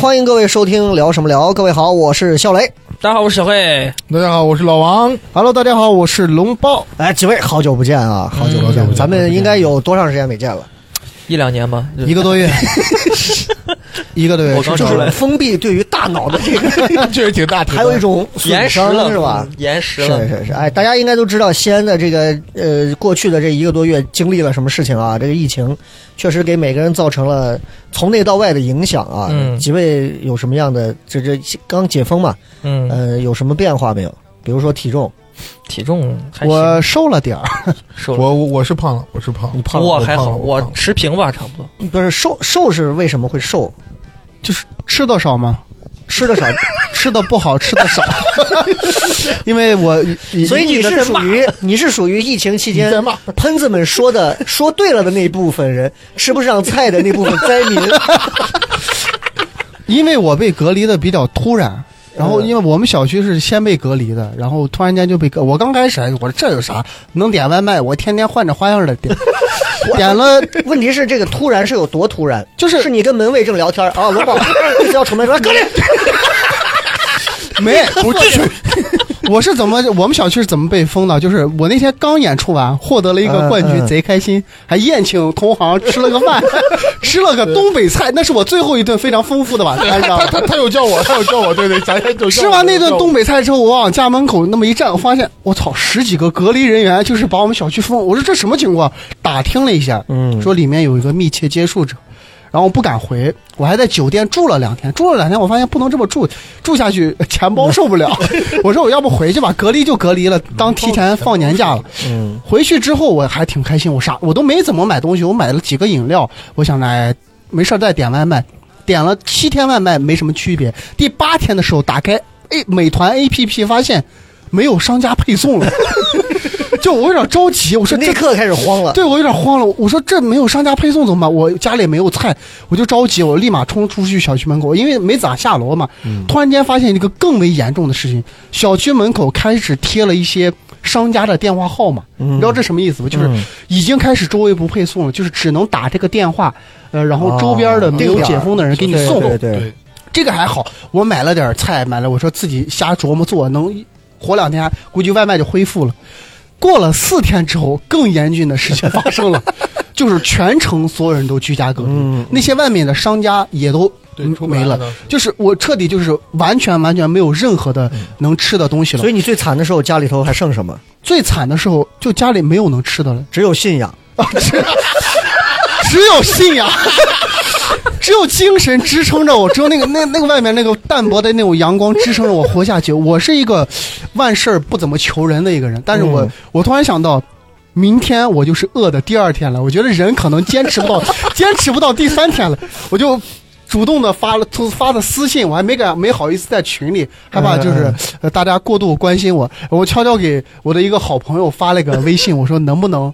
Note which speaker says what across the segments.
Speaker 1: 欢迎各位收听《聊什么聊》，各位好，我是笑雷。
Speaker 2: 大家好，我是小慧。
Speaker 3: 大家好，我是老王。Hello，大家好，我是龙豹。
Speaker 1: 哎，几位好久不见啊，好久不见，
Speaker 3: 嗯
Speaker 1: 咱们应该有多长时间没见了？
Speaker 2: 一两年吧，
Speaker 3: 一个多 月，一个多月
Speaker 2: 我，刚
Speaker 3: 是
Speaker 1: 就
Speaker 3: 吧
Speaker 2: 出来
Speaker 1: 是封闭对于大脑的这个，
Speaker 3: 确实挺大体的，
Speaker 1: 还有一种损
Speaker 2: 延时
Speaker 1: 伤
Speaker 2: 了嗯
Speaker 1: 是吧？？
Speaker 2: 延时
Speaker 1: 是
Speaker 2: 了。
Speaker 1: 是是，哎，大家应该都知道西安的这个呃，过去的这一个多月经历了什么事情啊？这个疫情确实给每个人造成了从内到外的影响啊。
Speaker 2: 嗯
Speaker 1: 几位有什么样的这这刚解封嘛？
Speaker 2: 嗯，
Speaker 1: 呃，有什么变化没有？比如说体重，
Speaker 2: 体重还行，
Speaker 1: 我瘦了点儿，
Speaker 2: 瘦了。
Speaker 3: 嗯我我我是胖了，我是胖了，
Speaker 1: 胖了
Speaker 2: 我还
Speaker 3: 我
Speaker 2: 好，
Speaker 3: 胖了我胖
Speaker 2: 我
Speaker 3: 了
Speaker 2: 持平吧，差不多。
Speaker 1: 不是瘦瘦是为什么会瘦？
Speaker 3: 就是吃的少吗？
Speaker 1: 吃的少，
Speaker 3: 吃的不好，吃 的少，因为我
Speaker 1: 所以你是属于你是属于疫情期
Speaker 3: 你在
Speaker 1: 间
Speaker 3: 骂
Speaker 1: 喷子们说的 说对了的那部分人，吃不上菜的那部分灾 民。
Speaker 3: 因为我被隔离的比较突然，然后因为我们小区是先被隔离的，然后突然间就被隔。我刚开始还我说这有啥能点外卖？我天天换着花样的点，点了
Speaker 1: 问题是这个突然是有多突然？
Speaker 3: 就是
Speaker 1: 是你跟门卫正聊天啊，罗宝 一直要出门说哥嘞，
Speaker 3: 没不去。 我是怎么？我们小区是怎么被封的？就是我那天刚演出完，获得了一个冠军，
Speaker 1: 嗯嗯
Speaker 3: 贼开心，还宴请同行吃了个饭， 吃了个东北菜，那是我最后一顿非常丰富的晚餐，你知道吗？
Speaker 4: 他他有叫我，他有叫我，对对，想想就
Speaker 3: 吃完那顿东北菜之后，我往家门口那么一站，我发现我操，十几个隔离人员就是把我们小区封。我说这什么情况？打听了一下，
Speaker 1: 嗯
Speaker 3: 说里面有一个密切接触者，然后我不敢回，我还在酒店住了两天。住了两天，我发现不能这么住，住下去 钱包受不了。我说我要不回去吧，隔离就隔离了，当提前放年假了。
Speaker 1: 嗯，
Speaker 3: 回去之后我还挺开心，我啥我都没怎么买东西，我买了几个饮料，我想着哎，没事儿再点外卖，点了七天外卖没什么区别。第八天的时候打开哎美团 APP 发现没有商家配送了， 就我有点着急，我
Speaker 1: 就
Speaker 3: 说
Speaker 1: 那
Speaker 3: 这。
Speaker 1: 刻开始慌了。
Speaker 3: 对，我有点慌了。我说这没有商家配送怎么办？我家里也没有菜，我就着急，我立马冲出去小区门口，因为没咋下楼嘛。突然间发现一个更为严重的事情，小区门口开始贴了一些商家的电话号码，你知道这什么意思吗？
Speaker 1: 嗯
Speaker 3: 就是已经开始周围不配送了，就是只能打这个电话，呃，然
Speaker 1: 哦
Speaker 3: 后周边的没有解封的人给你送
Speaker 1: 对对
Speaker 3: 走。
Speaker 1: 对，
Speaker 3: 这个还好，我买了点菜，买了我说自己瞎琢磨做，能活两天，估计外卖就恢复了。过了四天之后，更严峻的事情发 生了，就是全城所有人都居家隔离，
Speaker 1: 嗯
Speaker 3: 那些外面的商家也都嗯
Speaker 4: 对出不来
Speaker 3: 没
Speaker 4: 了
Speaker 3: 了
Speaker 4: 当时，
Speaker 3: 就是我彻底就是完全完全没有任何的能吃的东西
Speaker 1: 嗯
Speaker 3: 了。
Speaker 1: 所以你最惨的时候家里头还剩什么？
Speaker 3: 最惨的时候，就家里没有能吃的了，
Speaker 1: 只有信仰。
Speaker 3: 只有信仰， 只有精神支撑着我，只有那个那那个外面那个淡薄的那种阳光支撑着我活下去。我是一个万事儿不怎么求人的一个人，但是我、
Speaker 1: 嗯
Speaker 3: 我突然想到，明天我就是饿的第二天了。我觉得人可能坚持不到， 坚持不到第三天了，我就。主动的发了发的私信，我还没敢没好意思在群里，害怕就是呃大家过度关心我。我悄悄给我的一个好朋友发了个微信，我说能不能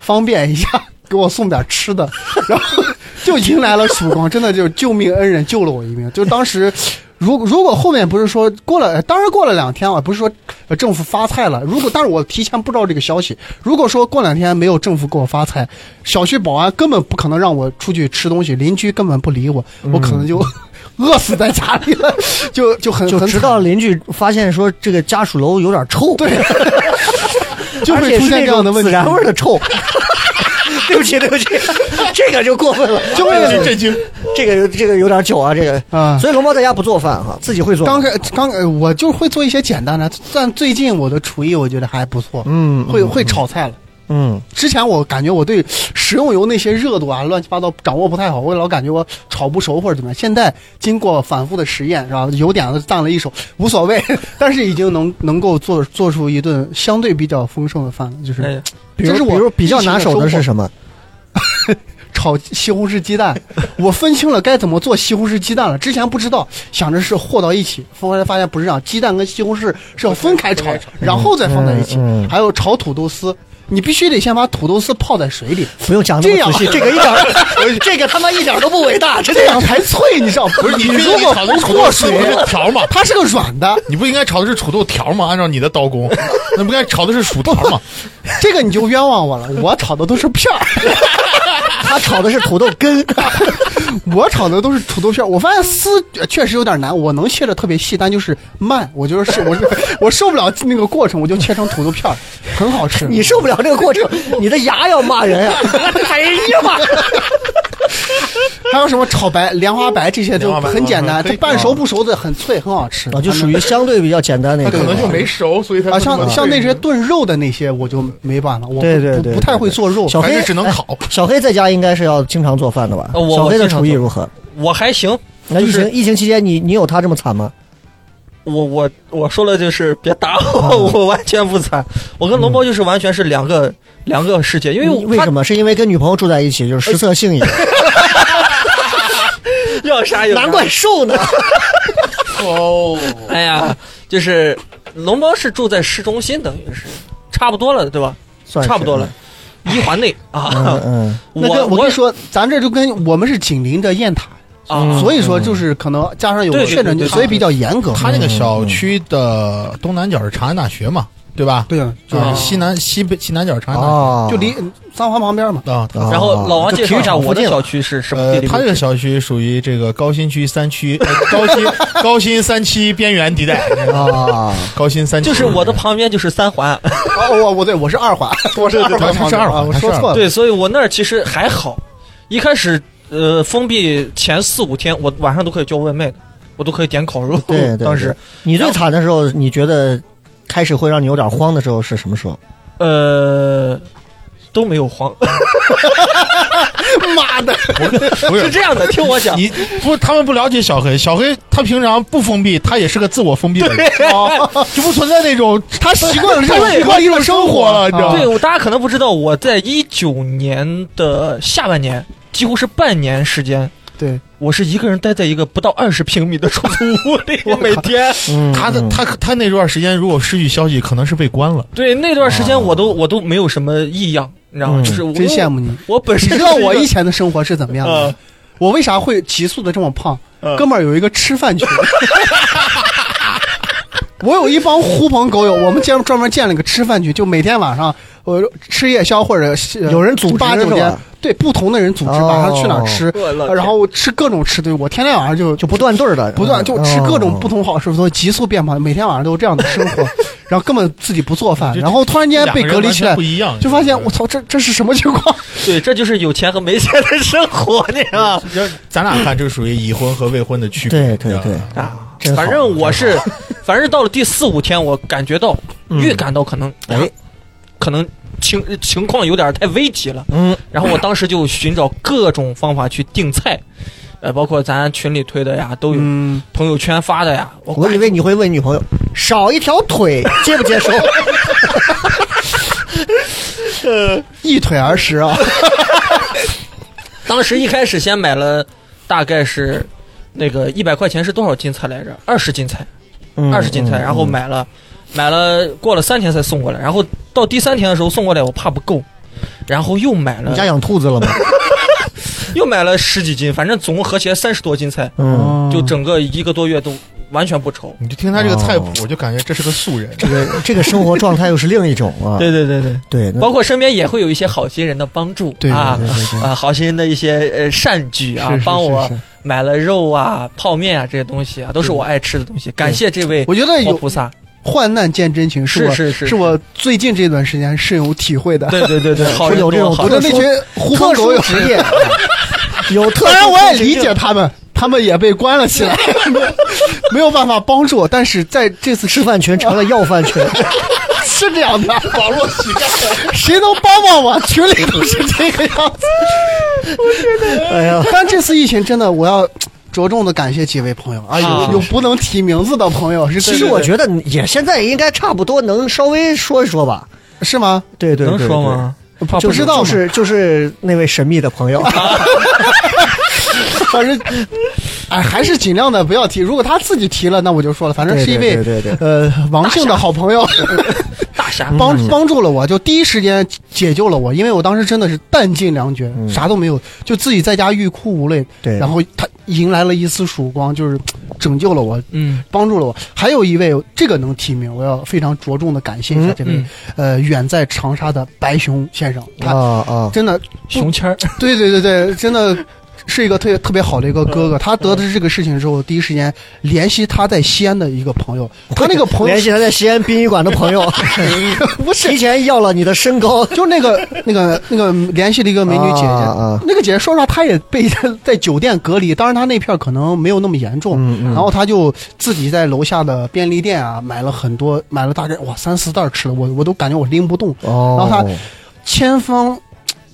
Speaker 3: 方便一下，给我送点吃的， 然后就迎来了曙光，真的就是救命恩人救了我一命。就当时，如如果后面不是说过了，当然过了两天啊，不是说呃政府发菜了，如果但是我提前不知道这个消息，如果说过两天没有政府给我发菜，小区保安根本不可能让我出去吃东西，邻居根本不理我，
Speaker 1: 嗯
Speaker 3: 我可能就。 饿死在家里了，就就很
Speaker 1: 就
Speaker 3: 呃很
Speaker 1: 直
Speaker 3: 惨
Speaker 1: 到邻居发现说这个家属楼有点臭，对，
Speaker 3: 就会出现这样的问题
Speaker 1: 孜然味儿的臭。对不起，对不起， 这个就过分了，
Speaker 3: 就为了
Speaker 1: 这句，这个这个有点久啊，这个
Speaker 3: 啊
Speaker 1: 所以龙猫在家不做饭哈，自己会做吗。
Speaker 3: 刚开刚呃我就会做一些简单的，但最近我的厨艺我觉得还不错，
Speaker 1: 嗯
Speaker 3: 会会炒菜了。
Speaker 1: 嗯，
Speaker 3: 之前我感觉我对食用油那些热度啊乱七八糟掌握不太好，我老感觉我炒不熟或者怎么样。现在经过反复的实验，是吧？有点子淡了一手，无所谓， 但是已经能能够做做出一顿相对比较丰盛的饭了，就是、
Speaker 2: 哎，
Speaker 1: 比如
Speaker 3: 这是我
Speaker 1: 比如比较拿手的
Speaker 3: 一期的收获
Speaker 1: 是什么？
Speaker 3: 炒西红柿鸡蛋，我分清了该怎么做西红柿鸡蛋了。之前不知道，想着是和到一起，后来发现不是这样，鸡蛋跟西红柿是要分开炒，然后再放在一起。
Speaker 1: 嗯嗯
Speaker 3: 还有炒土豆丝，你必须得先把土豆丝泡在水里，
Speaker 1: 不用讲那
Speaker 3: 这
Speaker 1: 么
Speaker 3: 样
Speaker 1: 仔细，这个一点儿，这个他妈一点儿都不伟大，真的
Speaker 3: 这样才脆，你知道吗？
Speaker 4: 不是你
Speaker 3: 如果不
Speaker 4: 炒
Speaker 3: 和
Speaker 4: 的是土豆丝
Speaker 3: 水
Speaker 4: 不，是条吗？
Speaker 3: 它是个软的，
Speaker 4: 你不应该炒的是土豆条吗？按照你的刀工，那不应该炒的是薯条吗？
Speaker 3: 这个你就冤枉我了。我炒的都 是片儿。
Speaker 1: 他炒的是土豆 根，
Speaker 3: 我炒的都是土豆片儿，我发现丝呃确实有点难，我能切的特别细，但就是慢，我就是受我 我受不了那个过程，我就切成土豆片儿，很好吃。
Speaker 1: 你受不了这个过程，你的牙要骂人啊！哎呀，
Speaker 3: 还有什么炒白莲花白这些就
Speaker 4: 莲花白
Speaker 3: 很简
Speaker 1: 嗯
Speaker 3: 单，
Speaker 4: 可以
Speaker 3: 就半熟不熟的很脆，很好吃。
Speaker 1: 啊，就属于相对比较简单的一
Speaker 4: 它
Speaker 1: 个，
Speaker 4: 可能就没熟，所以它
Speaker 3: 啊，像像那些
Speaker 4: 些
Speaker 3: 炖肉的那些我就没办法，我不
Speaker 1: 对对对
Speaker 3: 不不太会做肉。
Speaker 1: 小
Speaker 4: 还
Speaker 1: 黑
Speaker 4: 是只能烤。
Speaker 1: 小黑在家应该是要经常做饭的吧？
Speaker 2: 呃我
Speaker 1: 小黑的
Speaker 2: 我经常
Speaker 1: 厨艺
Speaker 2: 做
Speaker 1: 如何？
Speaker 2: 我还行，
Speaker 1: 那疫
Speaker 2: 就
Speaker 1: 情
Speaker 2: 是
Speaker 1: 疫情期间，你你有他这么惨吗？
Speaker 2: 我我我说了就是别打我，
Speaker 1: 嗯
Speaker 2: 我完全不惨。我跟龙猫就是完全是两个两个世界，因为
Speaker 1: 你为
Speaker 2: 他
Speaker 1: 什么？是因为跟女朋友住在一起，就是食色性也，
Speaker 2: 要啥有啥
Speaker 1: 难怪瘦呢。
Speaker 4: 哦，
Speaker 2: 哎呀，就是龙猫是住在市中心，等于是差不多了，对吧？
Speaker 1: 算是
Speaker 2: 差不多了，，一环内
Speaker 1: 嗯
Speaker 2: 啊。
Speaker 1: 嗯，
Speaker 3: 那跟我
Speaker 2: 我
Speaker 3: 跟你说，咱这就跟我们是紧邻着雁塔，
Speaker 2: 啊，
Speaker 3: 所以说
Speaker 4: 嗯
Speaker 3: 就是可能加上有
Speaker 2: 对对
Speaker 3: 确诊
Speaker 2: 对，对
Speaker 3: 所以比较严格。
Speaker 4: 它那个小区的东南角是长安大学嘛，对吧？
Speaker 3: 对啊，就
Speaker 4: 就是是西南西北西南角是长安大
Speaker 1: 哦，
Speaker 3: 就离三环旁边嘛。
Speaker 4: 学啊。它
Speaker 2: 然后老王介绍
Speaker 1: 就体
Speaker 2: 一下
Speaker 1: 育场
Speaker 2: 我
Speaker 1: 附
Speaker 2: 的
Speaker 1: 近
Speaker 2: 小区是什么
Speaker 4: 呃
Speaker 2: 地，理
Speaker 4: 它
Speaker 2: 位
Speaker 4: 这个
Speaker 2: 置？
Speaker 4: 小区属于这个高新区三区，呃高新 高新三期边缘地带，
Speaker 1: 啊，
Speaker 4: 高新三期
Speaker 2: 就是我的旁边就是三环，
Speaker 3: 哦，我我对我是二环，我是
Speaker 4: 对
Speaker 3: 二
Speaker 4: 对对
Speaker 3: 环
Speaker 4: 他
Speaker 3: 旁
Speaker 4: 是
Speaker 3: 边
Speaker 4: 二
Speaker 3: 啊
Speaker 4: 环
Speaker 3: 我
Speaker 4: 他是
Speaker 3: 说
Speaker 4: 二
Speaker 3: 错了。
Speaker 2: 对，所以我那儿其实还好。一开始呃封闭前四五天，我晚上都可以叫外卖的，我都可以点烤肉。
Speaker 1: 对对对
Speaker 2: 当时
Speaker 1: 你最惨的时候，你觉得开始会让你有点慌的时候是什么时候？
Speaker 2: 呃都没有 慌，
Speaker 3: 妈的，
Speaker 4: 不
Speaker 2: 是
Speaker 4: 是
Speaker 2: 这样的，听我讲。
Speaker 4: 你不是他们不了解小黑，小黑他平常不封闭，他也是个自我封闭的人，哦就不存在那种他习惯了这种
Speaker 2: 对
Speaker 4: 习惯了这种生活了，你知道
Speaker 2: 对，
Speaker 4: 吗？
Speaker 2: 我大家可能不知道，我在一九年的下半年，几乎是半年时间，
Speaker 3: 对，
Speaker 2: 我是一个人待在一个不到二十平米的 出租屋里，我每天
Speaker 1: 嗯
Speaker 4: 他的他他那段时间如果失去消息，可能是被关了。
Speaker 2: 对那段时间我都我都没有什么异样，你知道吗？
Speaker 1: 嗯
Speaker 2: 就是我
Speaker 3: 真羡慕你。
Speaker 2: 我本
Speaker 3: 你
Speaker 2: 身
Speaker 3: 知道
Speaker 2: 就是一
Speaker 3: 我
Speaker 2: 个
Speaker 3: 以前的生活是怎么样
Speaker 4: 嗯
Speaker 3: 的吗？我为啥会急速的这么胖？哥们儿有一个吃饭群， 我有一帮狐朋狗友，我们建专门建了个吃饭群，就每天晚上我、吃夜宵或者是呃
Speaker 1: 有人组织
Speaker 3: 八九
Speaker 1: 是
Speaker 3: 点
Speaker 1: 吧，
Speaker 3: 对不同的人组织
Speaker 1: 哦
Speaker 3: 晚上去哪儿吃，
Speaker 2: 饿了
Speaker 3: 然后我吃各种吃的，我天天晚上就
Speaker 1: 就不断嗯哦对儿的，
Speaker 3: 不断就吃各种不
Speaker 1: 同。
Speaker 3: 同好吃的，都急速变胖，每天晚上都这样的生 活，然后根本自己不做饭，然后突然间被隔离起
Speaker 4: 两个人完全
Speaker 3: 来
Speaker 4: 不，一样，
Speaker 3: 就发现我操，这这是什么情况？
Speaker 2: 对，这就是有钱和没钱的生活，你知道吗？
Speaker 4: 就是咱俩看，这属于已婚和未婚的区别。
Speaker 1: 对对
Speaker 4: 你知道
Speaker 1: 对
Speaker 4: 吗，
Speaker 2: 啊
Speaker 1: 真，好
Speaker 2: 反正我是，反正到了第四五天，我感觉到，预感到可能，
Speaker 1: 哎，
Speaker 2: 可能情情况有点太危急了。
Speaker 1: 嗯，
Speaker 2: 然后我当时就寻找各种方法去订菜，呃，包括咱群里推的呀，都有，
Speaker 3: 嗯，
Speaker 2: 朋友圈发的呀。我
Speaker 1: 我以为你会问女朋友少一条腿接不接受，
Speaker 3: 一腿而食 啊！
Speaker 2: 当时一开始先买了，大概是那个一百块钱是多少斤菜来着？二十斤菜，
Speaker 1: 嗯
Speaker 2: 二十斤菜，然后买了，买了，过了三天才送过来，然后到第三天的时候送过来，我怕不够，然后又买
Speaker 1: 你家
Speaker 2: 了，
Speaker 1: 养兔子了吗？
Speaker 2: 又买了十几斤，反正总共合起来三十多斤菜，
Speaker 1: 嗯，
Speaker 2: 就整个一个多月都完全不愁。
Speaker 4: 你就听他这个菜谱，我就感觉这是个素人。
Speaker 1: 这个嗯这个生活状态又是另一种啊。
Speaker 2: 对对对对，
Speaker 1: 对，那
Speaker 2: 包括身边也会有一些好心人的帮助
Speaker 1: 对
Speaker 2: 啊
Speaker 1: 对对对
Speaker 2: 啊，好心的一些呃善举啊
Speaker 4: 是，是
Speaker 2: 帮我
Speaker 4: 是是
Speaker 2: 买了肉啊、泡面啊这些东西啊，都是我爱吃的东西。感谢这位
Speaker 3: 我觉得
Speaker 2: 活
Speaker 3: 有
Speaker 2: 菩萨，
Speaker 3: 患难见真情，
Speaker 2: 是
Speaker 3: 我
Speaker 2: 是
Speaker 3: 是
Speaker 2: 是
Speaker 3: 我最近这段时间深有体会的。
Speaker 2: 对对对对，好
Speaker 1: 是
Speaker 2: 人
Speaker 1: 有这
Speaker 2: 多
Speaker 1: 种
Speaker 2: 好
Speaker 3: 我
Speaker 2: 人
Speaker 3: 的
Speaker 2: 多
Speaker 3: 那群狐
Speaker 1: 特
Speaker 3: 朋狗
Speaker 1: 殊
Speaker 3: 友，
Speaker 1: 职 业有特殊，
Speaker 3: 当然我也理解他们，他们也被关了起来，没有 办法帮助我。但是在这次
Speaker 1: 吃饭群成了要饭群。
Speaker 3: 是这样的，网络乞丐，谁能帮帮我？群里都是这个样 子。
Speaker 1: 哎呀，
Speaker 3: 但这次疫情真的，我要着重的感谢几位朋友啊，
Speaker 2: 啊
Speaker 3: 有有不能提名字的朋友，是
Speaker 1: 其实
Speaker 3: 真的
Speaker 1: 我觉得也现在应该差不多能稍微说一说吧。
Speaker 3: 是吗？
Speaker 1: 对对，
Speaker 2: 能
Speaker 1: 对
Speaker 2: 说？吗？
Speaker 1: 对
Speaker 3: 啊不
Speaker 1: 就是
Speaker 3: 知道
Speaker 1: 就
Speaker 3: 嘛，
Speaker 1: 是就是那位神秘的朋友，
Speaker 3: 啊 反正，哎，还是尽量的不要提。如果他自己提了，那我就说了，反正是一位
Speaker 1: 对对对对
Speaker 3: 呃王姓的好朋友，
Speaker 2: 大侠嗯
Speaker 3: 帮
Speaker 1: 嗯
Speaker 3: 帮助了我，就第一时间解救了我，因为我当时真的是弹尽粮绝，啥都没有，就自己在家欲哭无泪。
Speaker 1: 嗯对
Speaker 3: 然后他迎来了一丝曙光，就是拯救了我，
Speaker 2: 嗯，
Speaker 3: 帮助了我。还有一位，这个能提名，我要非常着重的感谢一下这位、
Speaker 2: 嗯
Speaker 3: 呃远在长沙的白熊先生，
Speaker 1: 啊
Speaker 3: 他
Speaker 1: 啊，
Speaker 3: 真的
Speaker 2: 熊签儿，
Speaker 3: 对对对对，真的是一个特别特别好的一个哥哥。他得知这个事情之后，第一时间联系他在西安的一个朋友，他那个朋友嗯
Speaker 1: 联系他在西安殡仪馆的朋 友，不是提前要了你的身高。
Speaker 3: 就那个那个那个联系了一个美女姐姐，
Speaker 1: 啊啊
Speaker 3: 那个姐姐说实话，她也被在酒店隔离，当然她那片儿可能没有那么严重，然后她就自己在楼下的便利店啊买了很多，买了大概哇三四袋儿吃的，我我都感觉我拎不动，然后他
Speaker 1: 哦，
Speaker 3: 千方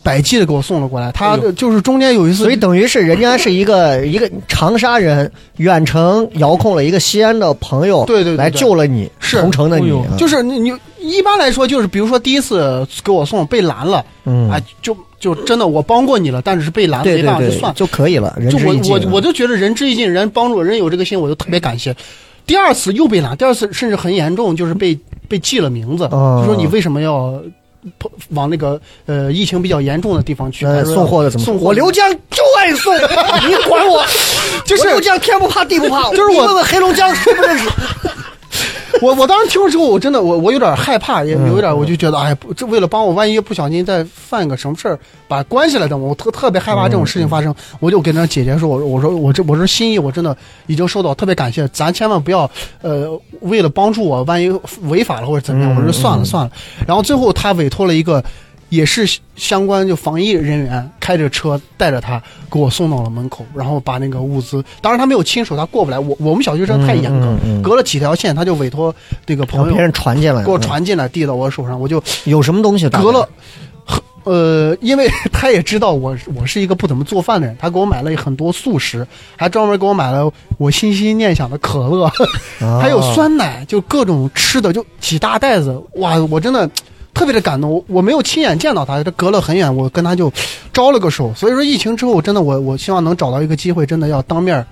Speaker 3: 百计的给我送了过来。她
Speaker 2: 哎呦
Speaker 3: 就是中间有一次，
Speaker 1: 所以等于是人家是一个一个长沙人远程遥控了一个西安的朋友，
Speaker 3: 对对对对
Speaker 1: 来救了你，
Speaker 3: 是
Speaker 1: 同城的你
Speaker 2: 哎呦，
Speaker 1: 啊
Speaker 3: 就是你你一般来说就是，比如说第一次给我送被拦了，
Speaker 1: 嗯
Speaker 3: 哎，就就真的我帮过你了，但是是被拦了，
Speaker 1: 对
Speaker 3: 没
Speaker 1: 对
Speaker 3: 办法就
Speaker 1: 对，
Speaker 3: 算了。
Speaker 1: 就可以了，人
Speaker 3: 就
Speaker 1: 之
Speaker 3: 我
Speaker 1: 一尽
Speaker 3: 我
Speaker 1: 了
Speaker 3: 我就觉得仁至义尽，人帮助我，人有这个心，我就特别感谢。第二次又被拦，第二次甚至很严重，就是被被记了名字，
Speaker 1: 哦
Speaker 3: 就说你为什么要跑往那个呃疫情比较严重的地方去？
Speaker 1: 呃
Speaker 3: 还说
Speaker 1: 送货的怎么说
Speaker 3: 送货？
Speaker 1: 我刘江就爱 送，你管我？
Speaker 3: 就是
Speaker 1: 我刘江天不怕地不怕，
Speaker 3: 就是我
Speaker 1: 你问问黑龙江认不认识？
Speaker 3: 我我当时听了之后，我真的我我有点害怕，也
Speaker 1: 嗯
Speaker 3: 有点我就觉得，哎，不这为了帮我，万一不小心再犯个什么事儿，把关系来等我，特特别害怕这种
Speaker 1: 嗯
Speaker 3: 事情发生。我就跟那姐姐说，我说我说我这我说心意，我真的已经收到，特别感谢，咱千万不要呃为了帮助我，万一违法了或者怎么样，我
Speaker 1: 嗯
Speaker 3: 说算了算了。然后最后他委托了一个。也是相关就防疫人员开着车带着他给我送到了门口，然后把那个物资，当然他没有亲手，他过不来。我我们小区真的太严格，
Speaker 1: 嗯嗯嗯
Speaker 3: 隔了几条线，他就委托那个
Speaker 1: 然后
Speaker 3: 朋
Speaker 1: 别
Speaker 3: 友
Speaker 1: 人传进来，
Speaker 3: 给我传进来，递到我手上，我就
Speaker 1: 嗯有什么东西？大概
Speaker 3: 隔了。呃，因为 他也知道我我是一个不怎么做饭的人，他给我买了很多素食，还专门给我买了我心心念想的可乐，
Speaker 1: 啊
Speaker 3: 还有酸奶，就各种吃的，就几大袋子。哇，我真的特别的感动。我我没有亲眼见到他，这隔了很远，我跟他就招了个手。所以说，疫情之后，真的我我希望能找到一个机会，真的要当面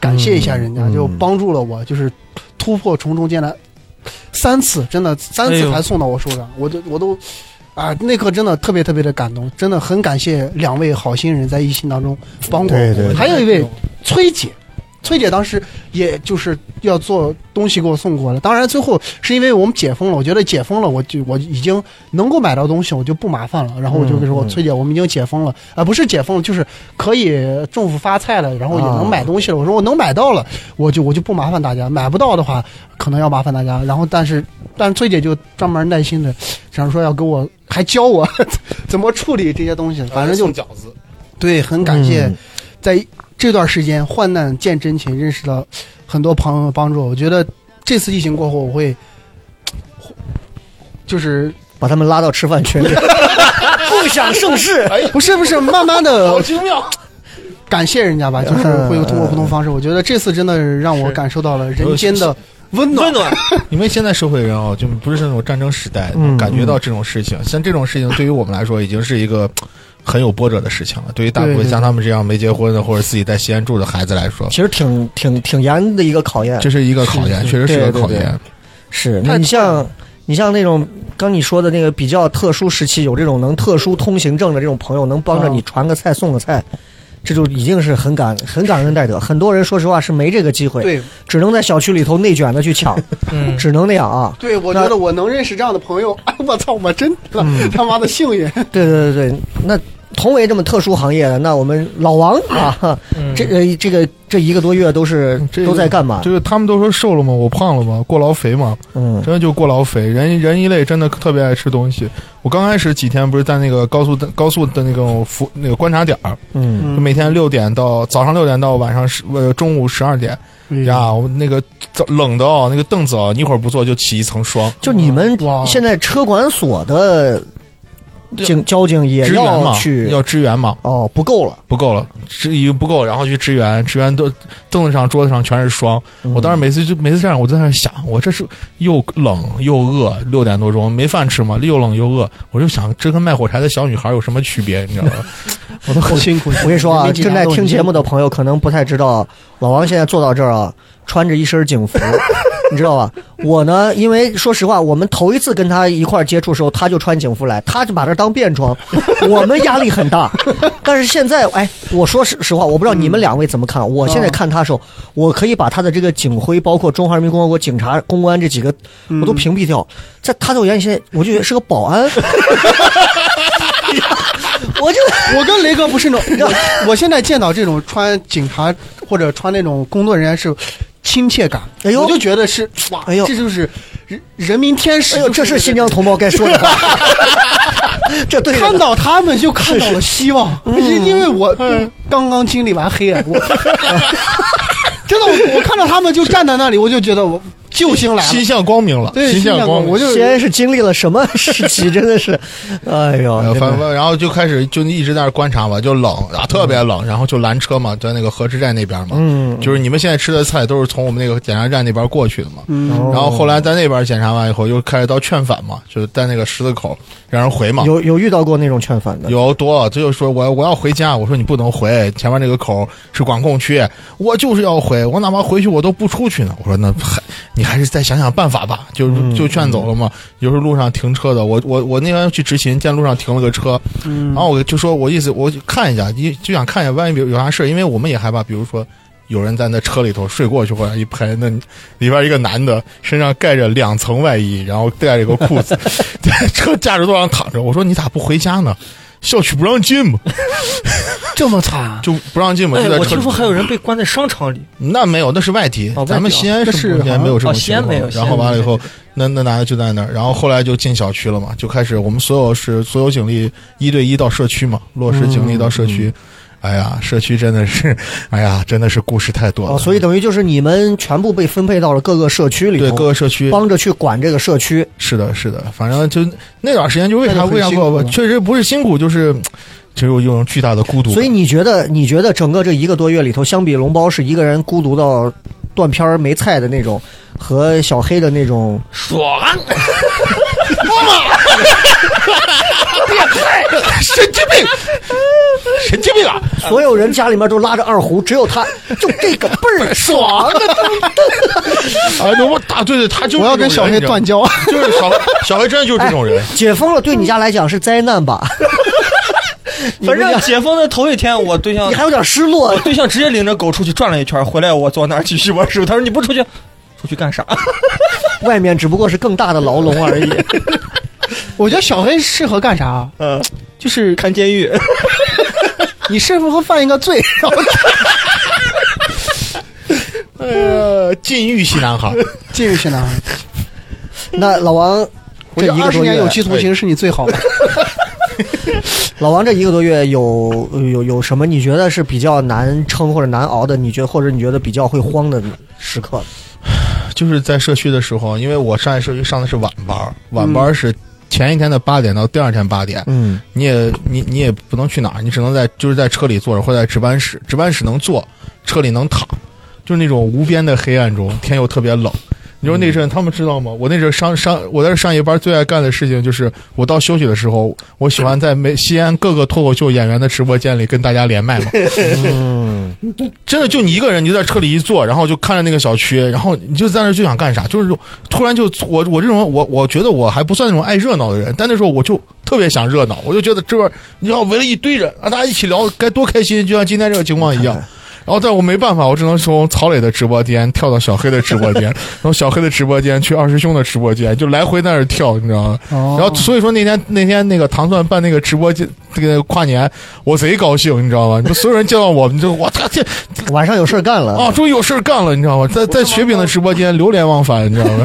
Speaker 3: 感谢一下人家，
Speaker 1: 嗯嗯
Speaker 3: 就帮助了我，就是突破重重艰难三次，真的三
Speaker 2: 哎
Speaker 3: 次
Speaker 2: 呦
Speaker 3: 才送到我手上，我都我都。啊，那刻真的特别特别的感动，真的很感谢两位好心人在疫情当中帮过我。
Speaker 1: 对对对
Speaker 3: 还有一位崔姐，崔姐当时也就是要做东西给我送过来，当然最后是因为我们解封了，我觉得解封了，我就我已经能够买到东西，我就不麻烦了。然后我就跟说，
Speaker 1: 嗯嗯
Speaker 3: 崔姐，我们已经解封了，啊、不是解封了，就是可以政府发菜了，然后也
Speaker 1: 啊
Speaker 3: 能买东西了。我说我能买到了，我就我就不麻烦大家，买不到的话可能要麻烦大家。然后但是但是崔姐就专门耐心的，想说要给我还教我 怎么处理这些东西，反正就
Speaker 4: 饺子，
Speaker 3: 对，很感谢
Speaker 1: 嗯，
Speaker 3: 在这段时间患难见真情，认识到很多朋友的帮助我。我觉得这次疫情过后，我会就是
Speaker 1: 把他们拉到吃饭 群里，共享盛世。
Speaker 3: 不是不是，慢慢的
Speaker 4: 好精妙。
Speaker 1: 嗯
Speaker 3: 感谢人家吧，就是会通过不同方式。我觉得这次真的让我
Speaker 2: 是
Speaker 3: 感受到了人间的温 暖
Speaker 2: 温暖。
Speaker 4: 因为现在社会人啊，就不是那种战争时代，
Speaker 1: 嗯
Speaker 4: 感觉到这种事情，像这种事情对于我们来说，已经是一个很有波折的事情了。对于大部
Speaker 1: 对
Speaker 4: 分
Speaker 1: 对
Speaker 4: 像他们这样没结婚的或者自己在西安住的孩子来说，
Speaker 1: 其实挺挺挺严的一个考验。
Speaker 4: 这是一个考验，
Speaker 1: 是
Speaker 4: 确实是
Speaker 1: 对
Speaker 4: 个
Speaker 1: 对
Speaker 4: 考
Speaker 1: 对
Speaker 4: 验。
Speaker 1: 是
Speaker 4: 太
Speaker 1: 你像你像那种刚你说的那个比较特殊时期，有这种能特殊通行证的这种朋友，能
Speaker 4: 啊
Speaker 1: 帮着你传个菜送个菜，这就已经是很感很感恩戴德。很多人说实话是没这个机会，
Speaker 3: 对
Speaker 1: 只能在小区里头内卷的去抢，
Speaker 2: 嗯，
Speaker 1: 只能那嗯样 啊。
Speaker 3: 对，我觉得我能认识这样的朋友，哎，我操，我真的他妈的幸运。
Speaker 1: 对对对对，那同为这么特殊行业的，那我们老王啊，
Speaker 2: 嗯
Speaker 1: 这个这个这一个多月都是
Speaker 4: 嗯这个
Speaker 1: 都在干嘛？
Speaker 4: 就是他们都说瘦了吗？我胖了吗？过劳肥吗？
Speaker 1: 嗯
Speaker 4: 真的就过劳肥。人人一类真的特别爱吃东西。我刚开始几天不是在那个高速的高速的那种服那个观察点儿，
Speaker 1: 嗯
Speaker 4: 就每天六点到早上六点到晚上十呃中午十二点
Speaker 3: 嗯
Speaker 4: 呀，我那个早冷的哦，那个凳子哦，一会儿不坐就起一层霜。
Speaker 1: 就你们
Speaker 3: 哇
Speaker 1: 现在车管所的
Speaker 4: 对
Speaker 1: 警交警也
Speaker 4: 支援
Speaker 1: 要
Speaker 4: 嘛，
Speaker 1: 去
Speaker 4: 要支援嘛，
Speaker 1: 哦，不够了。
Speaker 4: 不够了，支一个不够，然后去支援，支援都凳子上、桌子上全是霜。我当时每次就每次这样，我在那想，我这是又冷又饿，六点多钟没饭吃嘛，又冷又饿，我就想，这跟卖火柴的小女孩有什么区别？你知道吗？我都
Speaker 3: 好辛苦，
Speaker 1: 我跟你说啊，
Speaker 3: 没几
Speaker 1: 正
Speaker 3: 年
Speaker 1: 在
Speaker 3: 都
Speaker 1: 听
Speaker 3: 已经
Speaker 1: 节目的朋友可能不太知道，老王现在坐到这儿啊，穿着一身警 服，你知道吧？我呢，因为说实话，我们头一次跟他一块儿接触的时候，他就穿警服来，他就把这儿当便 装，我们压力很 大。但是现在，哎，我说实实话，我不知道你们两位怎么看。我现在看他的时候，我可以把他的这个警徽，包括中华人民共和国警察、公安这几个，我都屏蔽掉。在他在我眼里，现在我就觉得是个保 安。我就
Speaker 3: 我跟雷哥不是那种，我我现在见到这种穿警察或者穿那种工作人员是亲切感，
Speaker 1: 哎呦
Speaker 3: 我就觉得是哇，
Speaker 1: 哎呦
Speaker 3: 这就是人人民天使，
Speaker 1: 哎呦，这是新疆同胞该说的 话，这对着呢
Speaker 3: 看到他们就看到了希望，因因为我刚刚经历完黑暗，我 真的我我看到他们就站在那里，我就觉得我救星来了
Speaker 4: 心，向光明了，
Speaker 3: 对，
Speaker 4: 心
Speaker 3: 新疆
Speaker 4: 光明
Speaker 3: 我。就
Speaker 1: 西安是经历了什 么时期？真的是，哎呦，
Speaker 4: 呃，
Speaker 1: 真
Speaker 4: 反
Speaker 1: 的
Speaker 4: 正然后就开始就一直在那儿观察嘛，就冷啊，特别冷，然后就拦车嘛，在那个河池站那边嘛，
Speaker 1: 嗯
Speaker 4: 就是你们现在吃的菜都是从我们那个检查站那边过去的嘛，
Speaker 3: 嗯，
Speaker 1: 哦
Speaker 4: 然后后来在那边检查完以后，又开始到劝返嘛，就是在那个十字口让人回嘛。
Speaker 1: 有有遇到过那种劝返的，
Speaker 4: 有多，这就说我我要回家，我说你不能回，前面那个口是管控区，我就是要回，我哪怕回去我都不出去呢。我说那还你还是再想想办法吧，就就劝走了嘛。有时候路上停车的，我我我那天去执勤，见路上停了个车，然后我就说我意思我看一下，一就想看一下，万一有有啥事，因为我们也害怕，比如说。有人在那车里头睡过去，或者一拍，那里边一个男的身上盖着两层外衣，然后带着一个裤子，在车驾驶座上躺着。我说你咋不回家呢？校区不让进嘛，
Speaker 3: 这么惨，
Speaker 4: 就不让进嘛。
Speaker 2: 哎
Speaker 4: 就，在
Speaker 2: 我
Speaker 4: 车
Speaker 2: 听说还有人被关在商场里，
Speaker 4: 那没有，那是外地，
Speaker 2: 哦外地
Speaker 4: 咱们西安
Speaker 3: 那是
Speaker 4: 是目前没有这
Speaker 2: 好
Speaker 4: 种
Speaker 2: 像哦西
Speaker 4: 情
Speaker 2: 安没
Speaker 4: 况。
Speaker 2: 有
Speaker 4: 然后完了以后，那那男的就在那儿，然后后来就进小区了嘛，就开始我们所有是所有警力一对一到社区嘛，落实警力到社区。哎呀，社区真的是， 哎呀，真的是故事太多了。
Speaker 1: 哦，所以等于就是你们全部被分配到了各个社区里头，
Speaker 4: 对各个社区
Speaker 1: 帮着去管这个社区，
Speaker 4: 是的，是的，反正就那段时间就为
Speaker 3: 那
Speaker 4: 啥
Speaker 3: 就很
Speaker 4: 为啥
Speaker 3: 辛苦
Speaker 4: 过
Speaker 3: 了，
Speaker 4: 确实不是辛苦，就是只有一种巨大的孤独感。
Speaker 1: 所以你觉得你觉得整个这一个多月里头，相比龙包是一个人孤独到断片儿没菜的那种，和小黑的那 种
Speaker 2: 爽，
Speaker 4: 神经病， 神经病啊！
Speaker 1: 所有人家里面都拉着二胡，只有他就这个倍儿爽的
Speaker 4: 哎，我打对对，他就是
Speaker 3: 我要跟小黑断
Speaker 4: 交，
Speaker 3: 交，
Speaker 4: 就是小黑小黑真的就是这种人。
Speaker 1: 解封了，对你家来讲是灾难 吧？你
Speaker 2: 反
Speaker 1: 们
Speaker 2: 正
Speaker 1: 家
Speaker 2: 解封的头一天，我对象
Speaker 1: 你还有点失落
Speaker 2: 我，对象直接领着狗出去转了一圈，回来我坐那儿继续玩手机。他说你不出去，出去干啥？
Speaker 1: 外面只不过是更大的牢笼而 已。
Speaker 3: 我觉得小黑适合干啥？啊
Speaker 2: 嗯，
Speaker 3: 就是
Speaker 2: 看监狱。
Speaker 3: 你是不是犯一个罪？然后
Speaker 4: 呃，禁欲系男孩，
Speaker 3: 进入去呢？
Speaker 1: 那老王，
Speaker 3: 我
Speaker 1: 这
Speaker 3: 觉
Speaker 1: 一个
Speaker 3: 得二十
Speaker 1: 多
Speaker 3: 年
Speaker 1: 月
Speaker 3: 有，期徒刑是你最好的。
Speaker 1: 老王这一个多月有有有什么你觉得是比较难撑或者难熬的？你觉得或者你觉得比较会慌的时刻？
Speaker 4: 就是在社区的时候，因为我上在社区上的是晚班儿，晚班儿
Speaker 3: 嗯
Speaker 4: 是前一天的八点到第二天八点，
Speaker 1: 嗯
Speaker 4: 你也你你也不能去哪儿，你只能在就是在车里坐着，或者在值班室，值班室能坐，车里能躺，就是那种无边的黑暗中，天又特别冷。你说那阵他们知道吗？我那阵上上我在这上夜班最爱干的事情就是，我到休息的时候，我喜欢在每西安各个脱口秀演员的直播间里跟大家连麦嘛。
Speaker 1: 嗯
Speaker 4: 真的就你一个人，你就在车里一坐，然后就看着那个小区，然后你就在那儿就想干啥，就是说突然就我我这种我我觉得我还不算那种爱热闹的人，但那时候我就特别想热闹，我就觉得这边你要围了一堆人啊，大家一起聊该多开心，就像今天这个情况一样。然后，但我没办法，我只能从曹磊的直播间跳到小黑的直播间，然后小黑的直播间去二师兄的直播间，就来回在那儿跳，你知道吗？
Speaker 3: 哦
Speaker 4: 然后所以说那天那天那个糖蒜办那个直播间这个跨年，我贼高兴，你知道吗？你说所有人见到我，你就我操这
Speaker 1: 晚上有事儿干 了。
Speaker 4: 啊，终于有事儿干了，你知道吗？在在雪饼的直播间流连忘返，你知道吗？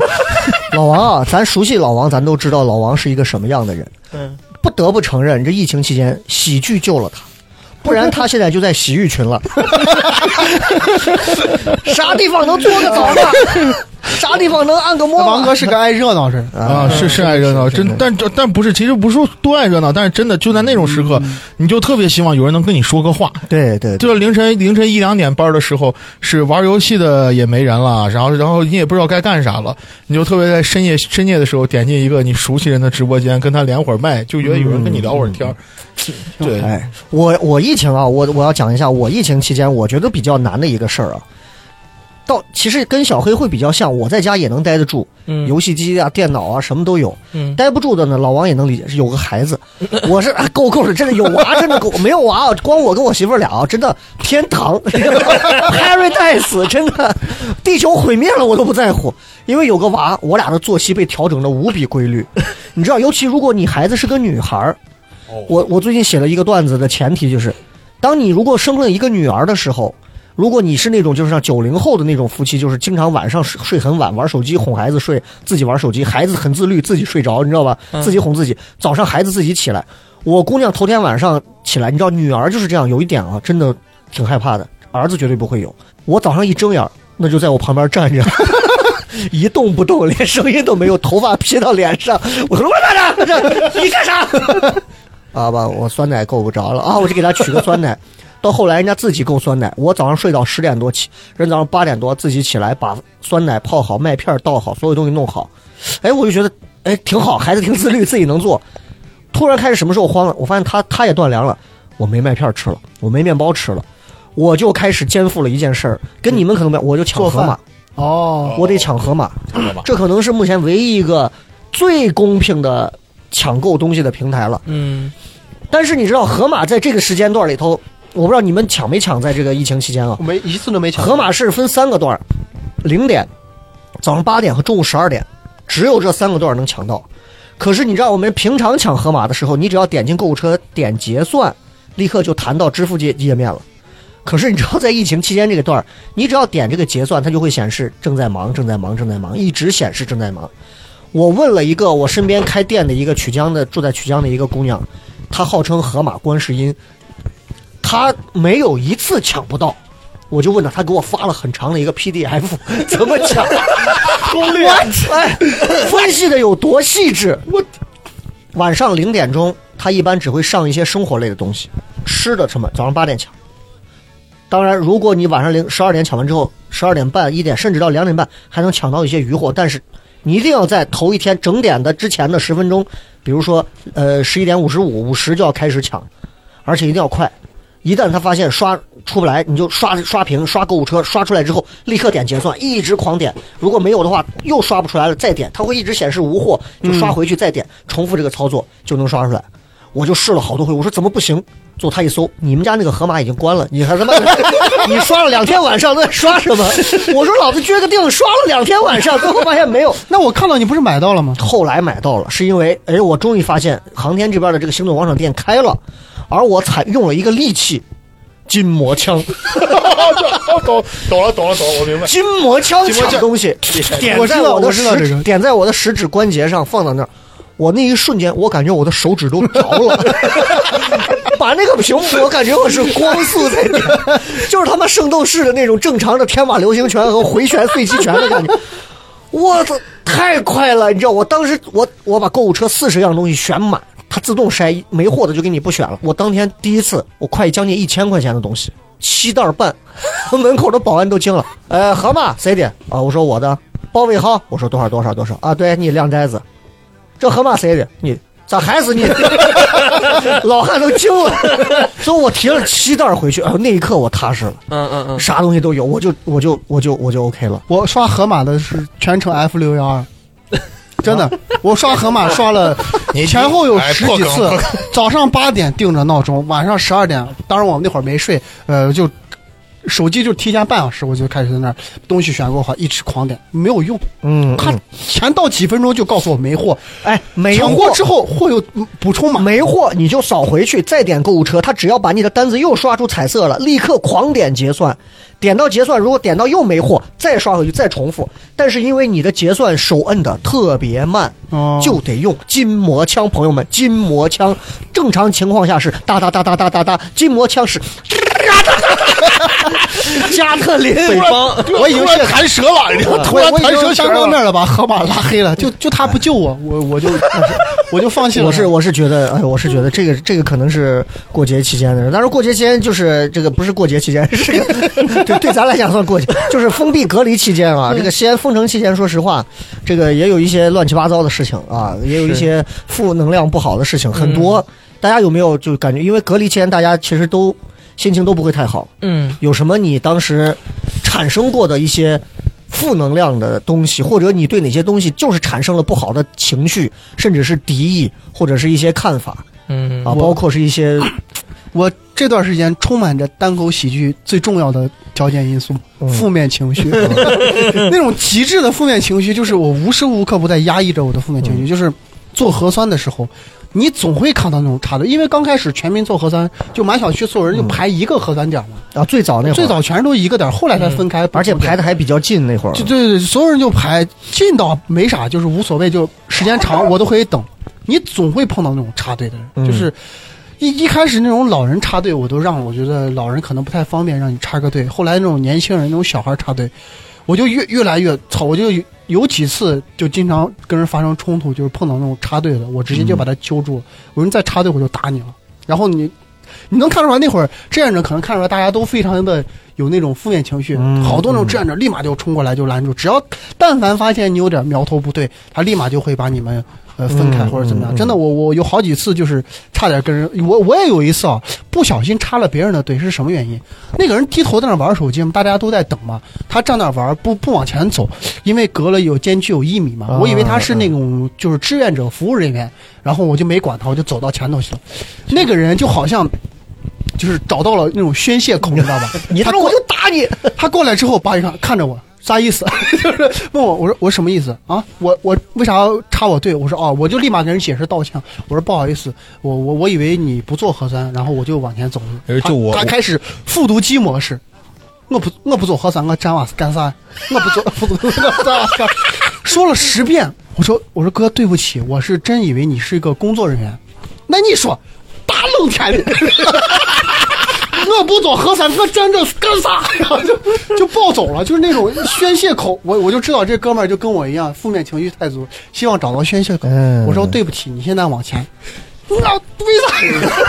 Speaker 1: 老王啊，咱熟悉老王，咱都知道老王是一个什么样的人。
Speaker 2: 嗯，
Speaker 1: 不得不承认，这疫情期间喜剧救了他，不然他现在就在洗浴群了，啥地方能做个澡呢？啥地方能按个摩？
Speaker 3: 王哥是个爱热闹人，
Speaker 4: 啊，是是爱热闹，真但这但不是，其实不是说多爱热闹，但是真的就在那种时刻，你就特别希望有人能跟你说个话，
Speaker 1: 对对对，
Speaker 4: 就是凌晨凌晨一两点班的时候，是玩游戏的也没人了，然后然后你也不知道该干啥了，你就特别在深夜深夜的时候点进一个你熟悉人的直播间，跟他连会儿麦，就觉得有人跟你聊会儿天儿。对，
Speaker 1: 哎，我我疫情啊，我我要讲一下，我疫情期间我觉得比较难的一个事儿啊。到其实跟小黑会比较像，我在家也能待得住，
Speaker 2: 嗯
Speaker 1: 游戏机啊、电脑啊什么都有。
Speaker 2: 嗯
Speaker 1: 待不住的呢，老王也能理解，是有个孩子，我是、哎、够够了，真的有娃，真的够没有娃啊，光我跟我媳妇儿俩啊，真的天堂 ，paradise，真的，地球毁灭了我都不在乎，因为有个娃，我俩的作息被调整的无比规律，你知道，尤其如果你孩子是个女孩儿，我我最近写了一个段子的前提就是，当你如果生了一个女儿的时候。如果你是那种就是像九零后的那种夫妻，就是经常晚上睡睡很晚，玩手机哄孩子睡，自己玩手机，孩子很自律，自己睡着，你知道吧？自己哄自己，早上孩子自己起来。我姑娘头天晚上起来，你知道女儿就是这样，有一点啊，真的挺害怕的，儿子绝对不会有。我早上一睁眼儿，那就在我旁边站着。一动不动，连声音都没有，头发披到脸上。我说我干啥？你干啥？ 啊吧，我酸奶够不着了啊，我就给他取个酸奶。到后来人家自己供酸奶，我早上睡到十点多起，人早上八点多自己起来把酸奶泡好，麦片倒好，所有东西弄好。哎，我就觉得哎挺好，孩子挺自律，自己能做。突然开始什么时候慌了？我发现他他也断粮了，我没麦片吃了，我没面包吃了，我就开始肩负了一件事儿，跟你们可能没有，我就抢
Speaker 3: 做
Speaker 1: 盒马
Speaker 3: 饭。 哦，
Speaker 1: 我得抢盒马，这可能是目前唯一一个最公平的抢购东西的平台了。
Speaker 2: 嗯，
Speaker 1: 但是你知道，盒马在这个时间段里头，我不知道你们抢没抢，在这个疫情期间啊
Speaker 3: 我，没一次都没抢过。
Speaker 1: 盒马是分三个段儿，零点、早上八点和中午十二点，只有这三个段儿能抢到。可是你知道，我们平常抢盒马的时候，你只要点进购物车点结算，立刻就弹到支付界页面了。可是你知道，在疫情期间这个段儿，你只要点这个结算，它就会显示正在忙，正在忙，正在忙，一直显示正在忙。我问了一个我身边开店的一个曲江的住在曲江的一个姑娘，她号称盒马观世音，她没有一次抢不到。我就问她，她给我发了很长的一个 PDF，怎 么抢攻略？哎， 分析的有多细致？我晚上零点钟，她一般只会上一些生活类的东西，吃的什么，早上八点抢。当然，如果你晚上零十二点抢完之后，十二点半、一点甚至到两点半还能抢到一些余货，但是你一定要在头一天整点的之前的十分钟，比如说呃十一点五十五、五十就要开始抢，而且一定要快。一旦他发现刷出不来，你就刷刷屏、刷购物车，刷出来之后立刻点结算，一直狂点。如果没有的话，又刷不出来了，再点，它会一直显示无货，就刷回去再点，重复这个操作就能刷出来。我就试了好多回，我说怎么不行？最后他一搜，你们家那个盒马已经关了，你还他妈你刷了两天晚上，都在刷什么？我说老子撅个腚刷了两天晚上，最后发现没有，
Speaker 3: 哦那我看到你不是买到了吗？
Speaker 1: 后来买到了，是因为哎，我终于发现航天这边的这个星动广场店开了，而我采用了一个利器——筋膜 枪。
Speaker 4: 懂懂了懂了懂了，我明白。
Speaker 1: 筋膜枪抢东西，点
Speaker 3: 我知
Speaker 1: 在
Speaker 3: 道
Speaker 1: 的
Speaker 3: 我知道
Speaker 1: 食
Speaker 3: 这
Speaker 1: 指，
Speaker 3: 个
Speaker 1: 点在我的食指关节上，放到那儿。我那一瞬间，我感觉我的手指都着 了，把那个屏幕，我感觉我是光速在点，就是他妈圣斗士的那种正常的天马流星拳和回旋碎击拳的感觉。我操，太快了！你知道，我当时我我把购物车四十样东西选满，它自动筛，没货的就给你不选了。我当天第一次，我快将近一千块钱的东西， 七袋半，门口的保安都惊了。呃，河马谁点啊？我说我的，包尾号，我说多少多少多少啊？对你两袋子，这河马谁的？你咋还是你？ 老汉都惊了， 所以我提了七袋儿回去，哎呦，那一刻我踏实了，
Speaker 2: 嗯嗯嗯，
Speaker 1: 啥东西都有，我就我就我就我就 OK 了。
Speaker 3: 我刷河马的是全程 F 六幺 二，真的，我刷河马刷 了
Speaker 4: 你
Speaker 3: 前后有
Speaker 4: 哎
Speaker 3: 十
Speaker 4: 破
Speaker 3: 几
Speaker 4: 梗
Speaker 3: 次
Speaker 4: 破梗，
Speaker 3: 早上八点定着闹钟，晚上十二点，当然我们那会儿没睡，呃，就手机就提前半小时，我就开始在那儿东西选购好，一直狂点，没有用，
Speaker 1: 嗯，
Speaker 3: 他前到几分钟就告诉我没货，
Speaker 1: 哎，没
Speaker 3: 抢
Speaker 1: 货
Speaker 3: 货之后货又补充嘛，
Speaker 1: 没货你就扫回去，再点购物车，他只要把你的单子又刷出彩色了，立刻狂点结算，点到结算，如果点到又没货，再刷回去再重复。但是因为你的结算手摁的特别慢，
Speaker 3: 哦
Speaker 1: 就得用筋膜枪，朋友们，筋膜枪，正常情况下是哒哒哒哒哒哒哒，筋膜枪是 加特林。
Speaker 2: 北方
Speaker 3: 我已经
Speaker 4: 突然
Speaker 3: 是
Speaker 4: 弹舌了，你知道
Speaker 1: 呃
Speaker 4: 吗
Speaker 3: 突然弹舌相当面了把河马拉黑了，就就他不救我，我我就我就放弃了。嗯
Speaker 1: 我是我是觉得，哎，我是觉得这个这个可能是过节期间的事。但是过节期间就是这个不是过节期间，是 个对对咱来讲算过节，就是封闭隔离期间啊。这个西安封城期间，说实话，这个也有一些乱七八糟的事情啊，也有一些负能量不好的事情，很
Speaker 3: 嗯
Speaker 1: 多。大家有没有就感觉，因为隔离期间大家其实都心情都不会太好，
Speaker 2: 嗯，
Speaker 1: 有什么你当时产生过的一些负能量的东西，或者你对哪些东西就是产生了不好的情绪，甚至是敌意，或者是一些看法
Speaker 2: 嗯
Speaker 1: 啊，包括是一些
Speaker 3: 我这段时间充满着单口喜剧最重要的条件因素
Speaker 1: 嗯
Speaker 3: ——负面情绪。那种极致的负面情绪，就是我无时无刻不在压抑着我的负面情绪。就是做核酸的时候，你总会看到那种插队，因为刚开始全民做核酸，就满小区所有人就排一个核酸点嘛，
Speaker 1: 啊，最早那会儿，嗯
Speaker 3: 最早全是都一个点，后来才分开，
Speaker 1: 而且排
Speaker 3: 的。
Speaker 1: 的还比较近那会儿
Speaker 3: 就，对对，所有人就排近倒没啥，就是无所谓，就时间长我都可以等。你总会碰到那种插队的人，
Speaker 1: 嗯
Speaker 3: 就是一一开始那种老人插队，我都让我觉得老人可能不太方便让你插个队。后来那种年轻人、那种小孩插队，我就越越来越操，我就有有几次就经常跟人发生冲突，就是碰到那种插队的，我直接
Speaker 1: 嗯
Speaker 3: 就把他揪住了，我说你再插队我就打你了。然后你你能看出来那会儿志愿者可能看出来大家都非常的有那种负面情绪，
Speaker 1: 嗯
Speaker 3: 好多那
Speaker 1: 嗯
Speaker 3: 种志愿者立马就冲过来就拦住，只要但凡发现你有点苗头不对，他立马就会把你们呃分开
Speaker 1: 嗯
Speaker 3: 或者怎么样。
Speaker 1: 嗯嗯
Speaker 3: 真的，我我有好几次就是差点跟人，我我也有一次啊，不小心插了别人的队，是什么原因？那个人低头在那玩手机嘛，大家都在等嘛，他站那玩不不往前走，因为隔了有间距有一米嘛，
Speaker 1: 啊
Speaker 3: 我以为他是那种就是志愿者服务人员，然后我就没管他，我就走到前头去了。那个人就好像。就是找到了那种宣泄口，你知道吧？
Speaker 1: 你
Speaker 3: 他
Speaker 1: 说
Speaker 3: 过
Speaker 1: 我就打你，
Speaker 3: 他过来之后，爸一看看着我，啥意思？ 就是问我，我说我什么意思啊？我我为啥要插我队？我说哦，我就立马给人解释道歉。我说不好意思，我我我以为你不做核酸，然后我就往前走了。
Speaker 4: 哎就我
Speaker 3: 他他开始复读机模式。我不我不做核酸，我干啥干啥？我不做复读，我干啥？说了十遍，我说我说哥对不起，我是真以为你是一个工作人员。那你说，大冷天的， 我不做核酸，我站这干啥？ 然后就就暴走了，就是那种宣泄口。我我就知道这哥们儿就跟我一样，负面情绪太足，希望找到宣泄口。
Speaker 1: 嗯
Speaker 3: 我说对不起，你现在往前。那为啥？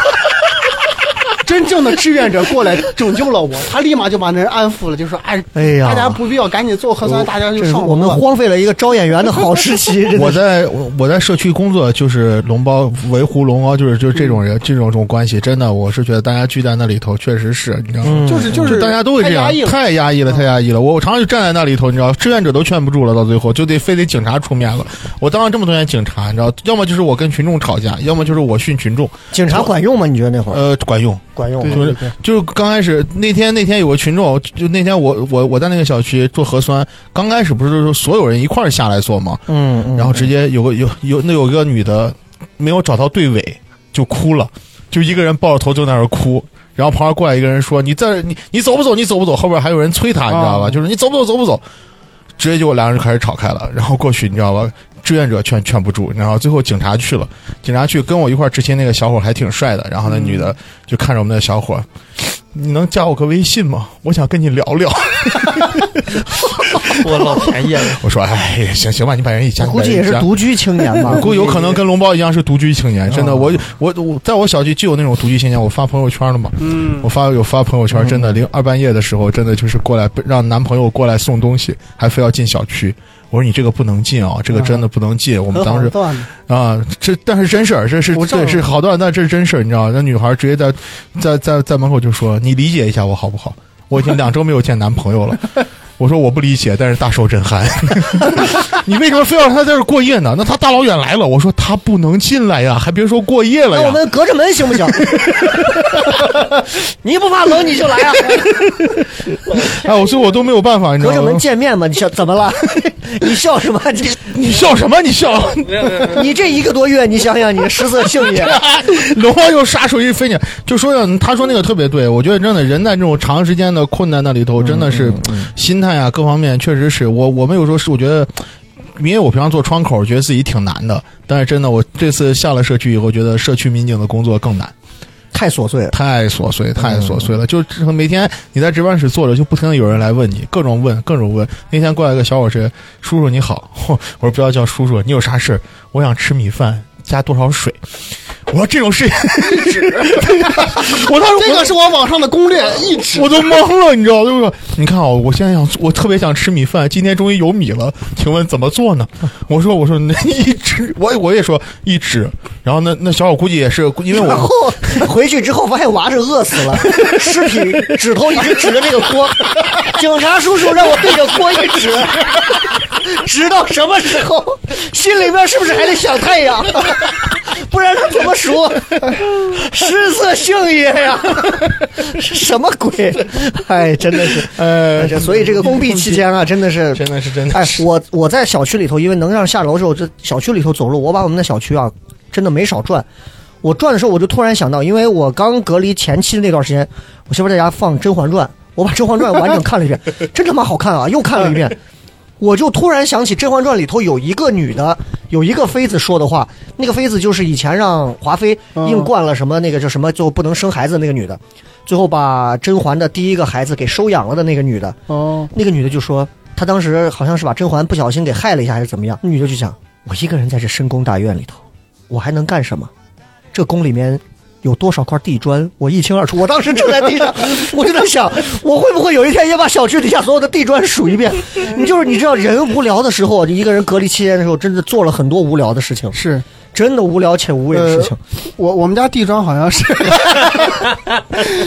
Speaker 3: 真正的志愿者过来拯救了我，他立马就把那人安抚了，就说：“哎，
Speaker 1: 哎呀
Speaker 3: 大家不必要，赶紧做核酸，大家就
Speaker 1: 这是
Speaker 3: 上楼
Speaker 1: 我们
Speaker 3: 吧
Speaker 1: 荒废了一个招演员的好时期，真的
Speaker 4: 我在我我在社区工作，就是龙包维护龙包，就是就是这种人，这种这种关系，真的，我是觉得大家聚在那里头，确实是你知道吗？
Speaker 3: 就是就是
Speaker 4: 大家都会这样
Speaker 3: 太压抑，了
Speaker 4: 嗯太压抑了，嗯太压抑了。我我常常就站在那里头，你知道，志愿者都劝不住了，到最后就得非得警察出面了。我当了这么多年警察，你知道，要么就是我跟群众吵架，要么就是我训群众。
Speaker 1: 警察管用吗？你觉得那会儿
Speaker 4: 呃，管用，
Speaker 1: 管用
Speaker 3: 对
Speaker 1: 吗？
Speaker 4: 就是就是刚开始那天那天有个群众，就那天我我我在那个小区做核酸，刚开始不是说所有人一块儿下来做吗？
Speaker 1: 嗯，嗯
Speaker 4: 然后直接有个有有那有个女的没有找到队尾就哭了，就一个人抱着头就在那儿哭。然后旁边过来一个人说：“你在你你走不走？你走不走？”后边还有人催他，你知道吧？
Speaker 3: 啊
Speaker 4: 就是你走不走？走不走？直接就两个人就开始吵开了。然后过去，你知道吧？志愿者劝劝不住，然后最后警察去了。
Speaker 1: 嗯
Speaker 4: 警察去跟我一块儿执勤那个小伙还挺帅的。然后那女的就看着我们的小伙，你能加我个微信吗？我想跟你聊聊。
Speaker 2: 我老便宜了。
Speaker 4: 我说，哎，行行吧，你把人一加，
Speaker 1: 我估计也是
Speaker 4: 加
Speaker 1: 独居青年 吧，
Speaker 4: 啊 估计有可能跟龙包一样是独居青年，真的，我我我在我小区就有那种独居青年，我发朋友圈了嘛，
Speaker 3: 嗯
Speaker 4: 我发有发朋友圈，真的，零二半夜的时候，真的就是过来让男朋友过来送东西，还非要进小区，我说你这个不能进啊，这个真的不能进，我们
Speaker 3: 很好
Speaker 4: 当时
Speaker 3: 的段子，
Speaker 4: 啊，这但是真事儿，这是
Speaker 3: 我知道
Speaker 4: 这是好多，但这是真事儿，你知道吗？那女孩直接在在在在门口就说：“你理解一下我好不好？我已经两周没有见男朋友了。”我说我不理解，但是大受震撼。 你为什么非要让他在这儿过夜呢？那他大老远来了，我说他不能进来呀，还别说过夜了
Speaker 1: 那我
Speaker 4: 呀。
Speaker 1: 们隔着门行不行？ 你不怕冷你就来啊，
Speaker 4: 哎，我所以我都没有办法，你知
Speaker 1: 隔着
Speaker 4: 道吗
Speaker 1: 门？见面嘛，你笑怎么了？ 你笑什么？你
Speaker 4: 你笑什么？你笑？
Speaker 1: 你这一个多月，你想想你的失色性 也，
Speaker 4: 龙王又杀出一飞鸟，就说呀，他说那个特别对，我觉得真的人在这种长时间的困在那里头，真的是、心态啊各方面确实是我我们有时候是我觉得。因为我平常做窗口，觉得自己挺难的，但是真的，我这次下了社区以后，觉得社区民警的工作更难，
Speaker 1: 太琐碎了。
Speaker 4: 太琐
Speaker 3: 嗯
Speaker 4: 碎，太琐碎了。就是每天你在值班室坐着，就不停的有人来问你，各种问，各种问。那天过来个小伙子，叔叔你好， 我说不要叫叔叔，你有啥事儿？我想吃米饭，加多少水？ 我说这种事， 我当时我
Speaker 3: 这个是我网上的攻略，一直
Speaker 4: 我都懵了，你知道对不对？你看啊、我现在想，我特别想吃米饭，今天终于有米了，请问怎么做呢？我说，我 说那一只，我我也说一只。然后那那小伙估计也是，因为
Speaker 1: 然后
Speaker 4: 我
Speaker 1: 回去之后发现娃是饿死了，尸体指头一直指着那个锅，警察叔叔让我对着锅一指，指到什么时候？心里面是不是还得想太阳？ 不然他怎么说失色性也呀？ 什么鬼？ 哎，真的是，
Speaker 4: 呃，
Speaker 1: 这所以这个封闭期间啊，真的是
Speaker 4: 真的是真的
Speaker 1: 哎
Speaker 4: 是，
Speaker 1: 我我在小区里头，因为能让下楼的时候，这小区里头走路，我把我们的小区啊，真的没少转。我转的时候，我就突然想到，因为我刚隔离前期的那段时间，我媳妇在家放《甄嬛传》，我把《甄嬛传》完整看了一 遍，真他妈好看啊！又看了一遍，我就突然想起《甄嬛传》里头有一个女的，有一个妃子说的话，那个妃子就是以前让华妃硬灌了什么那个叫什么，就不能生孩子的那个女的，最后把甄嬛的第一个孩子给收养了的那个女的。
Speaker 3: 哦，
Speaker 1: 那个女的就说，她当时好像是把甄嬛不小心给害了一下，还是怎么样？那女的就想，我一个人在这深宫大院里头，我还能干什么？这宫里面有多少块地砖，我一清二楚。我当时正在地上，我就在想，我会不会有一天也把小区底下所有的地砖数一遍？你就是你知道，人无聊的时候，一个人隔离期间的时候，真的做了很多无聊的事情，
Speaker 3: 是
Speaker 1: 真的无聊且无谓的事情。
Speaker 3: 我我们家地砖好像是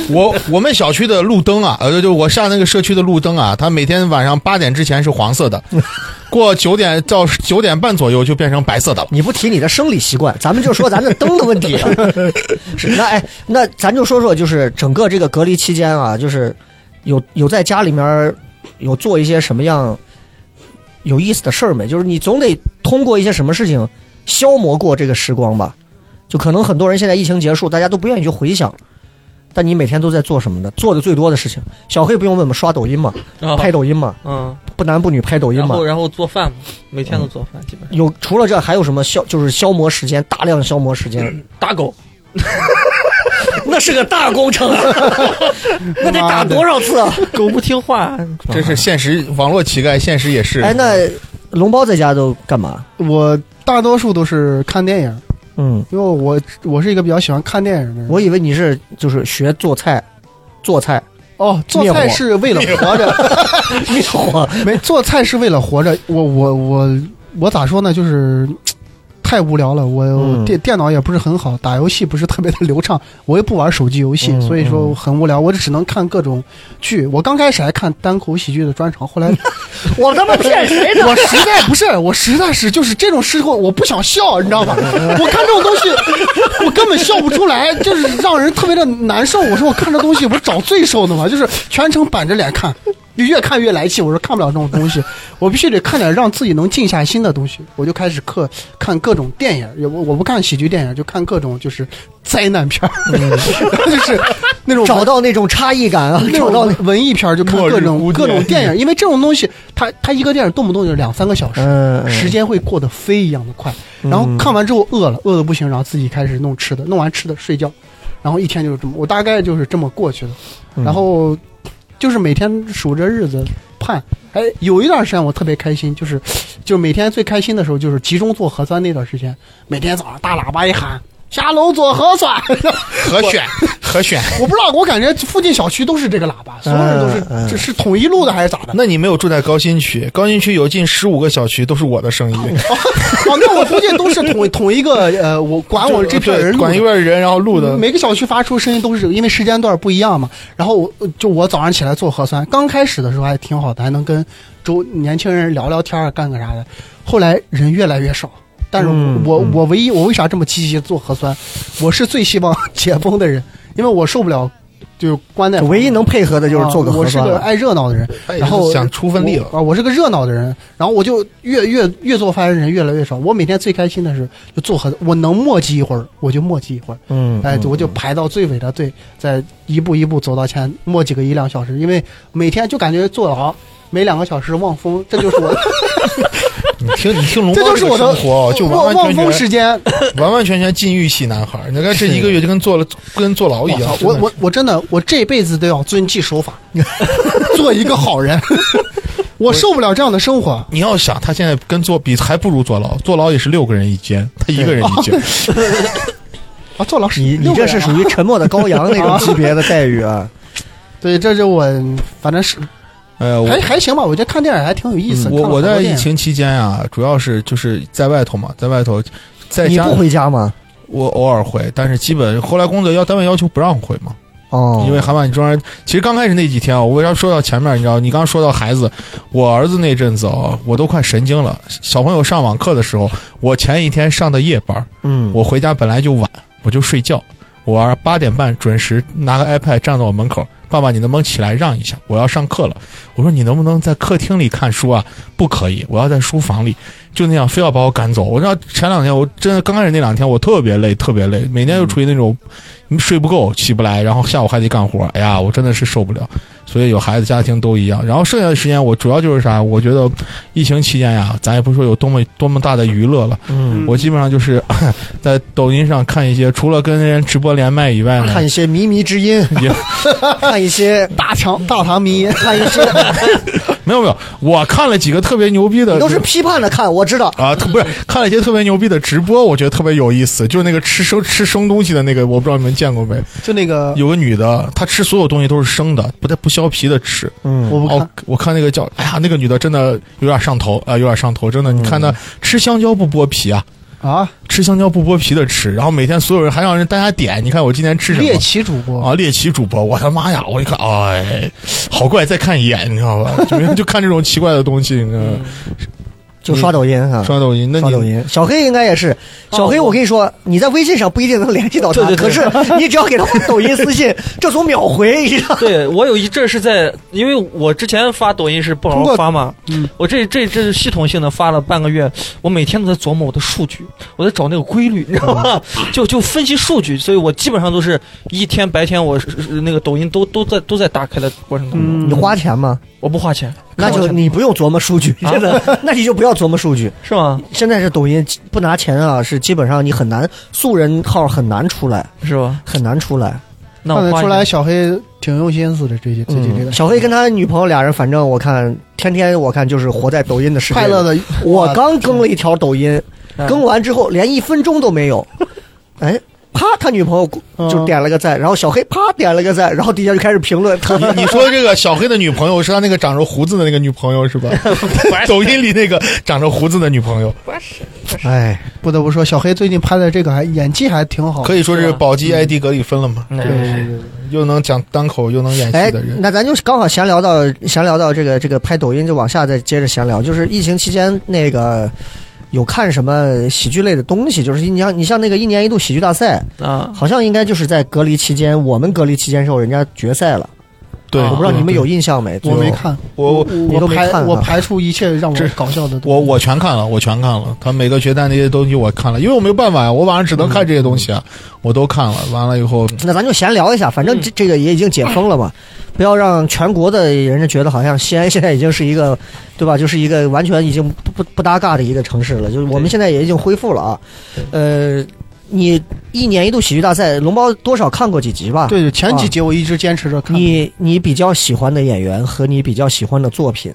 Speaker 4: 我我们小区的路灯啊，呃，就就我上那个社区的路灯啊，它每天晚上八点之前是黄色的，过九点到九点半左右就变成白色的了。
Speaker 1: 你不提你的生理习惯，咱们就说咱这灯的问题。 是那哎，那咱就说说，就是整个这个隔离期间啊，就是有有在家里面儿有做一些什么样有意思的事儿没？就是你总得通过一些什么事情消磨过这个时光吧。就可能很多人现在疫情结束，大家都不愿意去回想，但你每天都在做什么呢？做的最多的事情，小黑不用问嘛，刷抖音嘛，
Speaker 2: 啊
Speaker 1: 拍抖音嘛，
Speaker 2: 嗯，
Speaker 1: 不男不女拍抖音
Speaker 2: 然
Speaker 1: 嘛
Speaker 2: 后。然后做饭嘛，每天都做饭，基本上
Speaker 1: 有除了这还有什么消？就是消磨时间，大量消磨时间。
Speaker 2: 打狗。
Speaker 1: 那是个大工程，啊那得打多少次啊？
Speaker 2: 狗不听 话，
Speaker 4: 这是现实，网络乞丐，现实也是。
Speaker 1: 哎，那龙包在家都干嘛？
Speaker 3: 我大多数都是看电影，
Speaker 1: 嗯，
Speaker 3: 因为我我是一个比较喜欢看电影的人。
Speaker 1: 我以为你是就是学做菜，做菜哎
Speaker 3: 哦，做菜是为了活 着，
Speaker 1: 灭火。
Speaker 3: 没做菜是为了活着。我我我我咋说呢？就是嘖太无聊了，我、
Speaker 1: 嗯
Speaker 3: 电电脑也不是很好，打游戏不是特别的流畅，我又不玩手机游戏，
Speaker 1: 嗯
Speaker 3: 所以说很无聊，我只能看各种剧。我刚开始还看单口喜剧的专场，后来
Speaker 1: 我他妈骗谁呢？
Speaker 3: 我实在不是，我实在是就是这种时候我不想笑，你知道吧？我看这种东西，我根本笑不出来，就是让人特别的难受。我说我看这东西，我找罪受的嘛，就是全程板着脸看，就越看越来气。我说看不了这种东西，我必须得看点让自己能静下心的东西。我就开始看看各种电影，也我我不看喜剧电影，就看各种就是灾难片儿， 就是那种
Speaker 1: 嗯找到那种差异 感啊，
Speaker 3: 那
Speaker 1: 找
Speaker 3: 种
Speaker 1: 到那
Speaker 3: 文文艺片儿就看
Speaker 4: 末日
Speaker 3: 各种
Speaker 4: 污点
Speaker 3: 各种电影，因为这种东西，它它一个电影动不动就两三个小时，
Speaker 1: 嗯嗯
Speaker 3: 时间会过得飞一样的快。然后看完之后饿了，饿的不行，然后自己开始弄吃的，弄完吃的睡觉，然后一天就是这么，我大概就是这么过去的。然后就是每天数着日子盼。哎，有一段时间我特别开心，就是就是每天最开心的时候就是集中做核酸那段时间，每天早上大喇叭一喊下楼做核酸，
Speaker 4: 何选何选？
Speaker 3: 我不知道，我感觉附近小区都是这个喇叭，所有人都是、
Speaker 1: 嗯嗯
Speaker 3: 这是统一路的还是咋的？
Speaker 4: 那你没有住在高新区，高新区有近十五个小区都是我的生意，
Speaker 3: 哦，那我估计都是同同一个呃，我管我这批
Speaker 4: 对
Speaker 3: 人录的，
Speaker 4: 管一边人，然后录的。
Speaker 3: 嗯每个小区发出声音都是这个因为时间段不一样嘛。然后我就我早上起来做核酸，刚开始的时候还挺好的，还能跟周年轻人聊聊天儿，干个啥的。后来人越来越少，但是我、
Speaker 1: 嗯
Speaker 3: 我
Speaker 1: 嗯
Speaker 3: 我唯一我为啥这么积极做核酸？我是最希望解封的人，因为我受不了就关在
Speaker 1: 唯一能配合的就是做个
Speaker 3: 啊我
Speaker 1: 核
Speaker 3: 是
Speaker 1: 酸
Speaker 3: 个
Speaker 1: 了。
Speaker 3: 爱热闹的人，
Speaker 4: 哎
Speaker 3: 然后
Speaker 4: 想出分力了
Speaker 3: 我啊！我是个热闹的人，然后我就越越越做发现人越来越少。我每天最开心的是就做核，我能磨叽一会儿我就磨叽一会儿，
Speaker 1: 嗯，
Speaker 3: 哎，
Speaker 1: 嗯
Speaker 3: 我就排到最尾的队，再一步一步走到前，磨几个一两小时，因为每天就感觉坐牢，每两个小时望风，这就是 我，
Speaker 4: 你听，你听龙
Speaker 3: 这
Speaker 4: 猫
Speaker 3: 就是
Speaker 4: 个
Speaker 3: 我的
Speaker 4: 生活哦，就
Speaker 3: 望
Speaker 4: 完完
Speaker 3: 望
Speaker 4: 全
Speaker 3: 风
Speaker 4: 全
Speaker 3: 时间。
Speaker 4: 完完全全禁欲系男孩儿。你看这一个月就跟坐了跟坐牢一样
Speaker 3: 我。
Speaker 4: 哦真的
Speaker 3: 我
Speaker 4: 是
Speaker 3: 我我真的我这辈子都要遵纪守法，做一个好人。我受不了这样的生活，
Speaker 4: 你要想，他现在跟坐比还不如坐牢，坐牢也是六个人一间，他一个人一间。
Speaker 3: 啊，坐牢是
Speaker 1: 你你这是属于沉默的羔羊那种级别的待遇啊！
Speaker 3: 对，这就我反正是
Speaker 4: 呃，我嗯
Speaker 3: 还哎还行吧，我觉得看电影还挺有意思。
Speaker 4: 我
Speaker 3: 看了好
Speaker 4: 我在
Speaker 3: 多电
Speaker 4: 疫
Speaker 3: 影
Speaker 4: 情期间啊，主要是就是在外头嘛，在外头，在
Speaker 1: 你
Speaker 4: 家
Speaker 1: 不回家吗？
Speaker 4: 我偶尔回，但是基本后来工作要单位要求不让回嘛，
Speaker 1: 哦，
Speaker 4: 因为韩版中间其实刚开始那几天啊，我为啥说到前面？你知道，你刚刚说到孩子，我儿子那阵子啊，我都快神经了。小朋友上网课的时候，我前一天上的夜班，
Speaker 1: 嗯，
Speaker 4: 我回家本来就晚，我就睡觉。我八点半准时拿个 iPad 站在我门口，爸爸，你能不能起来让一下？我要上课了。我说你能不能在客厅里看书啊？不可以，我要在书房里。就那样，非要把我赶走。我知道前两天我真的刚开始那两天我特别累，特别累，每天就处于那种嗯睡不够、起不来，然后下午还得干活。哎呀，我真的是受不了。所以有孩子家庭都一样。然后剩下的时间，我主要就是啥？我觉得疫情期间呀，咱也不说有多么多么大的娱乐了，
Speaker 1: 嗯，
Speaker 4: 我基本上就是 在抖音上看一些，除了跟人直播连麦以外呢
Speaker 1: 看，一些靡靡之音，
Speaker 4: 也
Speaker 1: 看一 些
Speaker 3: 大唐大唐迷，看一些
Speaker 4: 没有没有，我看了几个特别牛逼的，
Speaker 1: 都是批判的看，我知道。
Speaker 4: 啊，特不是看了一些特别牛逼的直播，我觉得特别有意思，就是那个吃生吃生东西的那个，我不知道你们见过没？
Speaker 1: 啊
Speaker 3: 就那个
Speaker 4: 有个女的，她吃所有东西都是生的，不带不削皮的吃。
Speaker 1: 嗯，
Speaker 3: 我不
Speaker 4: 哦
Speaker 3: 看，，
Speaker 4: 我看那个叫，哎呀，那个女的真的有点上头啊、有点上头，真的，
Speaker 1: 嗯
Speaker 4: 你看她吃香蕉不剥皮啊。
Speaker 3: 啊，
Speaker 4: 吃香蕉不剥皮的吃，然后每天所有人还让人大家点，你看我今天吃什么？
Speaker 3: 猎奇主播，
Speaker 4: 啊，猎奇主播，我的妈呀！我一看，哎，好怪，再看一眼，你知道吧？就没 人就看这种奇怪的东西，你知道吗？
Speaker 1: 就刷抖音啊哈。
Speaker 4: 刷抖音，
Speaker 1: 嗯
Speaker 4: 那
Speaker 1: 刷抖
Speaker 4: 你
Speaker 1: 音，小黑应该也是。小哦黑，我跟你说，你在微信上不一定能联系到他，
Speaker 2: 对
Speaker 1: 可
Speaker 2: 对
Speaker 1: 是
Speaker 2: 对
Speaker 1: 你只要给他发抖音私信，这总秒回，你知道。
Speaker 2: 对我有一阵是在，因为我之前发抖音是不好好发嘛，
Speaker 1: 嗯
Speaker 2: 我这这这是系统性的发了半个月，我每天都在琢磨我的数据，我在找那个规律，你知道吗？
Speaker 1: 嗯
Speaker 2: 就就分析数据，所以我基本上都是一天白天我是是那个抖音都都在都在打开的过程当中，
Speaker 3: 嗯
Speaker 1: 你花钱吗？
Speaker 2: 我不花钱，
Speaker 1: 那
Speaker 2: 看我
Speaker 1: 就
Speaker 2: 钱
Speaker 1: 你不用琢磨数据，真的， 那你就不要琢磨数据。
Speaker 2: 是吗？
Speaker 1: 现在这抖音不拿钱啊，是基本上你很难素人号很难出来，
Speaker 2: 是吧？
Speaker 1: 很难出来。
Speaker 2: 那
Speaker 3: 看
Speaker 2: 我
Speaker 3: 得
Speaker 2: 花
Speaker 3: 出来小黑挺用心思的，这些最近这
Speaker 1: 嗯
Speaker 3: 个
Speaker 1: 小黑跟他女朋友俩人，反正我看天天我看就是活在抖音的世界里。
Speaker 3: 快乐的，
Speaker 1: 我刚更了一条抖音，
Speaker 2: 嗯
Speaker 1: 更完之后连一分钟都没有，哎，啪，他女朋友就点了个赞，然后小黑啪点了个赞，然后底下就开始评论，他
Speaker 4: 你你说这个小黑的女朋友是他那个长着胡子的那个女朋友是吧？抖音里那个长着胡子的女朋友，
Speaker 1: 哎，
Speaker 3: 不得不说，小黑最近拍的这个还演技还挺
Speaker 1: 哦
Speaker 3: 好。
Speaker 4: 可以说是宝
Speaker 1: 嗯
Speaker 4: 鸡 ID 格里芬了嘛？
Speaker 2: 那
Speaker 4: 又能讲单口又能演
Speaker 1: 哎
Speaker 4: 戏的人，
Speaker 1: 那咱就刚好闲聊到闲聊到这个这个拍抖音，就往下再接着闲聊。就是疫情期间那个有看什么喜剧类的东西？就是你像你像那个一年一度喜剧大赛，
Speaker 2: 啊，
Speaker 1: 好像应该就是在隔离期间，我们隔离期间时候人家决赛了，
Speaker 4: 哦对，
Speaker 1: 我不知道你们有印象没？
Speaker 3: 我没看，
Speaker 4: 我我
Speaker 1: 你都
Speaker 3: 我
Speaker 1: 没
Speaker 3: 排
Speaker 1: 看啊
Speaker 3: 我排除一切让
Speaker 4: 这
Speaker 3: 我搞笑的东西。
Speaker 4: 我我全看了，我全看了，他每个决赛那些东西我看了，因为我没有办法呀，我晚上只能看这些东西啊，我都看了，完了以后
Speaker 1: 那咱就闲聊一下，
Speaker 2: 嗯
Speaker 1: 反正这这个也已经解封了嘛，不要让全国的人家觉得好像西安现在已经是一个，对吧？就是一个完全已经不不不搭嘎的一个城市了，就是我们
Speaker 2: 对
Speaker 1: 现在也已经恢复了啊。呃，你一年一度喜剧大赛，龙猫多少看过几集吧？
Speaker 3: 对对，前几集我一直坚持着看。
Speaker 1: 你你比较喜欢的演员和你比较喜欢的作品，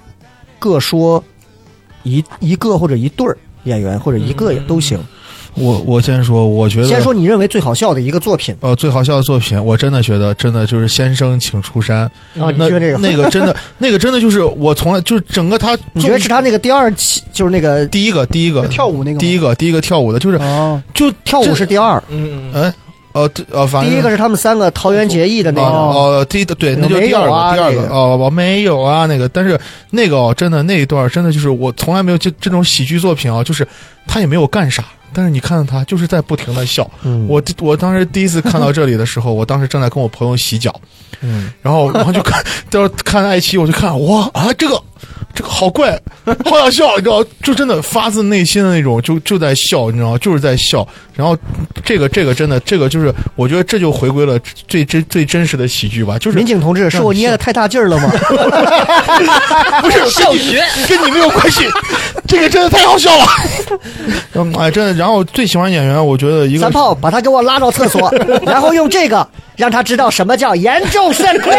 Speaker 1: 各说一一个或者一对儿演员或者一
Speaker 2: 嗯
Speaker 1: 个也都行。
Speaker 4: 我我先说，我觉得
Speaker 1: 先说你认为最好笑的一个作
Speaker 2: 嗯
Speaker 1: 品
Speaker 4: 呃最好笑的作品，我真的觉得真的就是《先生请出山》
Speaker 1: 啊，你
Speaker 4: 那
Speaker 1: 觉得这个？
Speaker 4: 那个真的那个真的就是我从来就是整个他，
Speaker 1: 你觉得是他那个第二期，就是那个
Speaker 4: 第一个第一个
Speaker 3: 跳舞那个吗
Speaker 4: 第一个第一个跳舞的，就是
Speaker 3: 哦，
Speaker 4: 就
Speaker 1: 跳舞
Speaker 4: 这
Speaker 1: 是第二，
Speaker 2: 嗯，
Speaker 4: 哎呃这呃反正
Speaker 1: 第一个是他们三个桃园结义的那个。
Speaker 4: 哦哦，第一对，那就是第二
Speaker 1: 没有
Speaker 4: 个，
Speaker 1: 啊
Speaker 4: 第二
Speaker 1: 那
Speaker 4: 个
Speaker 1: 个
Speaker 4: 哦，我没有啊，那个，但是那个哦，真的那一段真的就是我从来没有这这种喜剧作品啊，就是他也没有干啥，但是你看到他就是在不停的笑。
Speaker 1: 嗯
Speaker 4: 我我当时第一次看到这里的时候，我当时正在跟我朋友洗脚，
Speaker 1: 嗯
Speaker 4: 然后然后就看， 就是看爱奇艺，我就看哇啊这个。这个好怪，好想笑，你知道？就真的发自内心的那种，就就在笑，你知道吗？就是在笑。然后，这个这个真的，这个就是，我觉得这就回归了最最最真实的喜剧吧。就是
Speaker 1: 民警同志，是我捏的太大劲儿了吗？
Speaker 4: 不是
Speaker 2: 笑学，
Speaker 4: 跟你没 有关系，这个真的太好笑了。 嗯哎，真的。然后最喜欢演员，我觉得一个
Speaker 1: 三炮，把他给我拉到厕所，然后用这个让他知道什么叫严重肾亏。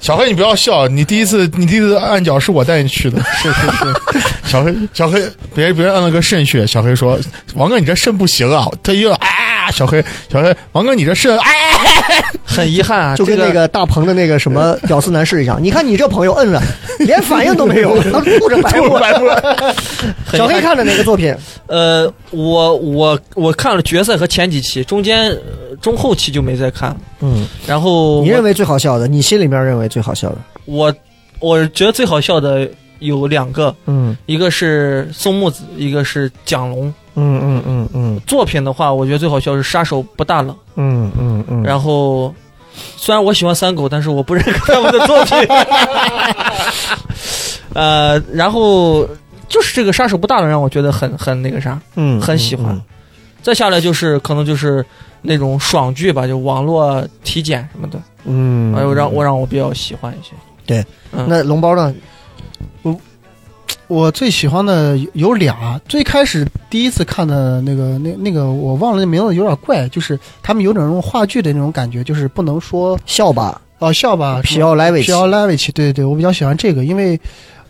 Speaker 4: 小黑，你不要笑，你第一次你第一次按脚是我带你去的，是是是。小黑，小黑，别别人按了个肾穴，小黑说：“王哥，你这肾不行啊！”他一个啊，小黑，小黑，王哥，你这肾啊，
Speaker 2: 很遗憾啊，
Speaker 1: 就跟
Speaker 2: 这
Speaker 1: 那个大鹏的那个什么屌丝男士一样。你看你这朋友摁了，连反应都没有，他吐着 白沫。
Speaker 4: 白沫。
Speaker 2: 很遗
Speaker 1: 小
Speaker 2: 憾
Speaker 1: 黑看的哪个作品？
Speaker 2: 呃，我我我看了决赛和前几期，中间呃中后期就没再看了。
Speaker 1: 嗯，
Speaker 2: 然后
Speaker 1: 你
Speaker 2: 我
Speaker 1: 认为最好笑的，你心里面认为最好笑的？
Speaker 2: 我我觉得最好笑的有两个，
Speaker 1: 嗯
Speaker 2: 一个是松木子，一个是蒋龙。
Speaker 1: 嗯嗯嗯嗯
Speaker 2: 作品的话，我觉得最好笑是杀手不大冷。
Speaker 1: 嗯嗯嗯
Speaker 2: 然后，虽然我喜欢三狗，但是我不认可他们的 作品。呃，然后就是这个杀手不大冷让我觉得很很那个啥，
Speaker 1: 嗯
Speaker 2: 很喜欢。再下来就是可能就是那种爽剧吧，就网络体检什么的，
Speaker 1: 嗯，
Speaker 2: 哎呦，让我让我比较喜欢一些。
Speaker 1: 那龙包呢？
Speaker 3: 我最喜欢的有有俩，最开始第一次看的那个那那个我忘了那名字，有点怪，就是他们有点那种话剧的那种感觉，就是不能说
Speaker 1: 笑吧，
Speaker 3: 哦笑吧，
Speaker 1: 皮奥莱维奇
Speaker 3: 皮。奥莱维奇，对对对，我比较喜欢这个，因为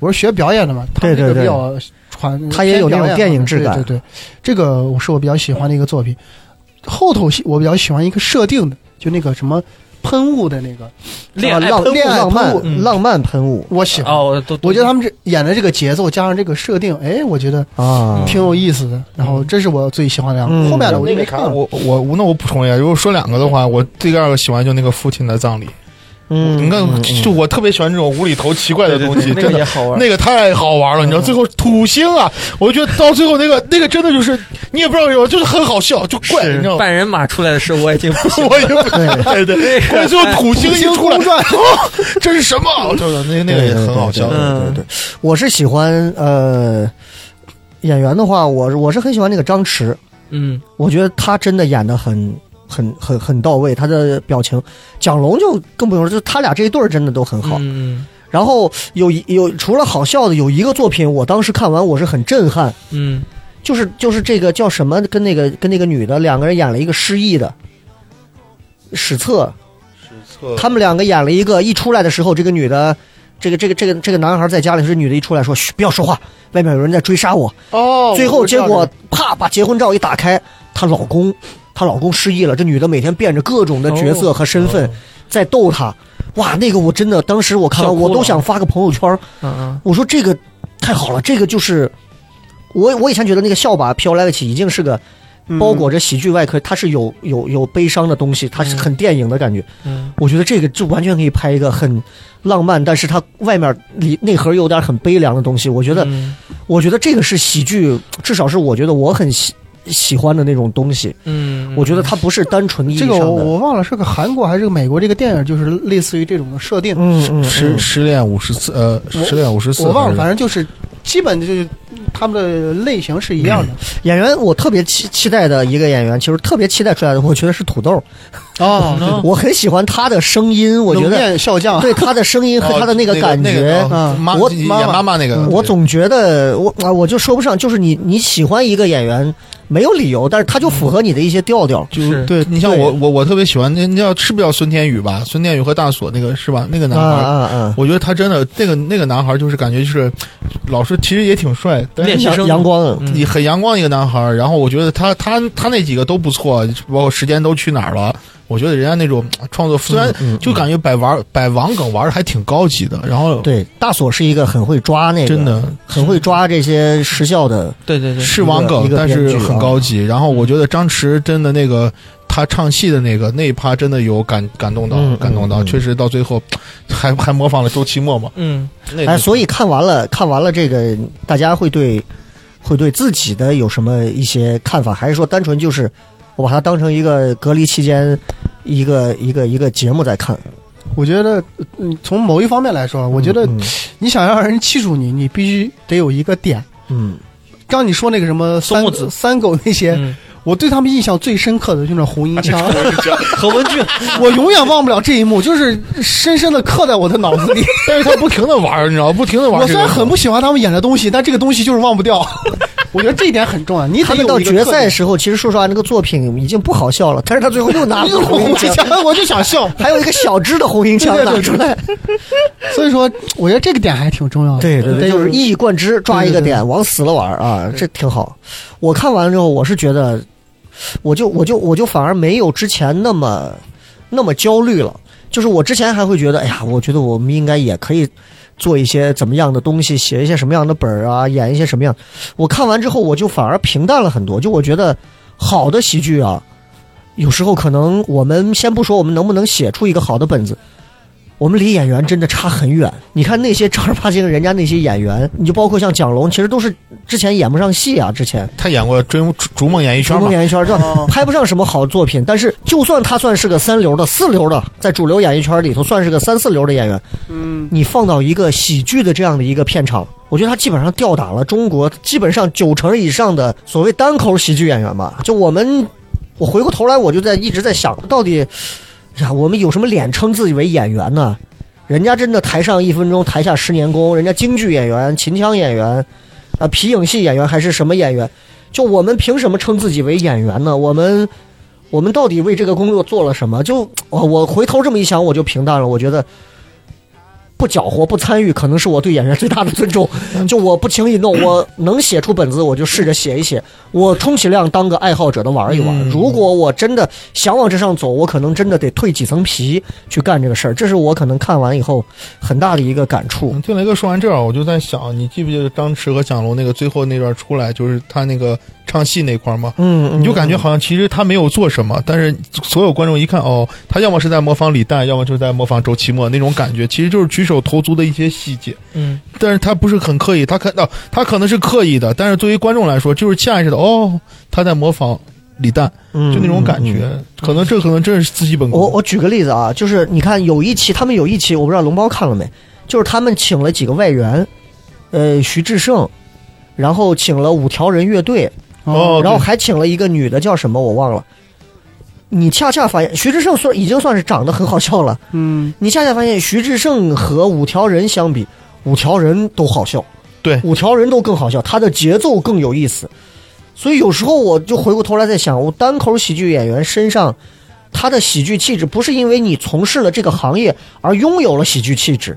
Speaker 3: 我是学表演的嘛，他
Speaker 1: 对对
Speaker 3: 这个
Speaker 1: 对
Speaker 3: 比较传，
Speaker 1: 他也有那种
Speaker 3: 偏表演
Speaker 1: 电影质感
Speaker 3: 对对对，这个我是我比较喜欢的一个作品。后头戏我比较喜欢一个设定的，就那个什么喷雾的那个，
Speaker 2: 恋
Speaker 1: 啊
Speaker 2: 爱
Speaker 1: 浪
Speaker 2: 喷
Speaker 1: 恋爱
Speaker 3: 浪漫
Speaker 1: 喷雾，
Speaker 2: 嗯
Speaker 1: 浪漫喷雾
Speaker 3: 我喜欢。
Speaker 2: 哦，我都
Speaker 3: 我觉得他们这演的这个节奏加上这个设定，哎，我觉得
Speaker 1: 啊，
Speaker 3: 挺有意思的。然后这是我最喜欢的两个，
Speaker 1: 嗯
Speaker 3: 后面的我就没看了。
Speaker 4: 我我我那我补充啊一下，如果说两个的话，我第二个喜欢就那个父亲的葬礼。
Speaker 1: 嗯，
Speaker 4: 你看
Speaker 1: 嗯，
Speaker 4: 就我特别喜欢这种无厘头奇怪的东西，
Speaker 2: 那个
Speaker 4: 真
Speaker 2: 也
Speaker 4: 的。
Speaker 2: 好玩。
Speaker 4: 那个太好玩了，你知道，最后土星啊，我觉得到最后那个那个真的就是你也不知道为什么，就是很好笑，就怪你知道吗？
Speaker 2: 半人马出来的时候， 我已经不
Speaker 4: 我也不 对对，关键最后土星一出来，哦这是什么？ 就是那那个也很好笑
Speaker 1: 对。对对对，嗯我是喜欢呃演员的话，我是我是很喜欢那个张弛，
Speaker 2: 嗯，
Speaker 1: 我觉得他真的演的很很很很到位，他的表情，蒋龙就更不用说，就他俩这一对儿真的都很好。
Speaker 2: 嗯
Speaker 1: 然后有一有除了好笑的，有一个作品我当时看完我是很震撼，
Speaker 2: 嗯，
Speaker 1: 就是就是这个叫什么跟那个跟那个女的两个人演了一个失忆的。史册，他们两个演了一个，一出来的时候，这个女的，这个这个这个这个男孩在家里，这女的一出来说：“嘘，不要说话，外面有人在追杀我。”
Speaker 3: 哦
Speaker 1: 最后结果啪，把结婚照一打开，她老公，她老公失忆了。这女的每天变着各种的角
Speaker 2: 哦
Speaker 1: 色和身份在逗她，哇，那个我真的当时我看完
Speaker 2: 笑哭了
Speaker 1: 我都想发个朋友圈，
Speaker 2: 嗯嗯，
Speaker 1: 我说这个太好了，这个就是我我以前觉得那个笑吧飘来得起已经是个包裹着喜剧外壳，它是有有有悲伤的东西，它是很电影的感觉。
Speaker 2: 嗯
Speaker 1: 我觉得这个就完全可以拍一个很浪漫，但是它外面里内核又有点很悲凉的东西。我觉得
Speaker 2: 嗯
Speaker 1: 我觉得这个是喜剧，至少是我觉得我很喜喜欢的那种东西。
Speaker 2: 嗯，
Speaker 1: 我觉得它不是单纯意义
Speaker 3: 这
Speaker 1: 上
Speaker 3: 个
Speaker 1: 的。
Speaker 3: 我我忘了是个韩国还是个美国这个电影，就是类似于这种的设定，
Speaker 1: 嗯嗯
Speaker 4: 失失恋五十次，呃，
Speaker 3: 我
Speaker 4: 失恋五十次，
Speaker 3: 我忘了，反正就是基本就是他们的类型是一样的。
Speaker 1: 演员我特别期期待的一个演员，其实特别期待出来的，我觉得是土豆，
Speaker 2: 嗯
Speaker 3: 哦，
Speaker 1: 我很喜欢他的声音，我觉
Speaker 3: 冷
Speaker 1: 得
Speaker 3: 面笑匠，
Speaker 1: 对他的声音和他的那个感
Speaker 4: 哦那
Speaker 1: 觉
Speaker 4: 个，哦
Speaker 3: 嗯
Speaker 4: 妈
Speaker 1: 我嗯
Speaker 4: 演
Speaker 3: 妈妈
Speaker 4: 妈妈那个，
Speaker 1: 我总觉得我啊，我就说不上，就是你你喜欢一个演员没有理由，但是他就符合你的一些调调。
Speaker 4: 就是
Speaker 2: 是
Speaker 4: 对你像我我我特别喜欢那那叫是不是叫孙天宇吧？孙天宇和大锁那个是吧？那个男
Speaker 1: 啊
Speaker 4: 孩儿，
Speaker 1: 啊啊！
Speaker 4: 我觉得他真的那个那个男孩儿就是感觉就是老师其实也挺帅，但是
Speaker 2: 练习
Speaker 1: 阳
Speaker 2: 生
Speaker 1: 阳光，
Speaker 2: 嗯
Speaker 4: 你很阳光一个男孩儿，然后我觉得他他他那几个都不错，包括时间都去哪儿了。我觉得人家那种
Speaker 1: 嗯
Speaker 4: 创作，虽然就感觉摆玩儿摆网梗玩的还挺高级的，然后
Speaker 1: 对，大锁是一个很会抓那个，
Speaker 4: 真的
Speaker 1: 很会抓这些时效的。
Speaker 2: 对对对，
Speaker 4: 是网
Speaker 1: 一
Speaker 4: 梗，
Speaker 1: 个
Speaker 4: 但
Speaker 1: 编
Speaker 4: 是
Speaker 1: 剧
Speaker 4: 很
Speaker 1: 啊
Speaker 4: 高级。然后我觉得张弛真的那个他唱戏的那个那一趴真的有感感动到
Speaker 1: 嗯，
Speaker 4: 感动到，
Speaker 1: 嗯嗯
Speaker 4: 确实到最后还还模仿了周奇墨嘛。
Speaker 2: 嗯，
Speaker 4: 那
Speaker 1: 哎，所以看完了看完了这个，大家会对会对自己的有什么一些看法，还是说单纯就是我把它当成一个隔离期间一个一个一个节目在看？
Speaker 3: 我觉得，嗯，从某一方面来说，我觉得
Speaker 1: 嗯
Speaker 3: 你想让人记住你，你必须得有一个点。
Speaker 1: 嗯
Speaker 3: 刚你说那个什么
Speaker 2: 松
Speaker 3: 三
Speaker 2: 木子
Speaker 3: 三狗那些，
Speaker 2: 嗯
Speaker 3: 我对他们印象最深刻的就是那红缨枪，
Speaker 2: 何文俊，
Speaker 3: 我永远忘不了这一幕，就是深深的刻在我的脑子里。
Speaker 4: 但是他不停的玩儿，你知道吗，不停的玩儿
Speaker 3: 我
Speaker 4: 这
Speaker 3: 虽
Speaker 4: 个。
Speaker 3: 然很不喜欢他们演的东西，但这个东西就是忘不掉。我觉得这一点很重要。你
Speaker 1: 他
Speaker 3: 得
Speaker 1: 们
Speaker 3: 有
Speaker 1: 到
Speaker 3: 一个
Speaker 1: 决
Speaker 3: 特
Speaker 1: 赛
Speaker 3: 点
Speaker 1: 时候，其实说实话，那个作品已经不好笑了，但是他最后又拿了个红 缨枪，
Speaker 3: 枪，我就想笑。
Speaker 1: 还有一个小只的红缨枪
Speaker 3: 对对
Speaker 1: 拿
Speaker 3: 对
Speaker 1: 出来。
Speaker 3: 所以说，我觉得这个点还挺重要的。
Speaker 1: 对对对，
Speaker 3: 得
Speaker 1: 就
Speaker 3: 有
Speaker 1: 是一以贯之，抓一个
Speaker 3: 对对
Speaker 1: 点，往死了玩儿啊，这挺好。我看完之后，我是觉得，我就我就我就反而没有之前那么那么焦虑了。就是我之前还会觉得，哎呀，我觉得我们应该也可以做一些怎么样的东西，写一些什么样的本儿啊，演一些什么样。我看完之后，我就反而平淡了很多。就我觉得，好的喜剧啊，有时候可能我们先不说我们能不能写出一个好的本子，我们离演员真的差很远。你看那些正儿八经人家那些演员，你就包括像蒋龙，其实都是之前演不上戏啊，之前
Speaker 4: 他演过《追逐逐梦演艺圈
Speaker 1: 成》
Speaker 4: 嘛
Speaker 1: 功，演艺圈这拍不上什么好作品。但是就算他算是个三流的、四流的，在主流演艺圈里头算是个三四流的演员，
Speaker 3: 嗯，
Speaker 1: 你放到一个喜剧的这样的一个片场，我觉得他基本上吊打了中国基本上九成以上的所谓单口喜剧演员吧。就我们，我回过头来我就在一直在想，到底哎呀，我们有什么脸称自己为演员呢？人家真的台上一分钟，台下十年功。人家京剧演员、秦腔演员，啊，皮影戏演员还是什么演员？就我们凭什么称自己为演员呢？我们，我们到底为这个工作做了什么？就我我回头这么一想，我就平淡了。我觉得不搅和、不参与，可能是我对演员最大的尊重。
Speaker 4: 嗯
Speaker 1: 就我不轻易弄，我能写出本子，我就试着写一写。我充其量当个爱好者的玩一
Speaker 4: 嗯
Speaker 1: 玩。如果我真的想往这上走，我可能真的得蜕几层皮去干这个事儿。这是我可能看完以后很大的一个感触。
Speaker 4: 嗯听雷哥说完这儿，我就在想，你记不记得张弛和蒋龙那个最后那段出来，就是他那个唱戏那块儿吗？
Speaker 1: 嗯，嗯
Speaker 4: 你就感觉好像其实他没有做什么，但是所有观众一看，哦，他要么是在模仿李诞，要么就是在模仿周奇墨那种感觉，其实就是举手投足的一些细节。
Speaker 2: 嗯，
Speaker 4: 但是他不是很刻意，他可哦，他可能是刻意的，但是对于观众来说，就是下意识的，哦，他在模仿李诞，
Speaker 1: 嗯
Speaker 4: 就那种感。
Speaker 1: 嗯嗯
Speaker 4: 觉
Speaker 1: 嗯。
Speaker 4: 可能这可能真是自己本
Speaker 1: 我
Speaker 4: 功。
Speaker 1: 我举个例子啊，就是你看有一期，他们有一期，我不知道龙包看了没，就是他们请了几个外援，呃，徐志胜，然后请了五条人乐队，
Speaker 4: 哦，
Speaker 1: 然后还请了一个女的叫什么我忘了。你恰恰发现徐志胜算已经算是长得很好笑了，
Speaker 3: 嗯，
Speaker 1: 你恰恰发现徐志胜和五条人相比，五条人都好笑，
Speaker 4: 对
Speaker 1: 五条人都更好笑，他的节奏更有意思。所以有时候我就回过头来在想，我单口喜剧演员身上他的喜剧气质，不是因为你从事了这个行业而拥有了喜剧气质，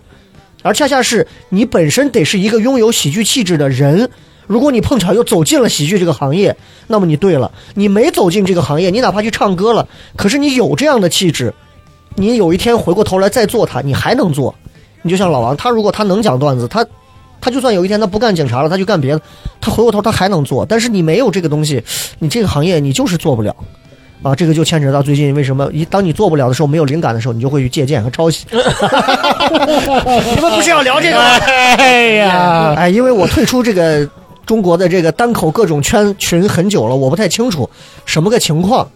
Speaker 1: 而恰恰是你本身得是一个拥有喜剧气质的人。如果你碰巧又走进了喜剧这个行业，那么你对了；你没走进这个行业，你哪怕去唱歌了，可是你有这样的气质，你有一天回过头来再做它，你还能做。你就像老王，他如果他能讲段子，他他就算有一天他不干警察了，他去干别的，他回过头他还能做。但是你没有这个东西，你这个行业你就是做不了。啊，这个就牵扯到最近为什么一当你做不了的时候，没有灵感的时候，你就会去借鉴和抄袭。你们不是要聊这个吗？
Speaker 4: 哎
Speaker 2: 啊
Speaker 4: 呀，
Speaker 1: 哎，因为我退出这个中国的这个单口各种圈群很久了，我不太清楚什么个情况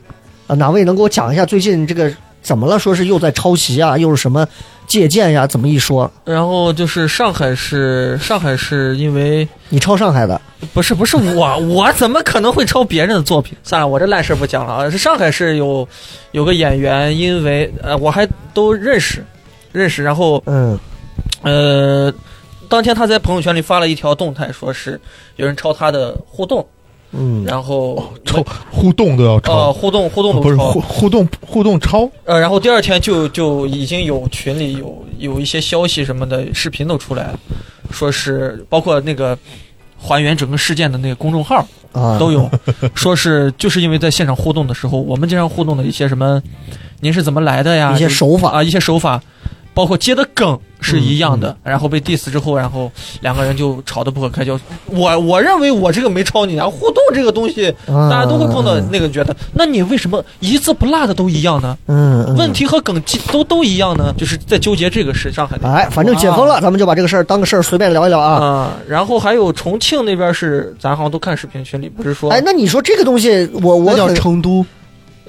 Speaker 1: 啊，哪位能给我讲一下最近这个怎么了？说是又在抄袭啊，又是什么借鉴呀，怎么一说？
Speaker 2: 然后就是上海是上海是因为
Speaker 1: 你抄上海的，
Speaker 2: 不是不是我我怎么可能会抄别人的作品？算了，我这烂事儿不讲了啊。是上海是有有个演员，因为呃我还都认识认识，然后
Speaker 1: 嗯，
Speaker 2: 呃当天他在朋友圈里发了一条动态，说是有人抄他的互动，
Speaker 1: 嗯，
Speaker 2: 然后
Speaker 4: 哦抄互动都要
Speaker 2: 呃
Speaker 1: 哦
Speaker 4: 抄，哦
Speaker 2: 互动互动
Speaker 4: 不是
Speaker 2: 都抄
Speaker 4: 互互动互动抄，
Speaker 2: 呃，然后第二天就就已经有群里有有一些消息什么的，视频都出来了，说是包括那个还原整个事件的那个公众号
Speaker 1: 啊，
Speaker 2: 都有，说是就是因为在现场互动的时候，我们经常互动的一些什么，您是怎么来的呀？
Speaker 1: 一些
Speaker 2: 就是
Speaker 1: 手法，
Speaker 2: 啊，一些手法，包括接的梗是一样
Speaker 1: 嗯
Speaker 2: 的，然后被 diss 之后，然后两个人就吵得不可开交。我我认为我这个没抄你啊，互动这个东西大家都会碰到
Speaker 1: 嗯
Speaker 2: 那个觉得，那你为什么一字不落的都一样呢？
Speaker 1: 嗯，嗯
Speaker 2: 问。题和梗基都都一样呢，就是在纠结这个事。上海的
Speaker 1: 哎，反正解封了，咱们就把这个事儿当个事儿随便聊一聊啊。
Speaker 2: 啊，然后还有重庆那边是，咱好像都看视频群里不是说，
Speaker 1: 哎，那你说这个东西，我我
Speaker 3: 那叫
Speaker 1: 很
Speaker 3: 成都，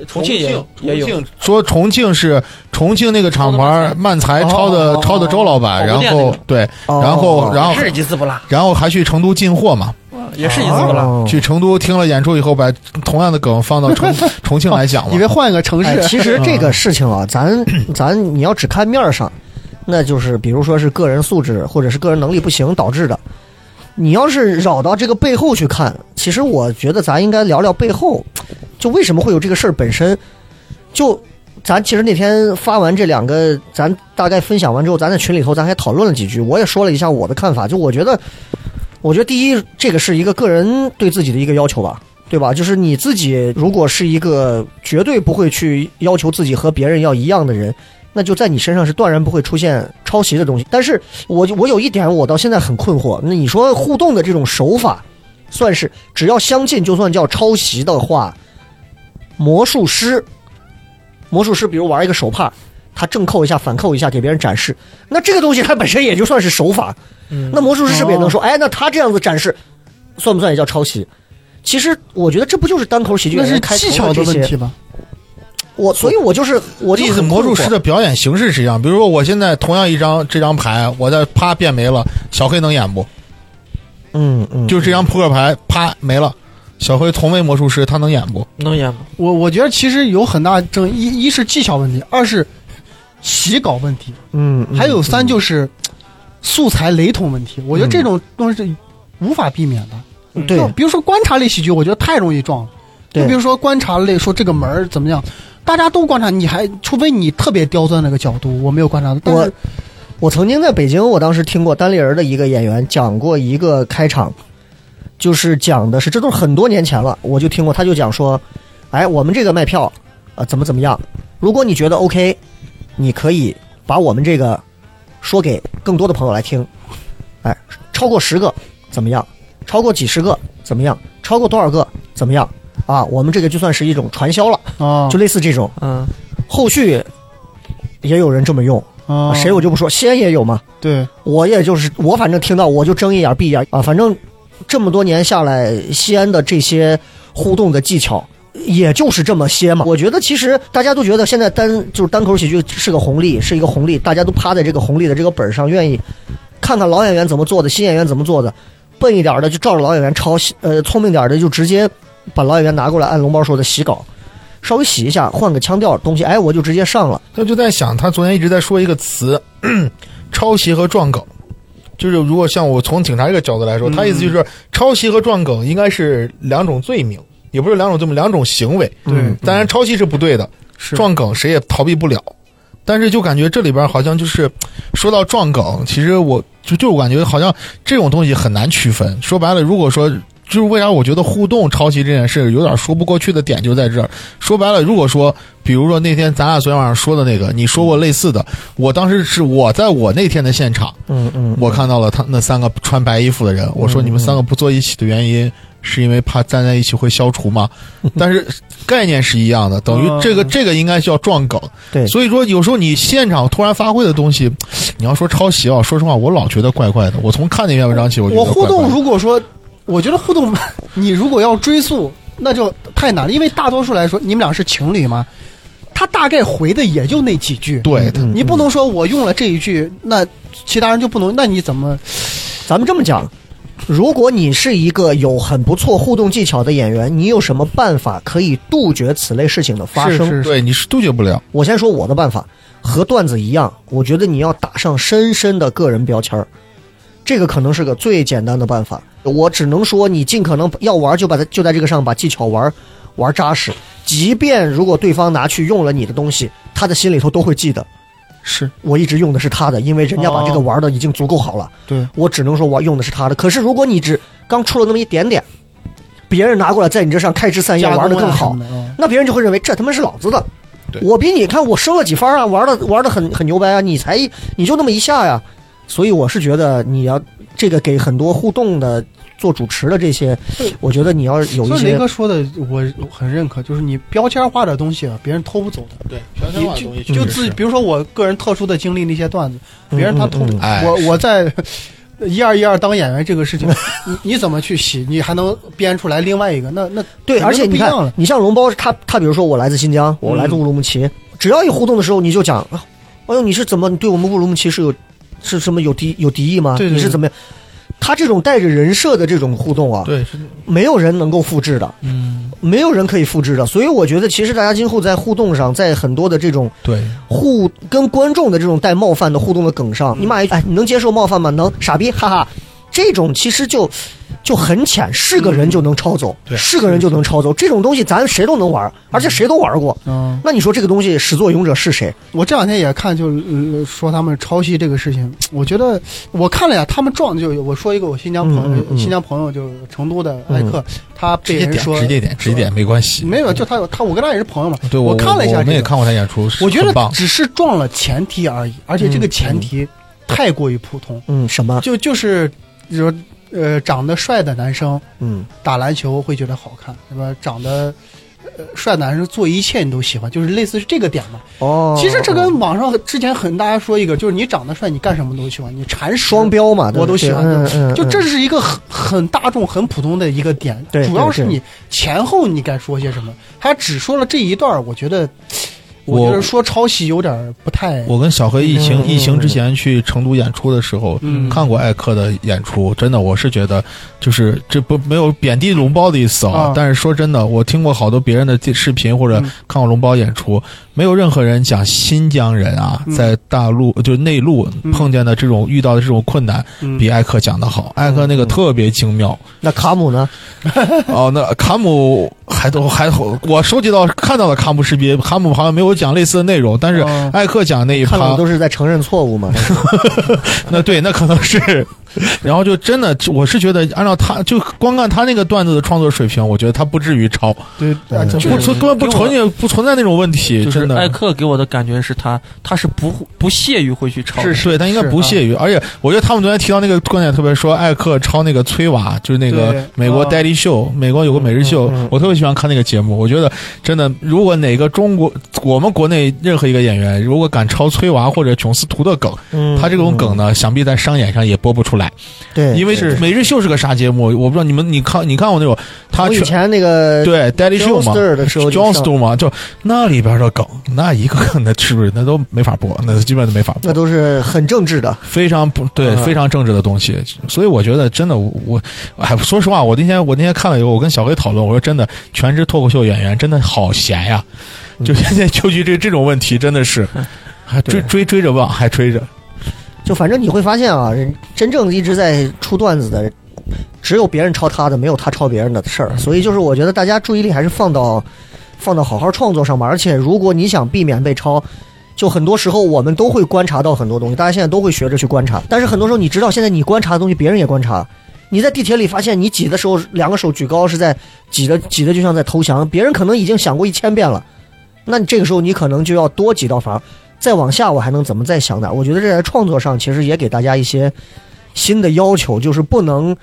Speaker 2: 重庆也有也有，
Speaker 4: 说重庆是重庆那个厂牌漫才抄的
Speaker 1: 哦
Speaker 4: 抄的周老板，
Speaker 2: 火锅
Speaker 4: 然
Speaker 2: 店那
Speaker 4: 后
Speaker 2: 个
Speaker 4: 对，
Speaker 1: 哦
Speaker 4: 然后
Speaker 1: 哦
Speaker 4: 然后
Speaker 2: 也是一字不落，
Speaker 4: 然后还去成都进货嘛，
Speaker 2: 也是一字不落。
Speaker 1: 哦
Speaker 4: 去成都听了演出以后，把同样的梗放到重重庆来讲
Speaker 3: 以为
Speaker 4: 嘛。
Speaker 3: 换个城市嗯
Speaker 1: 哎，，其 实这个事情啊， 咱咱你要只看面儿上，那就是比如说是个人素质或者是个人能力不行导致的。你要是绕到这个背后去看，其实我觉得咱应该聊聊背后，就为什么会有这个事儿本身。就咱其实那天发完这两个，咱大概分享完之后，咱在群里头咱还讨论了几句，我也说了一下我的看法。就我觉得，我觉得第一，这个是一个个人对自己的一个要求吧。对吧？就是你自己，如果是一个绝对不会去要求自己和别人要一样的人，那就在你身上是断然不会出现抄袭的东西。但是我我有一点，我到现在很困惑。那你说互动的这种手法，算是只要相近就算叫抄袭的话，魔术师，魔术师比如玩一个手帕，他正扣一下，反扣一下给别人展示，那这个东西它本身也就算是手法，
Speaker 2: 嗯
Speaker 1: 那魔术师是不是也能说，哎，那他这样子展示，算不算也叫抄袭？其实我觉得这不就是单口喜剧
Speaker 3: 那
Speaker 1: 演
Speaker 3: 是
Speaker 1: 员开
Speaker 3: 技
Speaker 1: 头
Speaker 3: 巧的
Speaker 1: 这
Speaker 3: 问
Speaker 1: 些？
Speaker 3: 题吧？
Speaker 1: 我所以，我就是我就
Speaker 4: 意
Speaker 1: 很
Speaker 4: 思魔术
Speaker 1: 困惑
Speaker 4: 师的表演形式是一样，比如说我现在同样一张这张牌，我在啪变没了，小黑能演不？
Speaker 1: 嗯嗯，
Speaker 4: 就是这张扑克牌啪没了，小黑同为魔术师，他能演不？
Speaker 2: 能演吗？
Speaker 3: 我我觉得其实有很大争一，一是技巧问题，二是洗稿问题，
Speaker 1: 嗯，嗯
Speaker 3: 还有三就是素材雷同问题。我觉得这种东西是无法避免的。
Speaker 2: 嗯
Speaker 1: 对
Speaker 3: 就比如说观察类喜剧，我觉得太容易撞了。
Speaker 1: 对
Speaker 3: 就比如说观察类，说这个门儿怎么样，大家都观察，你还除非你特别刁钻那个角度，我没有观察到。但
Speaker 1: 我
Speaker 3: 是
Speaker 1: 我曾经在北京，我当时听过单立人的一个演员讲过一个开场，就是讲的是这都是很多年前了，我就听过，他就讲说，哎，我们这个卖票，呃，怎么怎么样，如果你觉得 OK，你可以把我们这个说给更多的朋友来听，哎，超过十个怎么样？超过几十个怎么样？超过多少个怎么样？啊，我们这个就算是一种传销了，
Speaker 3: 啊
Speaker 1: 就类似这种。
Speaker 2: 嗯，
Speaker 1: 后续也有人这么用，
Speaker 3: 啊，
Speaker 1: 谁我就不说，西安也有嘛。
Speaker 3: 对
Speaker 1: 我也就是我反正听到我就睁一眼闭一眼啊，反正这么多年下来，西安的这些互动的技巧。也就是这么些嘛，我觉得其实大家都觉得现在单就是单口喜剧是个红利，是一个红利，大家都趴在这个红利的这个本儿上，愿意看看老演员怎么做的，新演员怎么做的，笨一点儿的就照着老演员抄，呃，聪明点儿的就直接把老演员拿过来，按龙猫说的洗稿，稍微洗一下，换个腔调东西，哎，我就直接上了。
Speaker 4: 他就在想，他昨天一直在说一个词，抄袭和撞梗。就是如果像我从警察这个角度来说，他意思就是抄袭和撞梗应该是两种罪名，也不是两种罪名，两种行为。
Speaker 1: 嗯
Speaker 3: 对，
Speaker 4: 嗯当然，抄袭是不对的，
Speaker 3: 是
Speaker 4: 撞梗谁也逃避不了。但是就感觉这里边好像就是说到撞梗，其实我就就我感觉好像这种东西很难区分。说白了，如果说就是为啥我觉得互动抄袭这件事有点说不过去的点就在这儿。说白了，如果说比如说那天咱俩昨天晚上说的那个，你说过类似的，我当时是我在我那天的现场，
Speaker 1: 嗯嗯
Speaker 4: 我看到了他那三个穿白衣服的人，我说
Speaker 3: 嗯
Speaker 4: 你们三个不坐一起的原因是因为怕站在一起会消 除吗？但是概念是一样的，等于这个
Speaker 3: 嗯
Speaker 4: 这个应该叫撞梗。
Speaker 1: 对
Speaker 4: 所以说有时候你现场突然发挥的东西，你要说抄袭啊，说实话我老觉得怪怪的。我从看那篇文章起，我觉得
Speaker 3: 我
Speaker 4: 怪
Speaker 3: 互
Speaker 4: 怪的
Speaker 3: 动，如果说，我觉得互动， 你如果要追溯，那就太难了，因为大多数来说，你们俩是情侣嘛，他大概回的也就那几句。
Speaker 4: 对他
Speaker 3: 你不能说我用了这一句，那其他人就不能，那你怎么？
Speaker 1: 咱们这么讲，如果你是一个有很不错互动技巧的演员，你有什么办法可以杜绝此类事情的发生？
Speaker 3: 是是
Speaker 4: 对你是杜绝不了，
Speaker 1: 我先说我的办法，和段子一样，我觉得你要打上深深的个人标签儿，这个可能是个最简单的办法。我只能说，你尽可能要玩就把它就在这个上把技巧玩玩扎实。即便如果对方拿去用了你的东西，他的心里头都会记得，
Speaker 3: 是
Speaker 1: 我一直用的是他的，因为人家把
Speaker 3: 哦
Speaker 1: 这个玩的已经足够好了。
Speaker 3: 对，
Speaker 1: 我只能说我用的是他的。可是如果你只刚出了那么一点点，别人拿过来在你这上开枝散叶，
Speaker 3: 加
Speaker 1: 玩的
Speaker 3: 工啊
Speaker 1: 更好
Speaker 3: 什么，的嗯
Speaker 1: 那别人就会认为这他妈是老子的
Speaker 4: 对。
Speaker 1: 我比你看我收了几番啊，玩的玩的很很牛掰啊，你才你就那么一下呀，所以我是觉得你要这个给很多互动的做主持的这些，我觉得你要有一
Speaker 3: 所以雷
Speaker 1: 些
Speaker 3: 哥说的我很认可，就是你标签化的东西啊，别人偷不走的。
Speaker 4: 对，
Speaker 3: 你就就自己，比如说我个人特殊的经历那些段子，别人他偷不走
Speaker 1: 嗯嗯嗯
Speaker 4: 哎
Speaker 3: 我我在 一二一二当演员这个事情，你你怎么去洗？你还能编出来另外一个？那那
Speaker 1: 对，
Speaker 3: 肯定
Speaker 1: 而且
Speaker 3: 不
Speaker 1: 你
Speaker 3: 一样
Speaker 1: 看
Speaker 3: 了，。嗯
Speaker 1: 你像龙包，他他比如说我来自新疆，我来自乌鲁木齐，只要一互动的时候，你就讲，啊哎呦，你是怎么你对我们乌鲁木齐是有是什么有敌有敌意吗？
Speaker 3: 对对
Speaker 1: 你是
Speaker 3: 对
Speaker 1: 怎么样？他这种带着人设的这种互动啊，
Speaker 4: 对，是
Speaker 1: 没有人能够复制的，
Speaker 3: 嗯，
Speaker 1: 没有人可以复制的。所以我觉得，其实大家今后在互动上，在很多的这种
Speaker 4: 对，
Speaker 1: 互跟观众的这种带冒犯的互动的梗
Speaker 3: 嗯
Speaker 1: 上，你骂一句，哎，你能接受冒犯吗？能，傻逼，哈哈，这种其实就就很浅，是个人就能抄走，
Speaker 3: 嗯
Speaker 4: 对
Speaker 1: 是个人就能抄走。这种东西咱谁都能玩，而且谁都玩过。
Speaker 3: 嗯，
Speaker 1: 那你说这个东西始作俑者是谁？
Speaker 3: 我这两天也看就，呃说他们抄袭这个事情，我觉得我看了呀，他们撞的就有我说一个我新疆朋
Speaker 1: 嗯
Speaker 3: 友，
Speaker 1: 嗯嗯
Speaker 3: 新疆朋友就是成都的艾克，他被
Speaker 4: 嗯直接
Speaker 3: 人
Speaker 4: 点，
Speaker 3: 说
Speaker 4: 直接点，直接点，没关系。
Speaker 3: 没有，就他有他我跟他也是朋友嘛，
Speaker 4: 对
Speaker 3: 我看了一下
Speaker 4: 我
Speaker 3: 这
Speaker 4: 们也
Speaker 3: 个，
Speaker 4: 看过他演出，是
Speaker 3: 我觉
Speaker 4: 很
Speaker 3: 得
Speaker 4: 棒。
Speaker 3: 只是撞了前提而已，而且这个前提太过于普通，
Speaker 1: 嗯，什么？
Speaker 3: 就就是比如说呃长得帅的男生
Speaker 1: 嗯，
Speaker 3: 打篮球会觉得好看，是吧？长得。呃，帅的男生做一切你都喜欢，就是类似于这个点嘛。
Speaker 1: 哦，
Speaker 3: 其实这跟网上之前很大家说一个，就是你长得帅，你干什么都喜欢，你馋食
Speaker 1: 双，标嘛，对
Speaker 3: 我
Speaker 1: 不
Speaker 3: 都
Speaker 1: 对
Speaker 3: 喜欢
Speaker 1: 嗯嗯，
Speaker 3: 就这
Speaker 1: 嗯
Speaker 3: 是一个很很大众、很普通的一个点。
Speaker 1: 对
Speaker 3: 主要是
Speaker 1: 对对
Speaker 3: 你前后你该说些什么。他只说了这一段儿，我觉得，
Speaker 4: 我
Speaker 3: 我觉得说抄袭有点儿不太。
Speaker 4: 我跟小黑疫情
Speaker 1: 嗯
Speaker 4: 疫情之前去成都演出的时候，
Speaker 3: 嗯
Speaker 4: 看过艾克的演出，真的，我是觉得就是这不没有贬低龙包的意思啊
Speaker 3: 啊，
Speaker 4: 但是说真的，我听过好多别人的视频或者
Speaker 3: 嗯
Speaker 4: 看过龙包演出，没有任何人讲新疆人啊
Speaker 3: 嗯
Speaker 4: 在大陆就是内陆
Speaker 3: 嗯
Speaker 4: 碰见的这种遇到的这种困难，
Speaker 3: 嗯
Speaker 4: 比艾克讲的好，
Speaker 1: 嗯
Speaker 4: 艾克那个特别精 妙。
Speaker 1: 那卡姆呢？
Speaker 4: 哦，那卡姆还都还我收集到看到的卡姆视频，卡姆好像没有讲类似的内容，但是
Speaker 2: 嗯
Speaker 3: 哦
Speaker 4: 艾克讲那一
Speaker 1: 看到
Speaker 4: 趴
Speaker 1: 的，都是在承认错 误嘛。
Speaker 4: 那对，那可能是。然后就真的，我是觉得按照他就光看他那个段子的创作水平，我觉得他不至于抄，
Speaker 3: 对，
Speaker 1: 呃
Speaker 3: 就
Speaker 4: 啊不存根本不
Speaker 2: 跟
Speaker 4: 存在不存在那种问题，
Speaker 2: 就是
Speaker 4: 真的。
Speaker 2: 艾克给我的感觉是他，他是不不屑于会去抄的。
Speaker 4: 对他应该
Speaker 3: 是
Speaker 4: 不
Speaker 3: 啊
Speaker 4: 屑于，而且我觉得他们昨天提到那个观点特别说，艾克抄那个崔娃，就是那
Speaker 3: 对
Speaker 4: 个美国
Speaker 3: 啊
Speaker 4: Daddy 秀，美国有个每日秀
Speaker 1: 嗯嗯嗯，
Speaker 4: 我特别喜欢看那个节目。我觉得真的，如果哪个中国我们国内任何一个演员如果敢抄崔娃或者琼斯图的梗，
Speaker 1: 嗯
Speaker 4: 他这种梗呢，想必在商演上也播不出来，
Speaker 1: 哎对，
Speaker 4: 因为
Speaker 1: 是
Speaker 4: 每日秀是个啥节目？我不知道你们你看你看过那种他
Speaker 1: 我以
Speaker 4: 全
Speaker 1: 前那个
Speaker 4: 对 Daddy
Speaker 1: Joe
Speaker 4: Show 嘛
Speaker 1: Stir 的时候就
Speaker 4: ，John
Speaker 1: 上
Speaker 4: Stu 嘛，就那里边的梗，那一个梗那是不是那都没法播，那基本都没法播。
Speaker 1: 那都是很政治的。
Speaker 4: 非常不对，
Speaker 1: 嗯
Speaker 4: 非常政治的东西，所以我觉得真的，我我哎，说实话，我那天我那天看了以后，我跟小黑讨论，我说真的，全职脱口秀演员真的好闲呀，
Speaker 1: 嗯
Speaker 4: 就现在就去这这种问题，真的 是还追追追着往，还追着，
Speaker 1: 就反正你会发现啊，人真正一直在出段子的，只有别人抄他的，没有他抄别人的事儿。所以就是我觉得大家注意力还是放到放到好好创作上吧。而且如果你想避免被抄，就很多时候我们都会观察到很多东西，大家现在都会学着去观察。但是很多时候你知道，现在你观察的东西，别人也观察。你在地铁里发现你挤的时候，两个手举高是在挤的，挤的就像在投降，别人可能已经想过一千遍了。那你这个时候你可能就要多几道防，再往下我还能怎么再想点儿？我觉得这在创作上其实也给大家一些新的要求，就是不能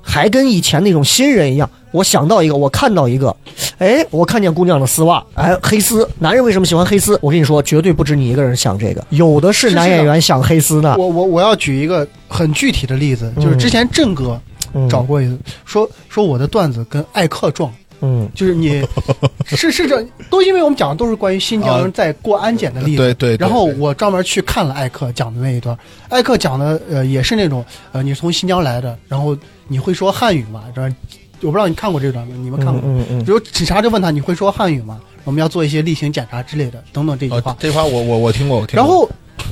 Speaker 1: 还跟以前那种新人一样。我想到一个，我看到一个，哎，我看见姑娘的丝袜，哎，黑丝。男人为什么喜欢黑丝？我跟你说，绝对不止你一个人想这个，有的是
Speaker 3: 是
Speaker 1: 男
Speaker 3: 是的
Speaker 1: 演员想黑丝呢。
Speaker 3: 我我我要举一个很具体的例子，就是之前郑哥
Speaker 1: 嗯
Speaker 3: 找过一次，说说我的段子跟艾克撞，
Speaker 1: 嗯，
Speaker 3: 就是 你是是这都因为我们讲的都是关于新疆人在过安检的例子，
Speaker 4: 啊对对对
Speaker 3: 然后
Speaker 4: 对
Speaker 3: 我专门去看了艾克讲的那一段，艾克讲的呃也是那种呃你从新疆来的，然后你会说汉语吗？然后我不知道你看过这段吗？你们看过？
Speaker 1: 嗯嗯嗯
Speaker 3: 比如警察就问他你会说汉语吗？我们要做一些例行检查之类的等等这句话。
Speaker 4: 哦，这话我我我听过，我听过。
Speaker 3: 然后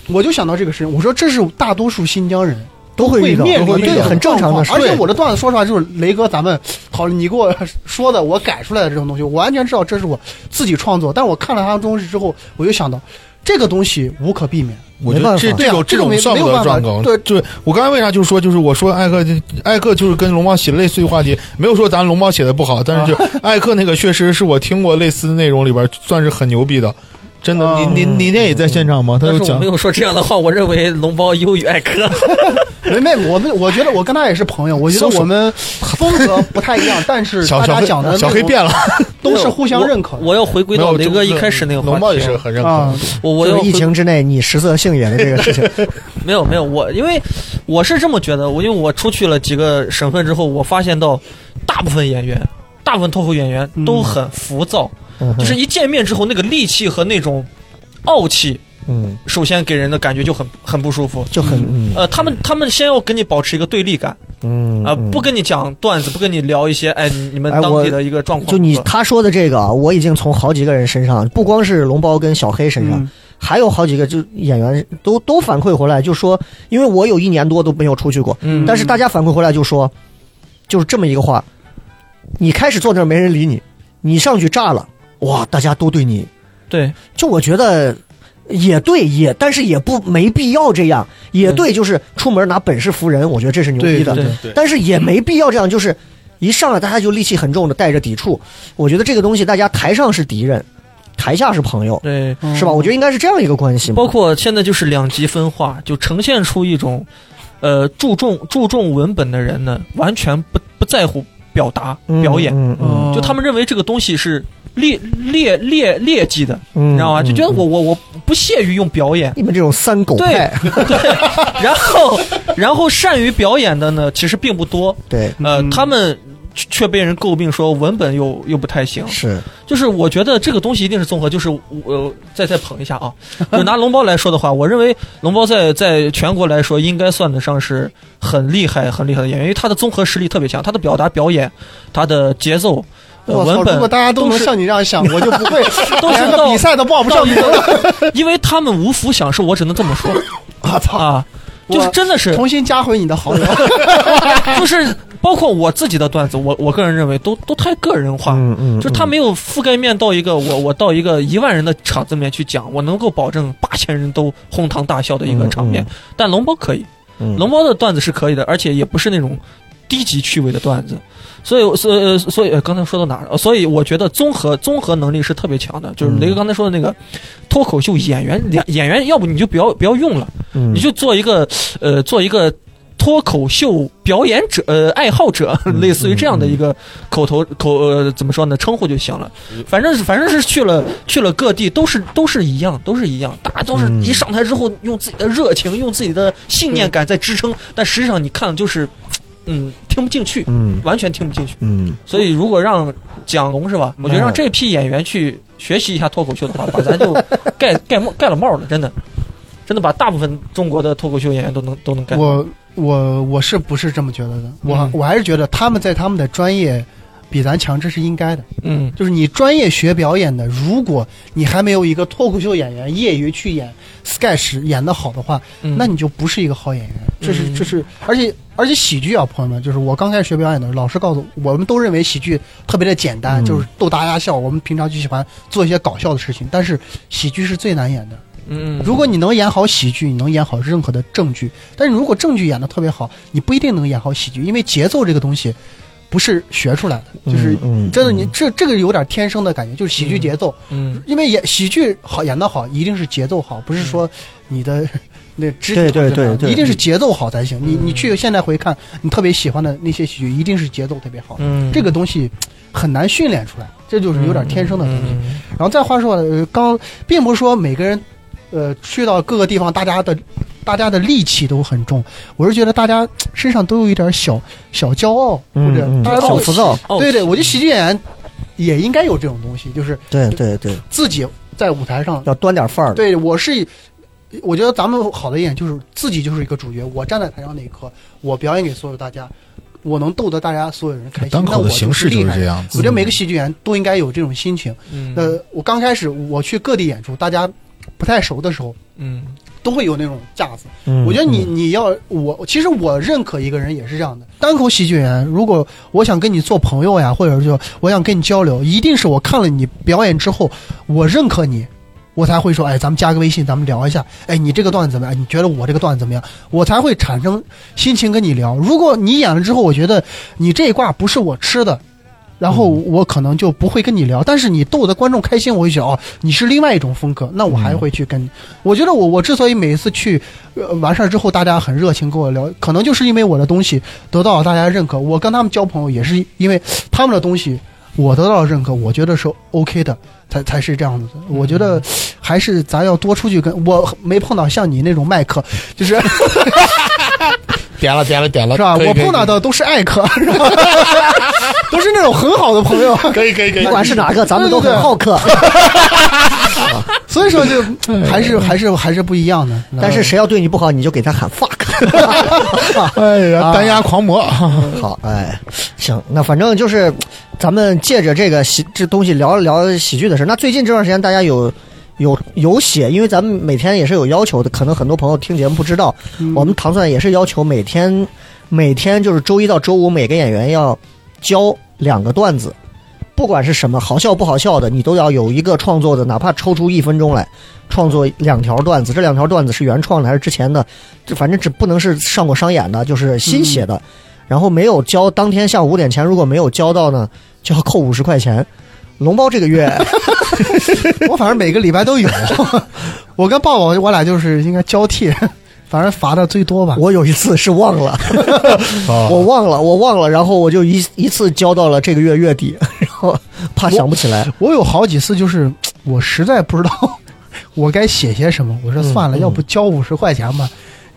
Speaker 3: 我就想到这个事情，我说这是大多数新疆人
Speaker 1: 都会遇到，
Speaker 3: 面临
Speaker 4: 会遇
Speaker 3: 这
Speaker 1: 对，
Speaker 3: 个
Speaker 4: 到
Speaker 1: 很正常的事。
Speaker 3: 而且
Speaker 1: 对
Speaker 3: 我的段子说实话就是雷哥，咱们讨论你给我说的，我改出来的这种东西，我完全知道这是我自己创作，但我看了他的东西之后，我就想到这个东西无可避免。
Speaker 4: 我觉
Speaker 1: 没办
Speaker 4: 得
Speaker 1: 法
Speaker 4: 这
Speaker 3: 对
Speaker 4: 这
Speaker 3: 啊
Speaker 4: 种
Speaker 3: 这
Speaker 4: 这
Speaker 3: 种
Speaker 4: 种
Speaker 3: 没
Speaker 4: 算
Speaker 3: 没
Speaker 4: 不
Speaker 3: 有
Speaker 4: 得
Speaker 3: 办法
Speaker 4: 转梗。
Speaker 3: 对
Speaker 4: 对我刚才为啥就说，就是我说艾克，艾克就是跟龙猫写类似于话题，没有说咱龙猫写的不好，但 是就艾克那个确实是我听过类似的内容里边算是很牛逼的，真的。
Speaker 3: 嗯
Speaker 4: 你你你那也在现场吗？他
Speaker 2: 但
Speaker 4: 就是
Speaker 2: 我
Speaker 4: 讲
Speaker 2: 没有说这样的话，我认为龙包优于艾克。
Speaker 3: 没没，我们我觉得我跟他也是朋友，我觉得我们风格不太一样，但是
Speaker 4: 小
Speaker 3: 大
Speaker 4: 小
Speaker 3: 家
Speaker 4: 黑
Speaker 3: 讲的
Speaker 4: 小黑变了，
Speaker 3: 都是互相认可
Speaker 2: 我。我要回归到
Speaker 4: 没
Speaker 2: 雷
Speaker 4: 有
Speaker 2: 哥
Speaker 4: 这
Speaker 2: 一开始那个话题。
Speaker 4: 龙猫也是很认可
Speaker 3: 啊
Speaker 4: 的。，
Speaker 2: 我我
Speaker 1: 就
Speaker 2: 要
Speaker 1: 是疫
Speaker 2: 回
Speaker 1: 情之内你食色性也的这个事情，
Speaker 2: 没有没有，我因为我是这么觉得，我因为我出去了几个省份之后，我发现到大部分演员，大部分脱口演员都很浮躁，
Speaker 1: 嗯
Speaker 2: 就是一见面之后那个戾气和那种傲气，
Speaker 1: 嗯，
Speaker 2: 首先给人的感觉就很很不舒服。
Speaker 1: 就很嗯
Speaker 2: 呃，他们他们先要跟你保持一个对立感
Speaker 1: 嗯
Speaker 2: 啊、不跟你讲段子，不跟你聊一些哎你们
Speaker 1: 哎
Speaker 2: 当
Speaker 1: 我
Speaker 2: 地的一个状况。
Speaker 1: 就你
Speaker 2: 呃
Speaker 1: 他说的这个啊，我已经从好几个人身上，不光是龙包跟小黑身上，
Speaker 3: 嗯
Speaker 1: 还有好几个就演员都都反馈回来，就说，因为我有一年多都没有出去过，
Speaker 2: 嗯，
Speaker 1: 但是大家反馈回来就说，就是这么一个话，你开始坐那儿没人理你，你上去炸了，哇，大家都对你，
Speaker 2: 对
Speaker 1: 就我觉得。也对，也但是也不没必要这样，也对，就是出门拿本事服人，我觉得这是牛逼的。
Speaker 2: 对
Speaker 4: 对
Speaker 1: 但是也没必要这样，就是一上来大家就戾气很重的带着抵触。我觉得这个东西，大家台上是敌人，台下是朋友，
Speaker 2: 对，
Speaker 1: 是吧？我觉得应该是这样一个关系嘛。
Speaker 2: 包括现在就是两极分化，就呈现出一种，呃，注重注重文本的人呢，完全不不在乎表达
Speaker 1: 嗯
Speaker 2: 表演，
Speaker 1: 嗯嗯
Speaker 3: 嗯
Speaker 2: 就他们认为这个东西是劣劣劣劣迹的，
Speaker 1: 嗯
Speaker 2: 你知道吗？就觉得
Speaker 1: 嗯
Speaker 2: 我我我不屑于用表演。
Speaker 1: 你们这种三狗
Speaker 2: 对
Speaker 1: 派，
Speaker 2: 对，然后然后善于表演的呢，其实并不多，
Speaker 1: 对，
Speaker 2: 呃，
Speaker 3: 嗯
Speaker 2: 他们却却被人诟病说文本又又不太行，
Speaker 1: 是
Speaker 2: 就是我觉得这个东西一定是综合，就是我、呃再再捧一下 啊。就拿龙包来说的话，我认为龙包在在全国来说应该算得上是很厉害、很厉害的演员，因为他的综合实力特别强，他的表达、表演、他的节奏、呃、
Speaker 3: 我操！
Speaker 2: 文
Speaker 3: 如果
Speaker 2: 本，
Speaker 3: 大家都能
Speaker 2: 是
Speaker 3: 像你这样想，我就不会
Speaker 2: 都是
Speaker 3: 连个
Speaker 2: 到
Speaker 3: 比赛都报不上名了。
Speaker 2: 因为 他们无福享受，我只能这么 说
Speaker 3: 我操！
Speaker 2: 啊，就是真的是
Speaker 3: 重新加回你 的好友。
Speaker 2: 就是包括我自己的段子，我我个人认为都都太个人化，
Speaker 1: 嗯嗯，
Speaker 2: 就是他没有覆盖面到一个我我到一个一万人的场子里面去讲，我能够保证八千人都哄堂大笑的一个场面。
Speaker 1: 嗯
Speaker 2: 但龙包可以，
Speaker 1: 嗯
Speaker 2: 龙包的段子是可以的，而且也不是那种低级趣味的段子。所以，所以，呃所以呃刚才说到哪儿了？所以我觉得综合综合能力是特别强的，就是
Speaker 1: 嗯
Speaker 2: 雷哥刚才说的那个脱口秀演员，演演员，要不你就不要不要用了，
Speaker 1: 嗯
Speaker 2: 你就做一个呃做一个脱口秀表演者呃爱好者，类似于这样的一个口头口呃怎么说呢称呼就行了。反正是反正是去了去了各地都是都是一样都是一样，大家都是
Speaker 1: 嗯
Speaker 2: 一上台之后用自己的热情用自己的信念感在支撑，但实际上你看的就是嗯听不进去，
Speaker 1: 嗯
Speaker 2: 完全听不进去。
Speaker 1: 嗯
Speaker 2: 所以如果让蒋龙是吧，我觉得让这批演员去学习一下脱口秀的话，把咱就盖盖帽盖了帽了，真的。真的把大部分中国的脱口秀演员都能都能盖。
Speaker 3: 我我我是不是这么觉得的？我、
Speaker 2: 嗯
Speaker 3: 我还是觉得他们在他们的专业比咱强，这是应该的。
Speaker 2: 嗯，
Speaker 3: 就是你专业学表演的，如果你还没有一个脱口秀演员业余去演 sketch 演得好的话，
Speaker 2: 嗯
Speaker 3: 那你就不是一个好演员。这是
Speaker 2: 嗯
Speaker 3: 这是，而且而且喜剧啊，朋友们，就是我刚开始学表演的时候，老师告诉我，我们都认为喜剧特别的简单，
Speaker 1: 嗯
Speaker 3: 就是逗大家笑。我们平常就喜欢做一些搞笑的事情，但是喜剧是最难演的。
Speaker 2: 嗯，
Speaker 3: 如果你能演好喜剧，你能演好任何的正剧，但是如果正剧演的特别好，你不一定能演好喜剧，因为节奏这个东西不是学出来的，就是
Speaker 1: 嗯嗯
Speaker 3: 真的你这这个有点天生的感觉，就是喜剧节奏，
Speaker 2: 嗯
Speaker 3: 因为演喜剧好演得好，一定是节奏好，不是说你的 那肢体
Speaker 1: 嗯对对
Speaker 3: 特别
Speaker 1: 对
Speaker 3: 好
Speaker 1: 对嗯
Speaker 3: 一定是节奏好才行。你你去现在回看，你特别喜欢的那些喜剧，一定是节奏特别好的，
Speaker 2: 嗯
Speaker 3: 这个东西很难训练出来，这就是有点天生的东西。
Speaker 2: 嗯
Speaker 3: 然后再话说了，呃刚并不是说每个人，呃，去到各个地方，大家的大家的戾气都很重。我是觉得大家身上都有一点小小骄傲，或者
Speaker 1: 嗯嗯
Speaker 3: 大家都
Speaker 1: 小浮躁，
Speaker 3: 啊
Speaker 2: 哦
Speaker 3: 对对，我觉得喜剧演员也应该有这种东西，就是
Speaker 1: 对对对，
Speaker 3: 自己在舞台
Speaker 4: 嗯
Speaker 3: 上，
Speaker 1: 要端点范儿。
Speaker 3: 对我是，我觉得咱们好的一点就是自己就是一个主角，我站在台上那一刻，我表演给所有大家，我能逗得大家所有人开心。
Speaker 4: 哎单
Speaker 3: 那
Speaker 4: 口
Speaker 3: 我
Speaker 4: 的
Speaker 3: 就
Speaker 4: 形式就
Speaker 3: 厉
Speaker 4: 是
Speaker 3: 害
Speaker 4: 这
Speaker 3: 的。
Speaker 4: 样
Speaker 3: 我
Speaker 4: 子。
Speaker 3: 觉得每个喜剧演员都应该有这种心情。
Speaker 2: 嗯
Speaker 3: 呃，我刚开始我去各地演出，大家不太熟的时候，
Speaker 2: 嗯
Speaker 3: 都会有那种架子。
Speaker 1: 嗯
Speaker 3: 我觉得你你要我，其实我认可一个人也是这样的，单口喜剧演员。啊如果我想跟你做朋友呀，或者就我想跟你交流，一定是我看了你表演之后，我认可你，我才会说，哎，咱们加个微信，咱们聊一下。哎，你这个段子怎么样？你觉得我这个段子怎么样？我才会产生心情跟你聊。如果你演了之后，我觉得你这一卦不是我吃的。然后我可能就不会跟你聊，但是你逗得观众开心，我会觉得哦，你是另外一种风格，那我还会去跟你。我觉得我我之所以每一次去、呃、完事儿之后，大家很热情跟我聊，可能就是因为我的东西得到了大家认可。我跟他们交朋友也是因为他们的东西我得到了认可，我觉得是 OK 的，才才是这样子的。我觉得还是咱要多出去跟，我没碰到像你那种麦克，就是
Speaker 4: 点了点了
Speaker 1: 啊
Speaker 4: 点了，
Speaker 3: 是吧？啊
Speaker 4: 可以
Speaker 3: 我碰到，的都是艾克， 是吧都是那种很好的朋友。啊
Speaker 4: 可以可以可以可以，
Speaker 1: 不管是哪个，咱们都
Speaker 3: 对对
Speaker 1: 很
Speaker 3: 对
Speaker 1: 好客。
Speaker 3: 所以说就
Speaker 1: 嗯
Speaker 3: 还是还是还是不一样的。
Speaker 1: 但 是谁要对你不好，你就给他喊 fuck。
Speaker 4: 哎呀，单压狂魔，
Speaker 1: 好，哎，行，那反正就是，咱们借着这个喜这东西聊一聊喜剧的事儿。那最近这段时间，大家有有有写，因为咱们每天也是有要求的，可能很多朋友听节目不知道，我们糖蒜也是要求每天每天就是周一到周五每个演员要教两个段子，不管是什么好笑不好笑的，你都要有一个创作的，哪怕抽出一分钟来创作两条段子。这两条段子是原创的还是之前的？这反正只不能是上过商演的，就是新写的。然后没有交，当天下午五点前如果没有交到呢，就要扣五十块钱。龙包这个月
Speaker 3: 我反正每个礼拜都有， 我跟抱抱我俩就是应该交替， 反正罚的最多吧。
Speaker 1: 我有一次是忘了，
Speaker 4: 啊
Speaker 1: 我忘了，我忘了，然后我就一一次交到了这个月月底， 然后怕想不起来。
Speaker 3: 我有好几次就是我实在不知道 我该写些什么，我说算了，
Speaker 1: 嗯
Speaker 3: 要不交五十块钱吧。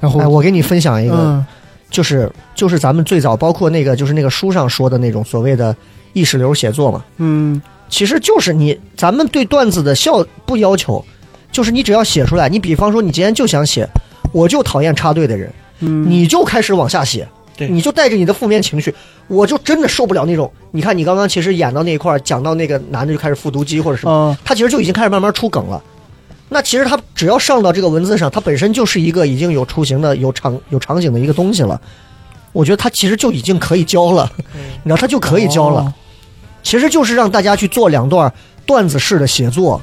Speaker 3: 然后
Speaker 1: 哎，我给你分享一个，
Speaker 3: 嗯
Speaker 1: 就是就是咱们最早包括那个就是那个书上说的那种所谓的意识流写作嘛，
Speaker 3: 嗯
Speaker 1: 其实就是你咱们对段子的效不要求，就是你只要写出来，你比方说你今天就想写，我就讨厌插队的人，
Speaker 3: 嗯，
Speaker 1: 你就开始往下写，
Speaker 2: 对
Speaker 1: 你就带着你的负面情绪，我就真的受不了那种。你看你刚刚其实演到那一块儿，讲到那个男的就开始复读机或者什么，
Speaker 3: 啊
Speaker 1: 他其实就已经开始慢慢出梗了。那其实他只要上到这个文字上，他本身就是一个已经有雏形的、有场有场景的一个东西了。我觉得他其实就已经可以教了，你知道，他就可以教了。
Speaker 3: 嗯哦
Speaker 1: 其实就是让大家去做两段段子式的写作。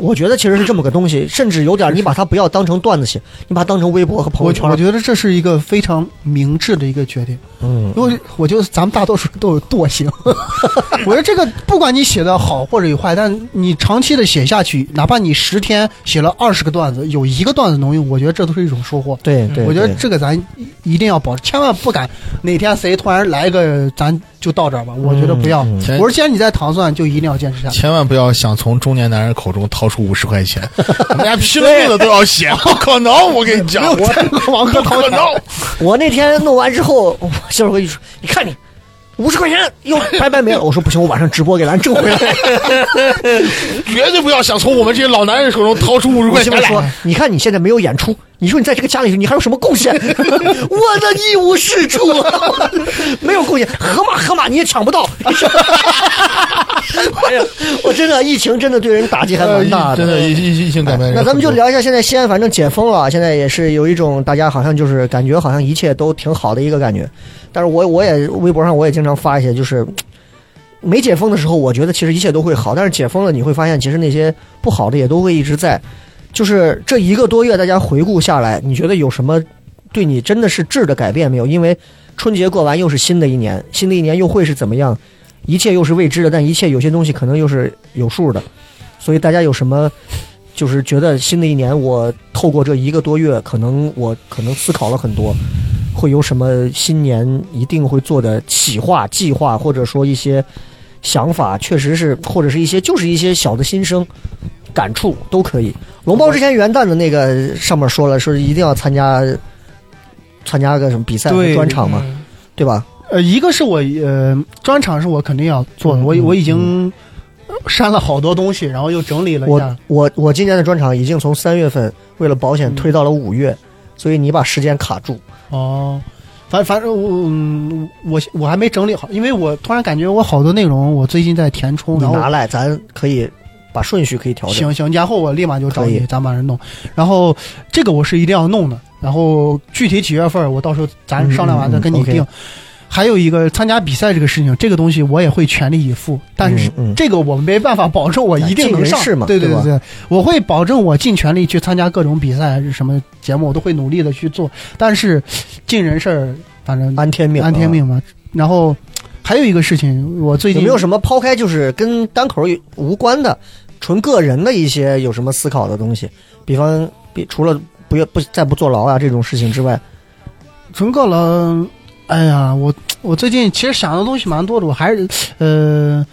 Speaker 1: 我觉得其实是这么个东西，甚至有点你把它不要当成段子写，你把它当成微博和朋友
Speaker 3: 我觉我
Speaker 1: 圈。
Speaker 3: 觉得这是一个非常明智的一个决定，
Speaker 1: 嗯，
Speaker 3: 因为我觉得咱们大多数人都有惰性。 我觉得这个不管你写的好或者有坏，但你长期的写下去，哪怕你十天写了二十个段子，有一个段子能用，我觉得这都是一种收获。
Speaker 1: 对对，
Speaker 3: 嗯我觉得
Speaker 1: 对
Speaker 3: 这个咱一定要保持，千万不敢哪天谁突然来个，咱就到这儿吧。我觉得不要。
Speaker 1: 嗯
Speaker 4: 前
Speaker 3: 我说，既然你在糖蒜，就一定要坚持下去。
Speaker 4: 千万不要想从中年男人口中掏出五十块钱，人家拼了命的都要写，不可能！我跟你讲，我
Speaker 3: 王
Speaker 4: 不
Speaker 3: 哥掏
Speaker 4: 可能
Speaker 3: 钱，！
Speaker 1: 我那天弄完之后，我媳妇儿跟你说：“你看你，五十块钱又白白没了。”我说：“不行，我晚上直播给咱挣回来。
Speaker 4: 绝对不要想从我们这些老男人手中掏出五十”
Speaker 1: 我
Speaker 4: 块
Speaker 1: 媳
Speaker 4: 钱
Speaker 1: 妇儿 说
Speaker 4: 来。：“
Speaker 1: 你看你现在没有演出，你说你在这个家里你还有什么贡献？ 我的一无是处， 没有贡献。河马河马你也抢不到。” 哎呀，我真的疫情真的对人打击还蛮大
Speaker 4: 哎
Speaker 1: 哎
Speaker 4: 真的，疫疫疫情改变。
Speaker 1: 那咱们就，聊一下，现在西安反正解封了，啊现在也是有一种大家好像就是感觉好像一切都挺好的一个感觉。但是我我也微博上我也经常发一些，就是没解封的时候，我觉得其实一切都会好，但是解封了你会发现，其实那些不好的也都会一直在。就是这一个多月，大家回顾下来，你觉得有什么对你真的是质的改变没有？因为春节过完又是新的一年，新的一年又会是怎么样？一切又是未知的，但一切有些东西可能又是有数的。所以大家有什么就是觉得新的一年，我透过这一个多月，可能我可能思考了很多，会有什么新年一定会做的企划、计划，或者说一些想法，确实是，或者是一些就是一些小的心声、感触都可以。龙包之前元旦的那个上面说了，说一定要参加参加个什么比赛、专场嘛，
Speaker 2: 嗯
Speaker 1: 对吧？
Speaker 3: 呃，一个是我呃专场是我肯定要做的，
Speaker 1: 嗯
Speaker 3: 我我已经删了好多东西，然后又整理了一
Speaker 1: 我
Speaker 3: 下。
Speaker 1: 我我今年的专场已经从三月份为了保险
Speaker 3: 嗯
Speaker 1: 推到了五月，所以你把时间卡住。
Speaker 3: 哦，反反正我嗯我我还没整理好，因为我突然感觉我好多内容我最近在填充，
Speaker 1: 你
Speaker 3: 然后
Speaker 1: 拿来，咱可以把顺序可以调整。
Speaker 3: 行行，然后我立马就找
Speaker 1: 可以
Speaker 3: 你，咱把人弄。然后这个我是一定要弄的，然后具体几月份儿，我到时候咱商量完再跟
Speaker 1: 嗯嗯
Speaker 3: 你
Speaker 1: ，OK
Speaker 3: 定。还有一个参加比赛这个事情，这个东西我也会全力以赴，但是
Speaker 1: 嗯嗯哎
Speaker 3: 这个我没办法保证我一定能
Speaker 1: 尽人
Speaker 3: 上
Speaker 1: 事嘛，
Speaker 3: 对
Speaker 1: 对吧
Speaker 3: 对对，我会保证我尽全力去参加各种比赛，什么节目我都会努力的去做，但是尽人事儿，反正
Speaker 1: 安天命，
Speaker 3: 安天
Speaker 1: 啊。
Speaker 3: 命嘛。然后还有一个事情，我最
Speaker 1: 有
Speaker 3: 近
Speaker 1: 没有什么抛开就是跟单口无关的、纯个人的一些有什么思考的东西？比方，比除了不不再不坐牢啊这种事情之外，
Speaker 3: 存够了，哎呀，我我最近其实想的东西蛮多的，我还是呃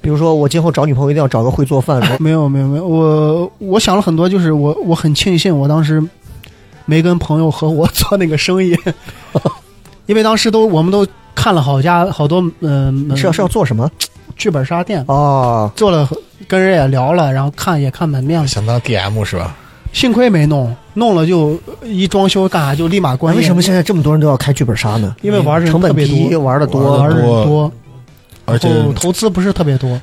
Speaker 1: 比如说我今后找女朋友一定要找个会做饭 的。
Speaker 3: 没有没有没有，我我想了很多，就是我我很庆幸我当时没跟朋友合伙做那个 生意，因为当时都我们都看了好家好多嗯、呃、
Speaker 1: 你是要啊是要做什么？
Speaker 3: 剧本杀店。
Speaker 1: 哦，
Speaker 3: 做了，跟人也聊了，然后看也看门面了，
Speaker 4: 想当 DM 是吧？
Speaker 3: 幸亏没弄，弄了就一装修干啥就立马关业。
Speaker 1: 哎为什么现在这么多人都要开剧本杀呢？哎
Speaker 3: 因为玩人
Speaker 1: 成本
Speaker 3: 特别
Speaker 1: 低，
Speaker 3: 多，
Speaker 1: 玩的多
Speaker 4: 玩
Speaker 3: 玩
Speaker 4: 得
Speaker 3: 人
Speaker 4: 多
Speaker 3: 多，
Speaker 4: 而且
Speaker 3: 然后哦投资不是特别多。
Speaker 1: 哦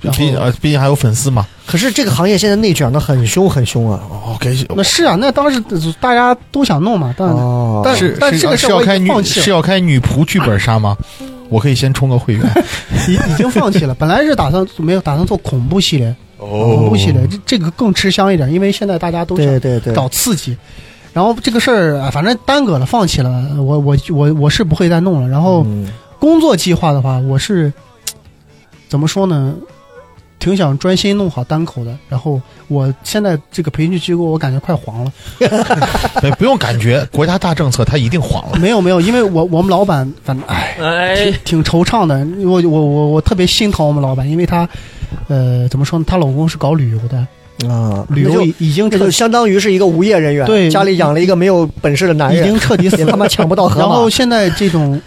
Speaker 3: 然后
Speaker 4: 毕竟呃毕竟还有粉丝嘛。
Speaker 1: 可是这个行业现在内卷的很凶很凶啊！
Speaker 4: 哦，给
Speaker 3: 那是啊，那当时大家都想弄嘛，但、
Speaker 1: 哦，
Speaker 3: 嗯但
Speaker 4: 是
Speaker 3: 但
Speaker 4: 是
Speaker 3: 这个事
Speaker 4: 是
Speaker 3: 儿
Speaker 4: 要
Speaker 3: 我已
Speaker 4: 开
Speaker 3: 经
Speaker 4: 女
Speaker 3: 放弃
Speaker 4: 是
Speaker 3: 了，
Speaker 4: 要开女仆剧本杀吗？我可以先充个会员。
Speaker 3: 已已经放弃了。本来是打算没有打算做恐怖系列，恐怖系列这这个更吃香一点，因为现在大家都
Speaker 1: 哦对
Speaker 3: 想
Speaker 1: 对对，
Speaker 3: 找刺激。然后这个事儿啊，反正耽搁了，放弃了。我我我我是不会再弄了。然后
Speaker 1: 嗯
Speaker 3: 工作计划的话，我是怎么说呢？挺想专心弄好单口的。然后我现在这个培训机构，我感觉快黄了。
Speaker 4: 哎，不用感觉，国家大政策它一定黄了。
Speaker 3: 没有没有，因为我我们老板反正哎，
Speaker 2: 哎
Speaker 3: 挺，挺惆怅的。我我我我特别心疼我们老板，因为她，呃，怎么说呢？她老公是搞旅游的，
Speaker 1: 啊，
Speaker 3: 嗯旅
Speaker 1: 那
Speaker 3: 游
Speaker 1: 就
Speaker 3: 已已经
Speaker 1: 这
Speaker 3: 彻
Speaker 1: 就相当于是一个无业人员，
Speaker 3: 对
Speaker 1: 家里养了一个没有本事的男
Speaker 3: 已
Speaker 1: 人，
Speaker 3: 经彻底死
Speaker 1: 也
Speaker 3: 了，
Speaker 1: 他妈抢不到河马
Speaker 3: 然后现在这种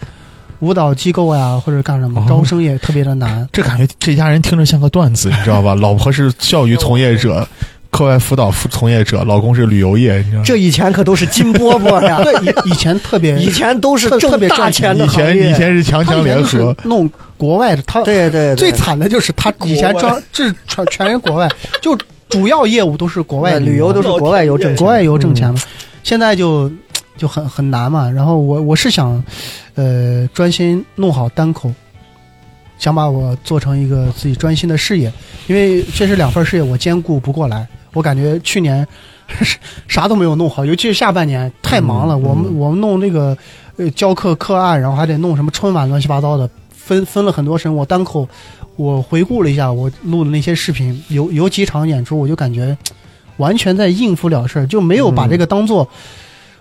Speaker 3: 舞蹈机构呀，或者干什么
Speaker 4: 哦
Speaker 3: 招生也特别 的难。
Speaker 4: 这感觉这家人听着像个段子，你知道吧？老婆是教育从业者，课外辅导从业者，老公是旅游业，你知道吗？
Speaker 1: 这以前可都是金饽饽呀，
Speaker 3: 对，以以前特 别，
Speaker 1: 以前都是
Speaker 3: 特
Speaker 1: 挣
Speaker 3: 特别
Speaker 1: 大
Speaker 3: 赚
Speaker 1: 钱的
Speaker 4: 以
Speaker 1: 行
Speaker 4: 前以
Speaker 1: 业，
Speaker 4: 前是强
Speaker 3: 他
Speaker 4: 强
Speaker 3: 以前
Speaker 4: 联
Speaker 3: 就是
Speaker 4: 合，
Speaker 3: 弄国外的，他
Speaker 1: 对对对，
Speaker 3: 最惨的就是他以前招这全全是国外，就主要业务都是国外
Speaker 1: 外旅游都是国外游挣钱，
Speaker 3: 国外游挣钱嘛，现在就就很很难嘛。然后我我是想，呃，专心弄好单口，想把我做成一个自己专心的事业，因为这是两份事业我兼顾不过来。我感觉去年 啥都没有弄好，尤其是下半年太忙了。我们我们弄那个呃教课课案，然后还得弄什么春晚乱七八糟的，分分了很多时间。我单口，我回顾了一下我录的那些视频，有有几场演出，我就感觉完全在应付了事儿，就没有把这个当做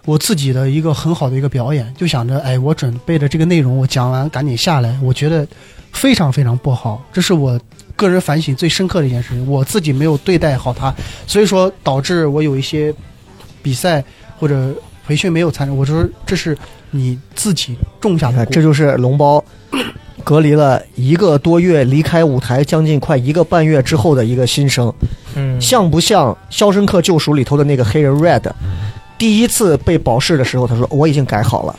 Speaker 3: 我自己的一个很好的一个表演，就想着哎，我准备的这个内容我讲完赶紧下来，我觉得非常非常不好，这是我个人反省最深刻的一件事情，我自己没有对待好它，所以说导致我有一些比赛或者培训没有参加，我说这是你自己种下
Speaker 1: 你看，
Speaker 3: 的果，
Speaker 1: 哎这就是龙包隔离了一个多月，离开舞台将近快一个半月之后的一个新生，
Speaker 2: 嗯，
Speaker 1: 像不像《肖申克救赎》里头的那个黑人 Red？第
Speaker 4: 嗯
Speaker 1: 一次被保释的时候，他说我已经改好了，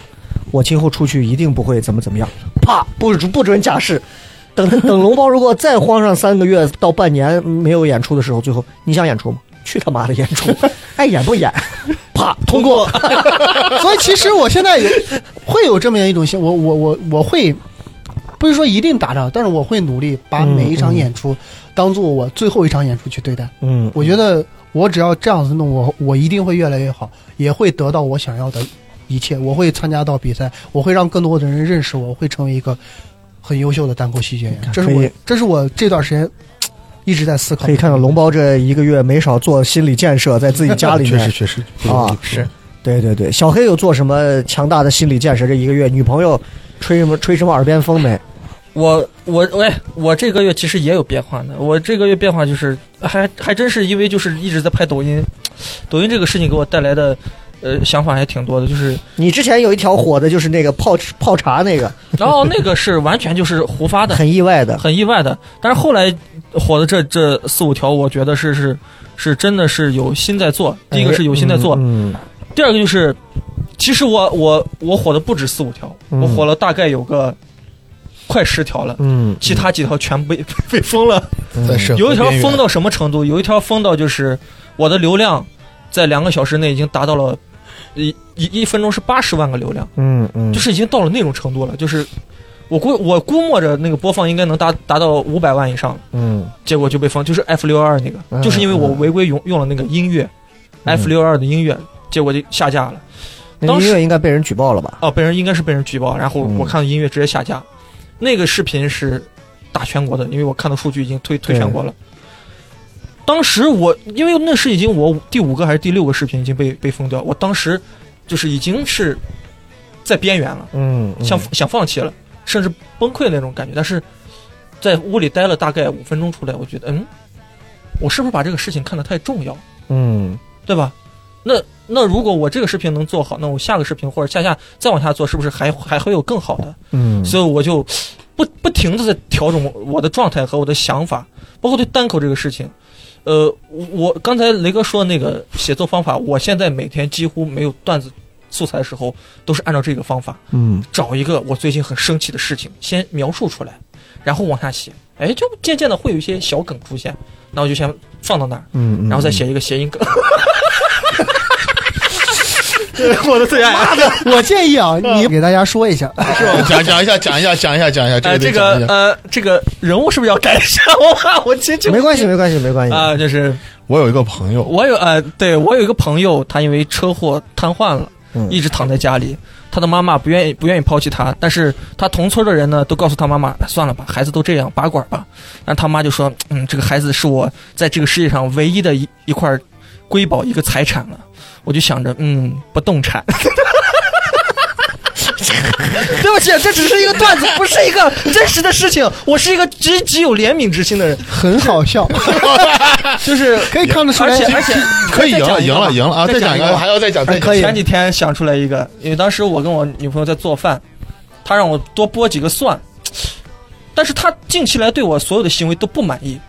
Speaker 1: 我今后出去一定不会怎么怎么样，啪，不准不准假释。等等，龙包如果再荒上三个月到半年嗯没有演出的时候，最后你想演出吗？去他妈的演 出，爱演不演，啪通过。
Speaker 3: 所以其实我现在也会有这么样一种心，我我我我会不是说一定打仗，但是我会努力把每一场演出当做我最后一场演出去对待。
Speaker 1: 嗯，
Speaker 3: 我觉得我只要这样子弄，我我一定会越来越好，也会得到我想要的一切。我会参加到比赛，我会让更多的人认识我，我会成为一个很优秀的单口喜剧演员。这是
Speaker 1: 可
Speaker 3: 我
Speaker 1: 以
Speaker 3: 这是我这段时间一直在思考。
Speaker 1: 可以看到龙包这一个月没少做心理建设，在自己家里
Speaker 4: 确
Speaker 1: 面
Speaker 4: 实确实
Speaker 1: 啊
Speaker 4: 是
Speaker 1: 对对对，小黑有做什么强大的心理建设？这一个月，女朋友吹什么吹什么耳边风没？
Speaker 2: 我我喂，我这个月其实也有变化呢。我这个月变化就是还还真是因为就是一直在拍抖音，抖音这个事情给我带来的呃想法还挺多的，就是
Speaker 1: 你之前有一条火的就是那个泡泡茶那个，
Speaker 2: 然后那个是完全就是胡发的，
Speaker 1: 很意外的。
Speaker 2: 很意外的。但是后来火的这这四五条，我觉得是是是真的是有心在做。第一个是有心在做，
Speaker 1: 哎嗯，
Speaker 2: 第二个就是，其实我我我火的不止四五条，
Speaker 1: 嗯
Speaker 2: 我火了大概有个快十条了。
Speaker 1: 嗯，
Speaker 2: 其他几条全被 被封了，
Speaker 1: 嗯
Speaker 4: 在审核
Speaker 2: 有一条
Speaker 4: 边缘
Speaker 2: 封到什么程度？有一条封到就是我的流量在两个小时内已经达到了一一一分钟是八十万个流量。
Speaker 1: 嗯嗯，
Speaker 2: 就是已经到了那种程度了，就是我估我估摸着那个播放应该能达达到五百万以上，
Speaker 1: 嗯
Speaker 2: 结果就被封，就是 F 六二那个，
Speaker 1: 嗯
Speaker 2: 就是因为我违规用用了那个音乐、
Speaker 1: 嗯
Speaker 2: F 六二的音乐，结果就下架了。
Speaker 1: 那
Speaker 2: 当
Speaker 1: 个
Speaker 2: 时
Speaker 1: 音乐应该被人举报了吧？
Speaker 2: 哦，被人应该是被人举报，然后
Speaker 1: 嗯
Speaker 2: 我看到音乐直接下架，那个视频是打全国的，因为我看到数据已经推推全国了。当时我因为那是已经我第五个还是第六个视频已经被被封掉，我当时就是已经是在边缘了。
Speaker 1: 嗯，嗯
Speaker 2: 想想放弃了，甚至崩溃那种感觉。但是在屋里待了大概五分钟出来，我觉得，嗯，我是不是把这个事情看得太重要，
Speaker 1: 嗯
Speaker 2: 对吧？那那如果我这个视频能做好，那我下个视频或者下下再往下做，是不是还还会有更好的？
Speaker 1: 嗯，
Speaker 2: 所以我就不不停的在调整我的状态和我的想法，包括对单口这个事情。呃，我我刚才雷哥说的那个写作方法，我现在每天几乎没有段子素材的时候，都是按照这个方法。
Speaker 1: 嗯
Speaker 2: 找一个我最近很生气的事情，先描述出来，然后往下写。哎，就渐渐的会有一些小梗出现，那我就先放到那儿，
Speaker 1: 嗯，嗯
Speaker 2: 然后再。写一个谐音梗。我的最爱，
Speaker 3: 我建议啊，
Speaker 2: 嗯
Speaker 3: 你给大家说一下，
Speaker 4: 讲讲一下，讲一下，讲一下，讲一下，
Speaker 2: 呃，
Speaker 4: 个
Speaker 2: 这
Speaker 4: 得
Speaker 2: 个
Speaker 4: 讲一下。
Speaker 2: 呃，这个人物是不是要改一下？我怕我亲戚
Speaker 1: 没关系，没关系，没关系。
Speaker 2: 啊，就是
Speaker 4: 我有一个朋友，
Speaker 2: 我有呃，对我有一个朋友，他因为车祸瘫痪了，
Speaker 1: 嗯
Speaker 2: 一直躺在家里。他的妈妈不愿意不愿意抛弃他，但是他同村的人呢，都告诉他妈妈，哎算了吧，孩子都这样，拔管吧。但他妈就说，嗯，这个孩子是我在这个世界上唯一的一一块瑰宝，一个财产了。我就想着，嗯，不动产。 对不起，这只是一个段子，不是一个真实的事情。我是一个极极有怜悯之心的人，
Speaker 3: 很好笑，
Speaker 2: 就是
Speaker 3: 可以看得出
Speaker 2: 而
Speaker 3: 来
Speaker 2: 且。而且
Speaker 4: 可以赢
Speaker 2: 再讲
Speaker 4: 了，
Speaker 2: 一
Speaker 4: 赢
Speaker 2: 个吧
Speaker 4: 了，赢了啊！
Speaker 2: 再
Speaker 4: 再
Speaker 2: 讲一
Speaker 4: 讲一
Speaker 2: 个
Speaker 4: 个，
Speaker 2: 吧哎
Speaker 4: 还要再讲，再讲
Speaker 1: 可以
Speaker 2: 前几天想出来一个，因为当时我跟我女朋友在做饭，她让我多剥几个蒜，但是她近期来对我所有的行为都不满意。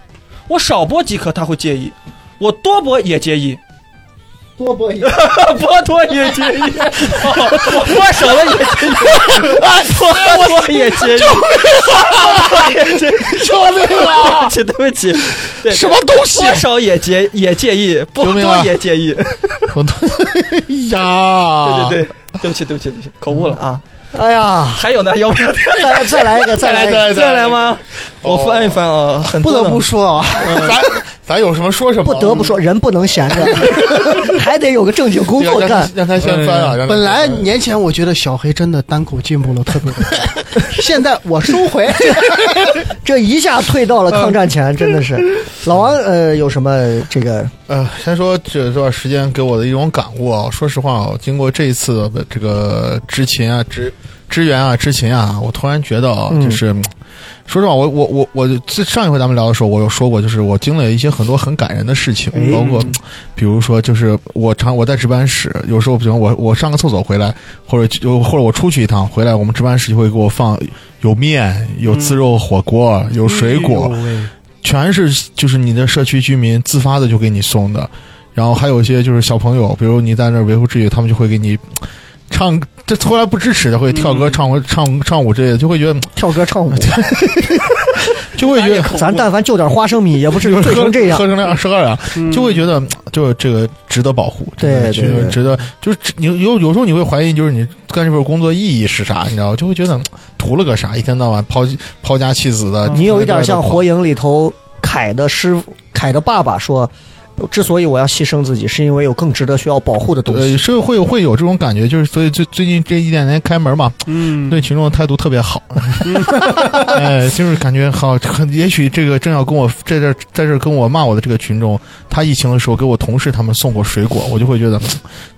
Speaker 2: 我少剥几颗她会介意，我多剥也介意，
Speaker 3: 多播一
Speaker 2: 啊剥多也介意， 我剥少了也介意， 啊剥多也介意，也介意，
Speaker 4: 救命
Speaker 2: 对
Speaker 4: 啊
Speaker 2: 不！起，对不起，对，
Speaker 4: 什么东西？哎
Speaker 2: 剥少也介也介意，
Speaker 4: 救
Speaker 2: 剥
Speaker 4: 命
Speaker 2: 多
Speaker 4: 啊
Speaker 2: 也介 意。
Speaker 4: 我都呀！
Speaker 2: 对对对，对不起，对不起，对不起，口误了啊！
Speaker 1: 哎呀，
Speaker 2: 还有呢，要不要
Speaker 1: 再来再来一个，再来一个，
Speaker 4: 再
Speaker 2: 再来？吗？我翻一翻啊，很
Speaker 3: 不
Speaker 2: 多
Speaker 3: 得
Speaker 2: 的
Speaker 3: 不说 啊，
Speaker 4: 咱咱有什么说什么，
Speaker 1: 不得不说，人不能闲 着，还得有个正经工
Speaker 4: 让
Speaker 1: 作
Speaker 4: 让
Speaker 1: 干
Speaker 4: 他。让他先翻啊！让他
Speaker 3: 本来
Speaker 4: 先翻
Speaker 3: 年前我觉得小黑真的单口进步了特别多，现在我收回。
Speaker 1: 这一下退到了抗战前，真的是。老王，呃，有什么这个？
Speaker 4: 呃，先说这段时间给我的一种感悟啊，说实话啊，经过这一次的这个执勤啊、支支援啊、执勤啊，我突然觉得啊，
Speaker 1: 嗯
Speaker 4: 就是、说实话，我我我我自上一回咱们聊的时候，我有说过，就是我经历了一些很多很感人的事情，包括比如说，就是我常我在值班室，有时候比如我我上个厕所回来，或者就或者我出去一趟回来，我们值班室就会给我放有面、有自肉火锅、有水果。全是就是你的社区居民自发的就给你送的，然后还有一些就是小朋友，比如你在那儿维护秩序，他们就会给你唱，这后来不支持的会跳歌、唱
Speaker 1: 嗯
Speaker 4: 唱唱舞之类的，就会觉得
Speaker 1: 跳歌唱舞，
Speaker 4: 就
Speaker 3: 哎
Speaker 4: 会觉得
Speaker 1: 咱但凡就点花生米，也不至于醉哎成这样
Speaker 4: 嗯喝。成那样，喝成那样，
Speaker 3: 嗯
Speaker 4: 就会觉得嗯就是这个值得保护，
Speaker 1: 对
Speaker 4: 真的
Speaker 1: 对对
Speaker 4: 就值得，就是你有有时候你会怀疑，就是你干这份工作意义是啥，你知道吗，就会觉得嗯图了个啥，一天到晚抛抛家弃子的，
Speaker 1: 你有一点像《火影》里头凯的师傅，凯的爸爸说，之所以我要牺牲自己，是因为有更值得需要保护的东
Speaker 4: 呃，
Speaker 1: 西。
Speaker 4: 是会有会有这种感觉，就是所以最最近这一两年开门嘛，嗯， 对群众的态度特别好，哎，就是感觉好，很也许这个正要跟我在这儿在这儿跟我骂我的这个群众，他疫情的时候给我同事他们送过水果，我就会觉得，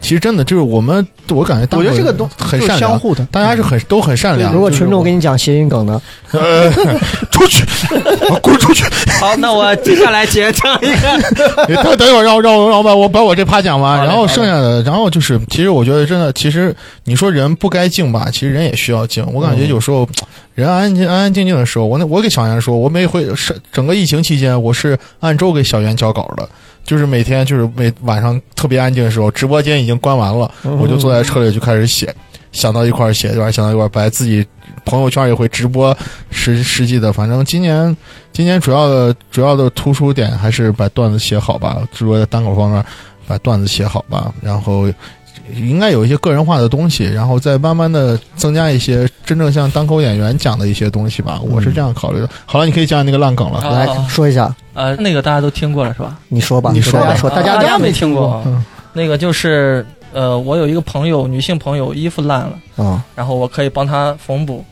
Speaker 4: 其实真的就是我们，我感觉大
Speaker 3: 我觉得这个
Speaker 4: 都
Speaker 3: 东
Speaker 4: 很
Speaker 3: 就是
Speaker 4: 善
Speaker 3: 相
Speaker 4: 良。
Speaker 3: 互的，
Speaker 4: 大家是很都很善良。
Speaker 1: 如果
Speaker 4: 就是
Speaker 1: 群众
Speaker 4: 我
Speaker 1: 给你讲谐音梗呢？
Speaker 4: 呃 出去，我滚出去！
Speaker 2: 好，那我接下来结账一个，
Speaker 4: 他哥，等一会儿让我让我让我把我把我这趴讲完，
Speaker 2: 好嘞
Speaker 4: 然后剩下的，然后就是，其实我觉得真的，其实你说人不该静吧，其实人也需要静。我感
Speaker 2: 嗯
Speaker 4: 觉有时候、人安静安安静静的时候，我那我给小袁说，我每回是整个疫情期间，我是按周给小袁交稿的。就是每天，就是每晚上特别安静的时候，直播间已经关完了，嗯我
Speaker 1: 哦
Speaker 4: 就坐在车里就开始写，想到一块儿写，对吧？想到一块儿白，自己朋友圈也会直播实实际的。反正今年今年主要的主要的突出点还是把段子写好吧，就是说在单口方面把段子写好吧，然后应该有一些个人化的东西，然后再慢慢的增加一些真正像单口演员讲的一些东西吧，我是这样考虑的。好了，你可以讲讲那个烂梗了。
Speaker 2: 啊
Speaker 1: 嗯来说一下，
Speaker 2: 呃，那个大家都听过了是吧？
Speaker 1: 你说吧，
Speaker 4: 你说吧
Speaker 1: 大家说，
Speaker 2: 啊
Speaker 1: 大家
Speaker 2: 大家没听过
Speaker 4: 嗯。
Speaker 2: 那个就是呃，我有一个朋友，女性朋友衣服烂了，
Speaker 1: 啊，
Speaker 2: 然后我可以帮她缝补。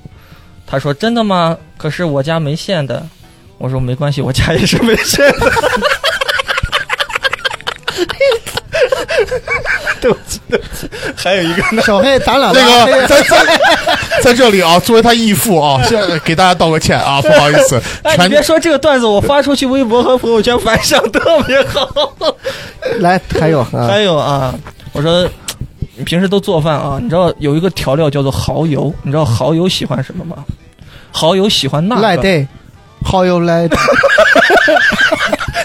Speaker 2: 她说真的吗？可是我家没线的。我说没关系，我家也是没线的。对不起，对不起，还有一个呢，
Speaker 3: 小黑，咱俩
Speaker 4: 那个在在 在这里啊，作为他义 父啊，现在给大家道个歉啊，不好意思，
Speaker 2: 哎，你
Speaker 4: 全
Speaker 2: 别说这个段子，我发出去微博和朋友圈反响特别好。
Speaker 1: 来，还有，啊
Speaker 4: 哎
Speaker 2: 还有啊，我说你平时都做饭啊，你知道有一个调料叫做蚝油，你知道蚝油喜欢什么吗？蚝油喜欢那
Speaker 3: 赖
Speaker 2: 个，
Speaker 3: day。How you like？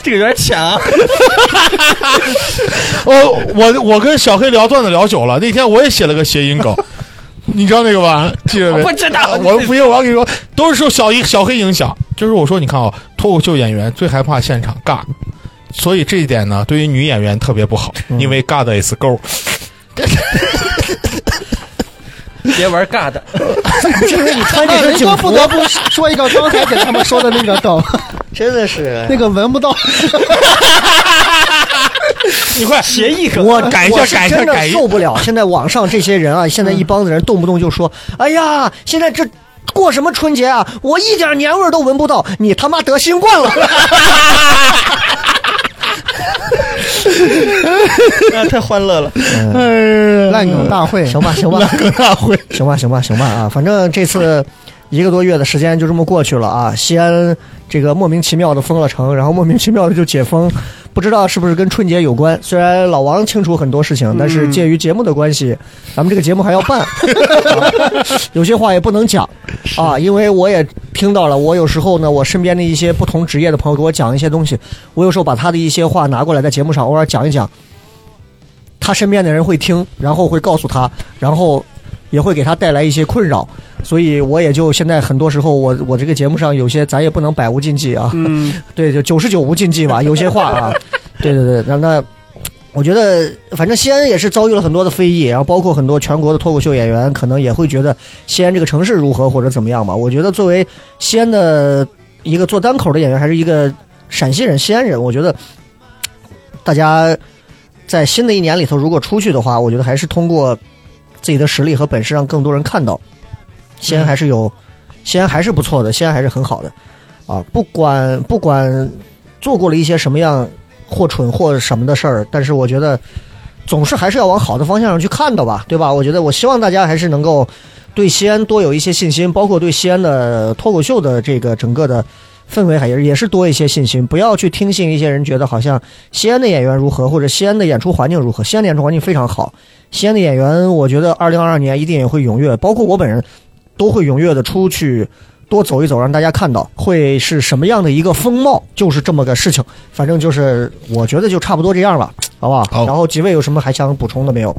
Speaker 2: 这个有点浅啊。
Speaker 4: 哦，我我跟小黑聊段子聊久了，那天我也写了个谐音梗，你知道那个吧？记得没？啊
Speaker 2: 我不知道
Speaker 4: 我不信，我要跟你说，都是受小一小黑影响。就是我说，你看啊、脱口秀演员最害怕现场尬，所以这一点呢，对于女演员特别不好，因为尬的 is 勾。
Speaker 2: 别玩尬的，
Speaker 3: 其实你穿
Speaker 1: 这身警服
Speaker 3: 不得不说一个刚才给他们说的那个 梗，
Speaker 1: 真的是
Speaker 3: 那个闻不到。
Speaker 4: 你快
Speaker 2: 协议梗。
Speaker 1: 我
Speaker 4: 改一下
Speaker 1: 我是
Speaker 4: 改一下
Speaker 1: 真的
Speaker 4: 改一下嗯
Speaker 1: 受不了！现在网上这些人啊，现在一帮子人动不动就说：“哎呀，现在这过什么春节啊？我一点年味儿都闻不到，你他妈得新冠了
Speaker 2: 啊太欢乐了！”
Speaker 3: 烂梗大会，
Speaker 1: 嗯行吧，行吧，
Speaker 4: 尬会。
Speaker 1: 行吧，行吧，行吧啊！反正这次一个多月的时间就这么过去了啊。西安这个莫名其妙的封了城，然后莫名其妙的就解封，不知道是不是跟春节有关。虽然老王清楚很多事情，但是
Speaker 3: 嗯
Speaker 1: 鉴于节目的关系，咱们这个节目还要 办，啊有些话也不能讲啊，因为我也听到了，我有时候呢，我身边的一些不同职业的朋友给我讲一些东西，我有时候把他的一些话拿过来在节目上偶尔讲一讲。他身边的人会听，然后会告诉他，然后也会给他带来一些困扰。所以我也就现在很多时候我，我这个节目上有些咱也不能百无禁忌啊，
Speaker 3: 嗯，
Speaker 1: 对，就九十九无禁忌吧，有些话啊，对对对，那那。我觉得，反正西安也是遭遇了很多的非议，然后包括很多全国的脱口秀演员，可能也会觉得西安这个城市如何或者怎么样吧。我觉得作为西安的一个做单口的演员，还是一个陕西人、西安人，我觉得大家在新的一年里头，如果出去的话，我觉得还是通过自己的实力和本事让更多人看到，西安还是有，西安还是不错的，西安还是很好的。啊，不管不管做过了一些什么样或蠢或什么的事儿，但是我觉得总是还是要往好的方向上去看的吧，对吧？我觉得我希望大家还是能够对西安多有一些信心，包括对西安的脱口秀的这个整个的。氛围还是也是多一些信心，不要去听信一些人觉得好像西安的演员如何，或者西安的演出环境如何。西安的演出环境非常好，西安的演员，我觉得二零二二年一定也会踊跃，包括我本人都会踊跃的出去多走一走，让大家看到会是什么样的一个风貌，就是这么个事情。反正就是我觉得就差不多这样了，好不好？
Speaker 4: 好
Speaker 1: 然后几位有什么还想补充的没有？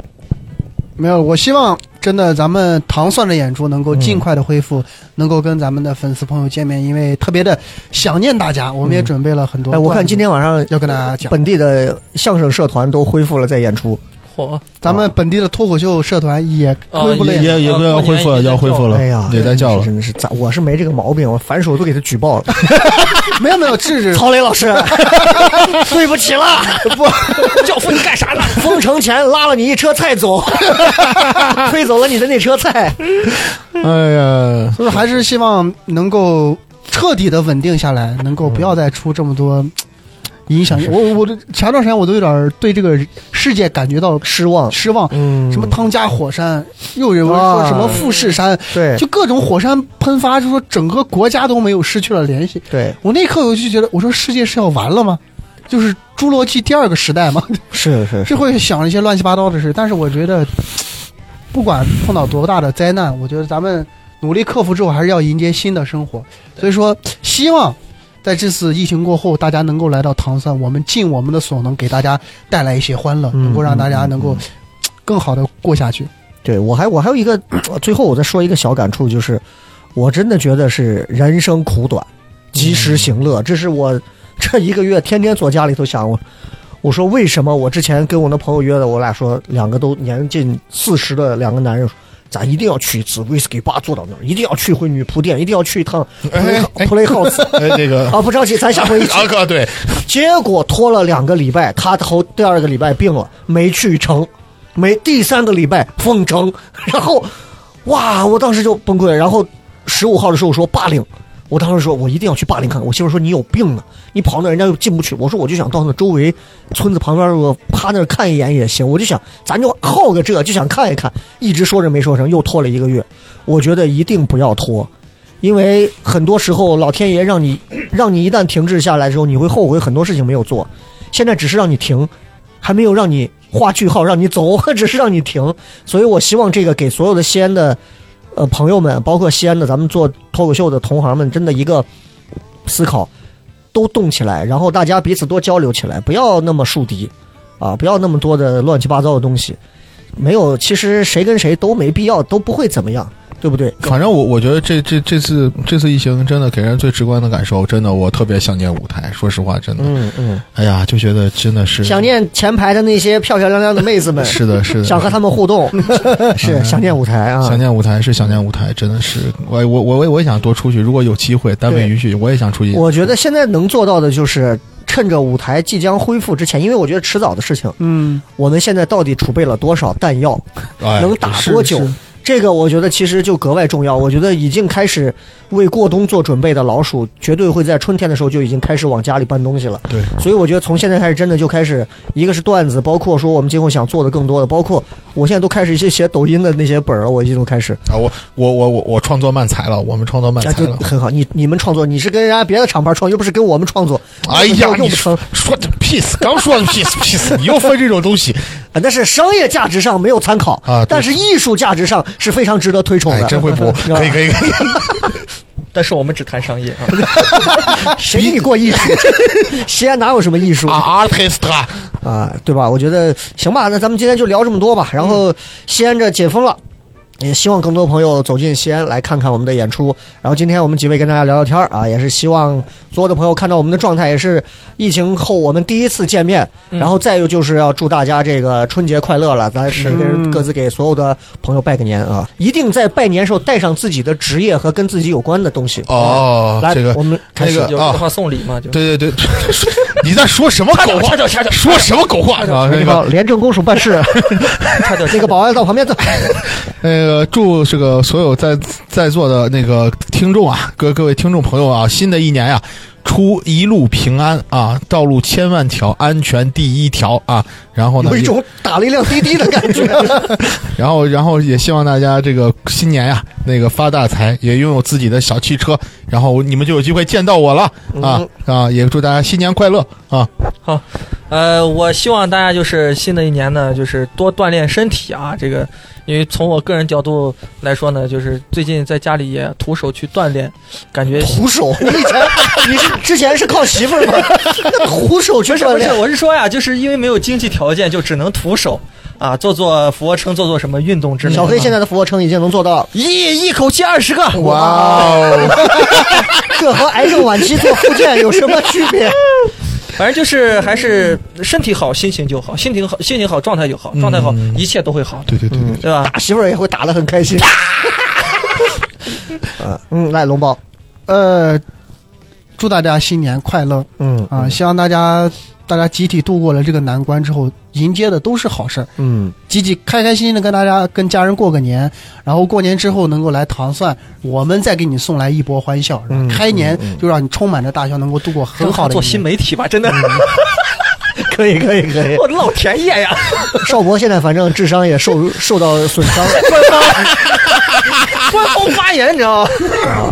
Speaker 3: 没有，我希望真的咱们糖蒜的演出能够尽快的恢
Speaker 1: 嗯
Speaker 3: 复，能够跟咱们的粉丝朋友见面，因为特别的想念大家，我们也准备了很多
Speaker 1: 哎，
Speaker 3: 段子。
Speaker 1: 我看今天晚上
Speaker 3: 要跟大家讲，
Speaker 1: 本地的相声社团都恢复了在演出，
Speaker 2: 嚯，
Speaker 3: 咱们本地的脱口秀社团也
Speaker 1: 啊
Speaker 3: 恢复了
Speaker 2: 对啊
Speaker 4: 也
Speaker 3: 演出。
Speaker 4: 也也要恢复了，要恢复了，
Speaker 1: 哎呀，
Speaker 4: 也在叫了。
Speaker 1: 真的是咋？我是没这个毛病，我反手都给他举报了。
Speaker 3: 没有没有，这是
Speaker 1: 曹磊老师， 对不起了， 不，
Speaker 2: 教父你干啥呢？
Speaker 1: 封城前拉了你一车菜走， 推走了你的那车菜。
Speaker 4: 哎呀，
Speaker 3: 所以还是希望能够彻底的稳定下来，能够不要再出这么多影响。我我这前段时间我都有点对这个世界感觉到
Speaker 1: 失望，
Speaker 3: 失望，
Speaker 1: 嗯
Speaker 3: 什么汤加火山，又有人说
Speaker 1: 啊
Speaker 3: 什么富士山，
Speaker 1: 对
Speaker 3: 就各种火山喷发，就说整个国家都没有失去了联系。
Speaker 1: 对，
Speaker 3: 我那一刻我就觉得，我说世界是要完了吗？就是侏罗纪第二个时代嘛，
Speaker 1: 是是
Speaker 3: 是会想一些乱七八糟的事。但是我觉得，不管碰到多大的灾难，我觉得咱们努力克服之后，还是要迎接新的生活。所以说，希望在这次疫情过后，大家能够来到唐山，我们尽我们的所能给大家带来一些欢乐，
Speaker 1: 嗯
Speaker 3: 能够让大家能够更好的过下去。
Speaker 1: 对我还我还有一个，最后我再说一个小感触，就是我真的觉得是人生苦短，及时行乐。这是我这一个月天天坐家里头想我，我说为什么我之前跟我那朋友约的，我俩说两个都年近四十的两个男人。咱一定要去一次 whisky bar 坐到那儿，一定要去回女仆店，一定要去一趟 play
Speaker 4: 哎哎
Speaker 1: play house
Speaker 4: 哎，这个
Speaker 1: 啊！不着急，咱下回一起
Speaker 4: 阿。哥对，
Speaker 1: 结果拖了两个礼拜，他头第二个礼拜病了，没去成，没第三个礼拜封城，然后，哇，我当时就崩溃。然后十五号的时候说霸凌，我当时说我一定要去霸凌看看。我媳妇说你有病呢，你跑那人家又进不去。我说我就想到那周围村子旁边，我趴那儿看一眼也行。我就想咱就好个这，就想看一看，一直说着没说成，又拖了一个月。我觉得一定不要拖。因为很多时候老天爷让你， 让你一旦停滞下来之后，你会后悔很多事情没有做。现在只是让你停，还没有让你画句号，让你走， 只是让你停。所以我希望这个给所有的西安的呃朋友们，包括西安的咱们做脱口秀的同行们，真的一个思考，都动起来，然后大家彼此多交流起来，不要那么树敌啊，不要那么多的乱七八糟的东西。没有，其实谁跟谁都没必要，都不会怎么样，对不对？
Speaker 4: 反正我我觉得这这这次这次疫情真的给人最直观的感受，真的我特别想念舞台，说实话，真的，
Speaker 1: 嗯嗯。
Speaker 4: 哎呀，就觉得真的是
Speaker 1: 想念前排的那些漂漂亮亮的妹子们，
Speaker 4: 是的，是的，
Speaker 1: 想和他们互 动，是想念舞台啊
Speaker 4: 想。念舞台是想念舞台，真的是我我我我我也想多出去，如果有机会，单位
Speaker 1: 对
Speaker 4: 允许，我也想出去。
Speaker 1: 我觉得现在能做到的就是趁着舞台即将恢复之前，因为我觉得迟早的事情，
Speaker 3: 嗯，
Speaker 1: 我们现在到底储备了多少弹药，
Speaker 4: 哎
Speaker 1: 能打
Speaker 4: 是
Speaker 1: 多久？这个我觉得其实就格外重要。我觉得已经开始为过冬做准备的老鼠，绝对会在春天的时候就已经开始往家里搬东西了。
Speaker 4: 对，
Speaker 1: 所以我觉得从现在开始，真的就开始，一个是段子，包括说我们今后想做的更多的，包括我现在都开始一些写抖音的那些本儿，我已经都开始，
Speaker 4: 啊，我我我我我创作慢才了，我们创作慢
Speaker 1: 那
Speaker 4: 才
Speaker 1: 就
Speaker 4: 啊了。
Speaker 1: 很好。你你们创作，你是跟人家别的厂牌创，又不是跟我们创作，
Speaker 4: 哎
Speaker 1: 那，
Speaker 4: 呀
Speaker 1: 就
Speaker 4: 你
Speaker 1: 用不成
Speaker 4: 说。说的 peace，刚说的 peace peace，你又分这种 东西，
Speaker 1: 啊但是商业价值上没有参考
Speaker 4: 啊对
Speaker 1: 但是艺术价值上是非常值得推崇
Speaker 4: 哎，
Speaker 1: 的。
Speaker 4: 真会播，
Speaker 1: 是吧
Speaker 4: 可以可以可以。
Speaker 2: 但是我们只谈商业啊。
Speaker 1: 谁给你过艺术？ 西安哪有什么艺术
Speaker 4: 啊，artist 啊，
Speaker 1: 啊，对吧？我觉得行吧，那咱们今天就聊这么多吧。然后
Speaker 4: 嗯
Speaker 1: 西安这解封了。也希望更多朋友走进西安来看看我们的演出。然后今天我们几位跟大家聊聊天儿啊，也是希望所有的朋友看到我们的状态，也是疫情后我们第一次见面。
Speaker 4: 嗯
Speaker 1: 然后再有就是要祝大家这个春节快乐了，咱每个人各自给所有的朋友拜个年啊！一定在拜年时候带上自己的职业和跟自己有关的东西。
Speaker 4: 哦
Speaker 1: 来，
Speaker 4: 这个
Speaker 1: 我们开始
Speaker 4: 那
Speaker 2: 有
Speaker 4: 个啊
Speaker 2: 的话送礼嘛，就
Speaker 4: 对对对， 你在说什么狗话
Speaker 2: 掐？掉掐掉掐掉
Speaker 4: 说什么狗话啊？
Speaker 1: 那
Speaker 4: 那
Speaker 1: 个
Speaker 4: 个
Speaker 1: 廉政公署办事，
Speaker 2: 差点
Speaker 1: 那个保安到旁边走。
Speaker 4: 那个，祝这个所有在在座的那个听众啊，各各位听众朋友啊，新的一年呀、出一路平安啊，道路千万条，安全第一条啊。然后呢
Speaker 1: 有，一种打了一辆滴滴的感觉。
Speaker 4: 然后然后也希望大家这个新年呀、那个发大财，也拥有自己的小汽车，然后你们就有机会见到我了啊啊！也祝大家新年快乐啊！
Speaker 2: 呃，我希望大家就是新的一年呢，就是多锻炼身体啊。这个，因为从我个人角度来说呢，就是最近在家里也徒手去锻炼，感觉
Speaker 1: 徒 手，你以前你是之前是靠媳妇儿吗？ 那徒手去
Speaker 2: 不是
Speaker 1: 锻
Speaker 2: 不是，
Speaker 1: 炼，
Speaker 2: 我是说呀，就是因为没有经济条件，就只能徒手啊，做做俯卧撑，做做什么运动之类的。
Speaker 1: 小黑现在的俯卧撑已经能做到
Speaker 2: 一一口气二十个，
Speaker 4: 哇哦，
Speaker 1: 这和癌症晚期做复健有什么区别？
Speaker 2: 反正就是还是身体好，心情就好，心情好，心情好，状态就好，状态好，
Speaker 4: 嗯
Speaker 2: 一切都会好的，
Speaker 4: 对对对对。
Speaker 2: 对吧？
Speaker 1: 打媳妇儿也会打得很开 心。啊，嗯，来龙包，
Speaker 3: 呃，祝大家新年快乐。
Speaker 1: 嗯
Speaker 3: 啊，希望大家大家集体度过了这个难关之后，迎接的都是好事儿，
Speaker 1: 嗯，
Speaker 3: 集体开开心心的跟大家跟家人过个年，然后过年之后能够来糖蒜，我们再给你送来一波欢笑，
Speaker 1: 嗯
Speaker 3: 开年就让你充满着大笑，能够度过很好的
Speaker 2: 做
Speaker 3: 一
Speaker 2: 新
Speaker 3: 年。
Speaker 2: 媒体吧，真的，
Speaker 1: 可以可以可 以。
Speaker 2: 我老田业呀。
Speaker 1: 邵博现在反正智商也受受到损伤。
Speaker 2: 官方发言，你知道吗？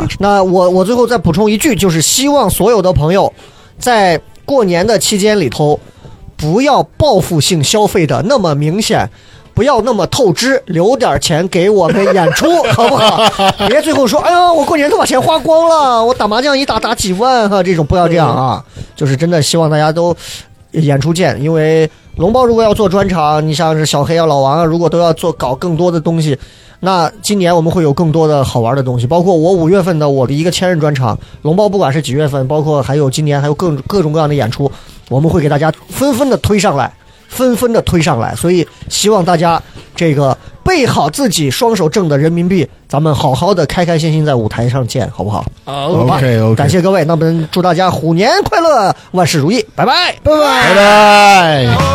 Speaker 1: 那我我最后再补充一句，就是希望所有的朋友在过年的期间里头，不要报复性消费的那么明显。不要那么透支，留点钱给我们演出，好不好？别最后说，哎呀，我过年都把钱花光了，我打麻将一打打几万哈，这种不要这样啊！就是真的希望大家都演出见，因为龙包如果要做专场，你像是小黑啊、老王啊，如果都要做搞更多的东西，那今年我们会有更多的好玩的东西，包括我五月份的我的一个千人专场，龙包不管是几月份，包括还有今年还有各各种各样的演出，我们会给大家纷纷的推上来。纷纷的推上来，所以希望大家这个备好自己双手挣的人民币，咱们好好的开开心心在舞台上见，好不好？
Speaker 2: 啊，
Speaker 1: 好吧
Speaker 4: OK，OK
Speaker 1: 感谢各位，那我们祝大家虎年快乐，万事如意，拜拜，拜拜。
Speaker 4: 拜拜。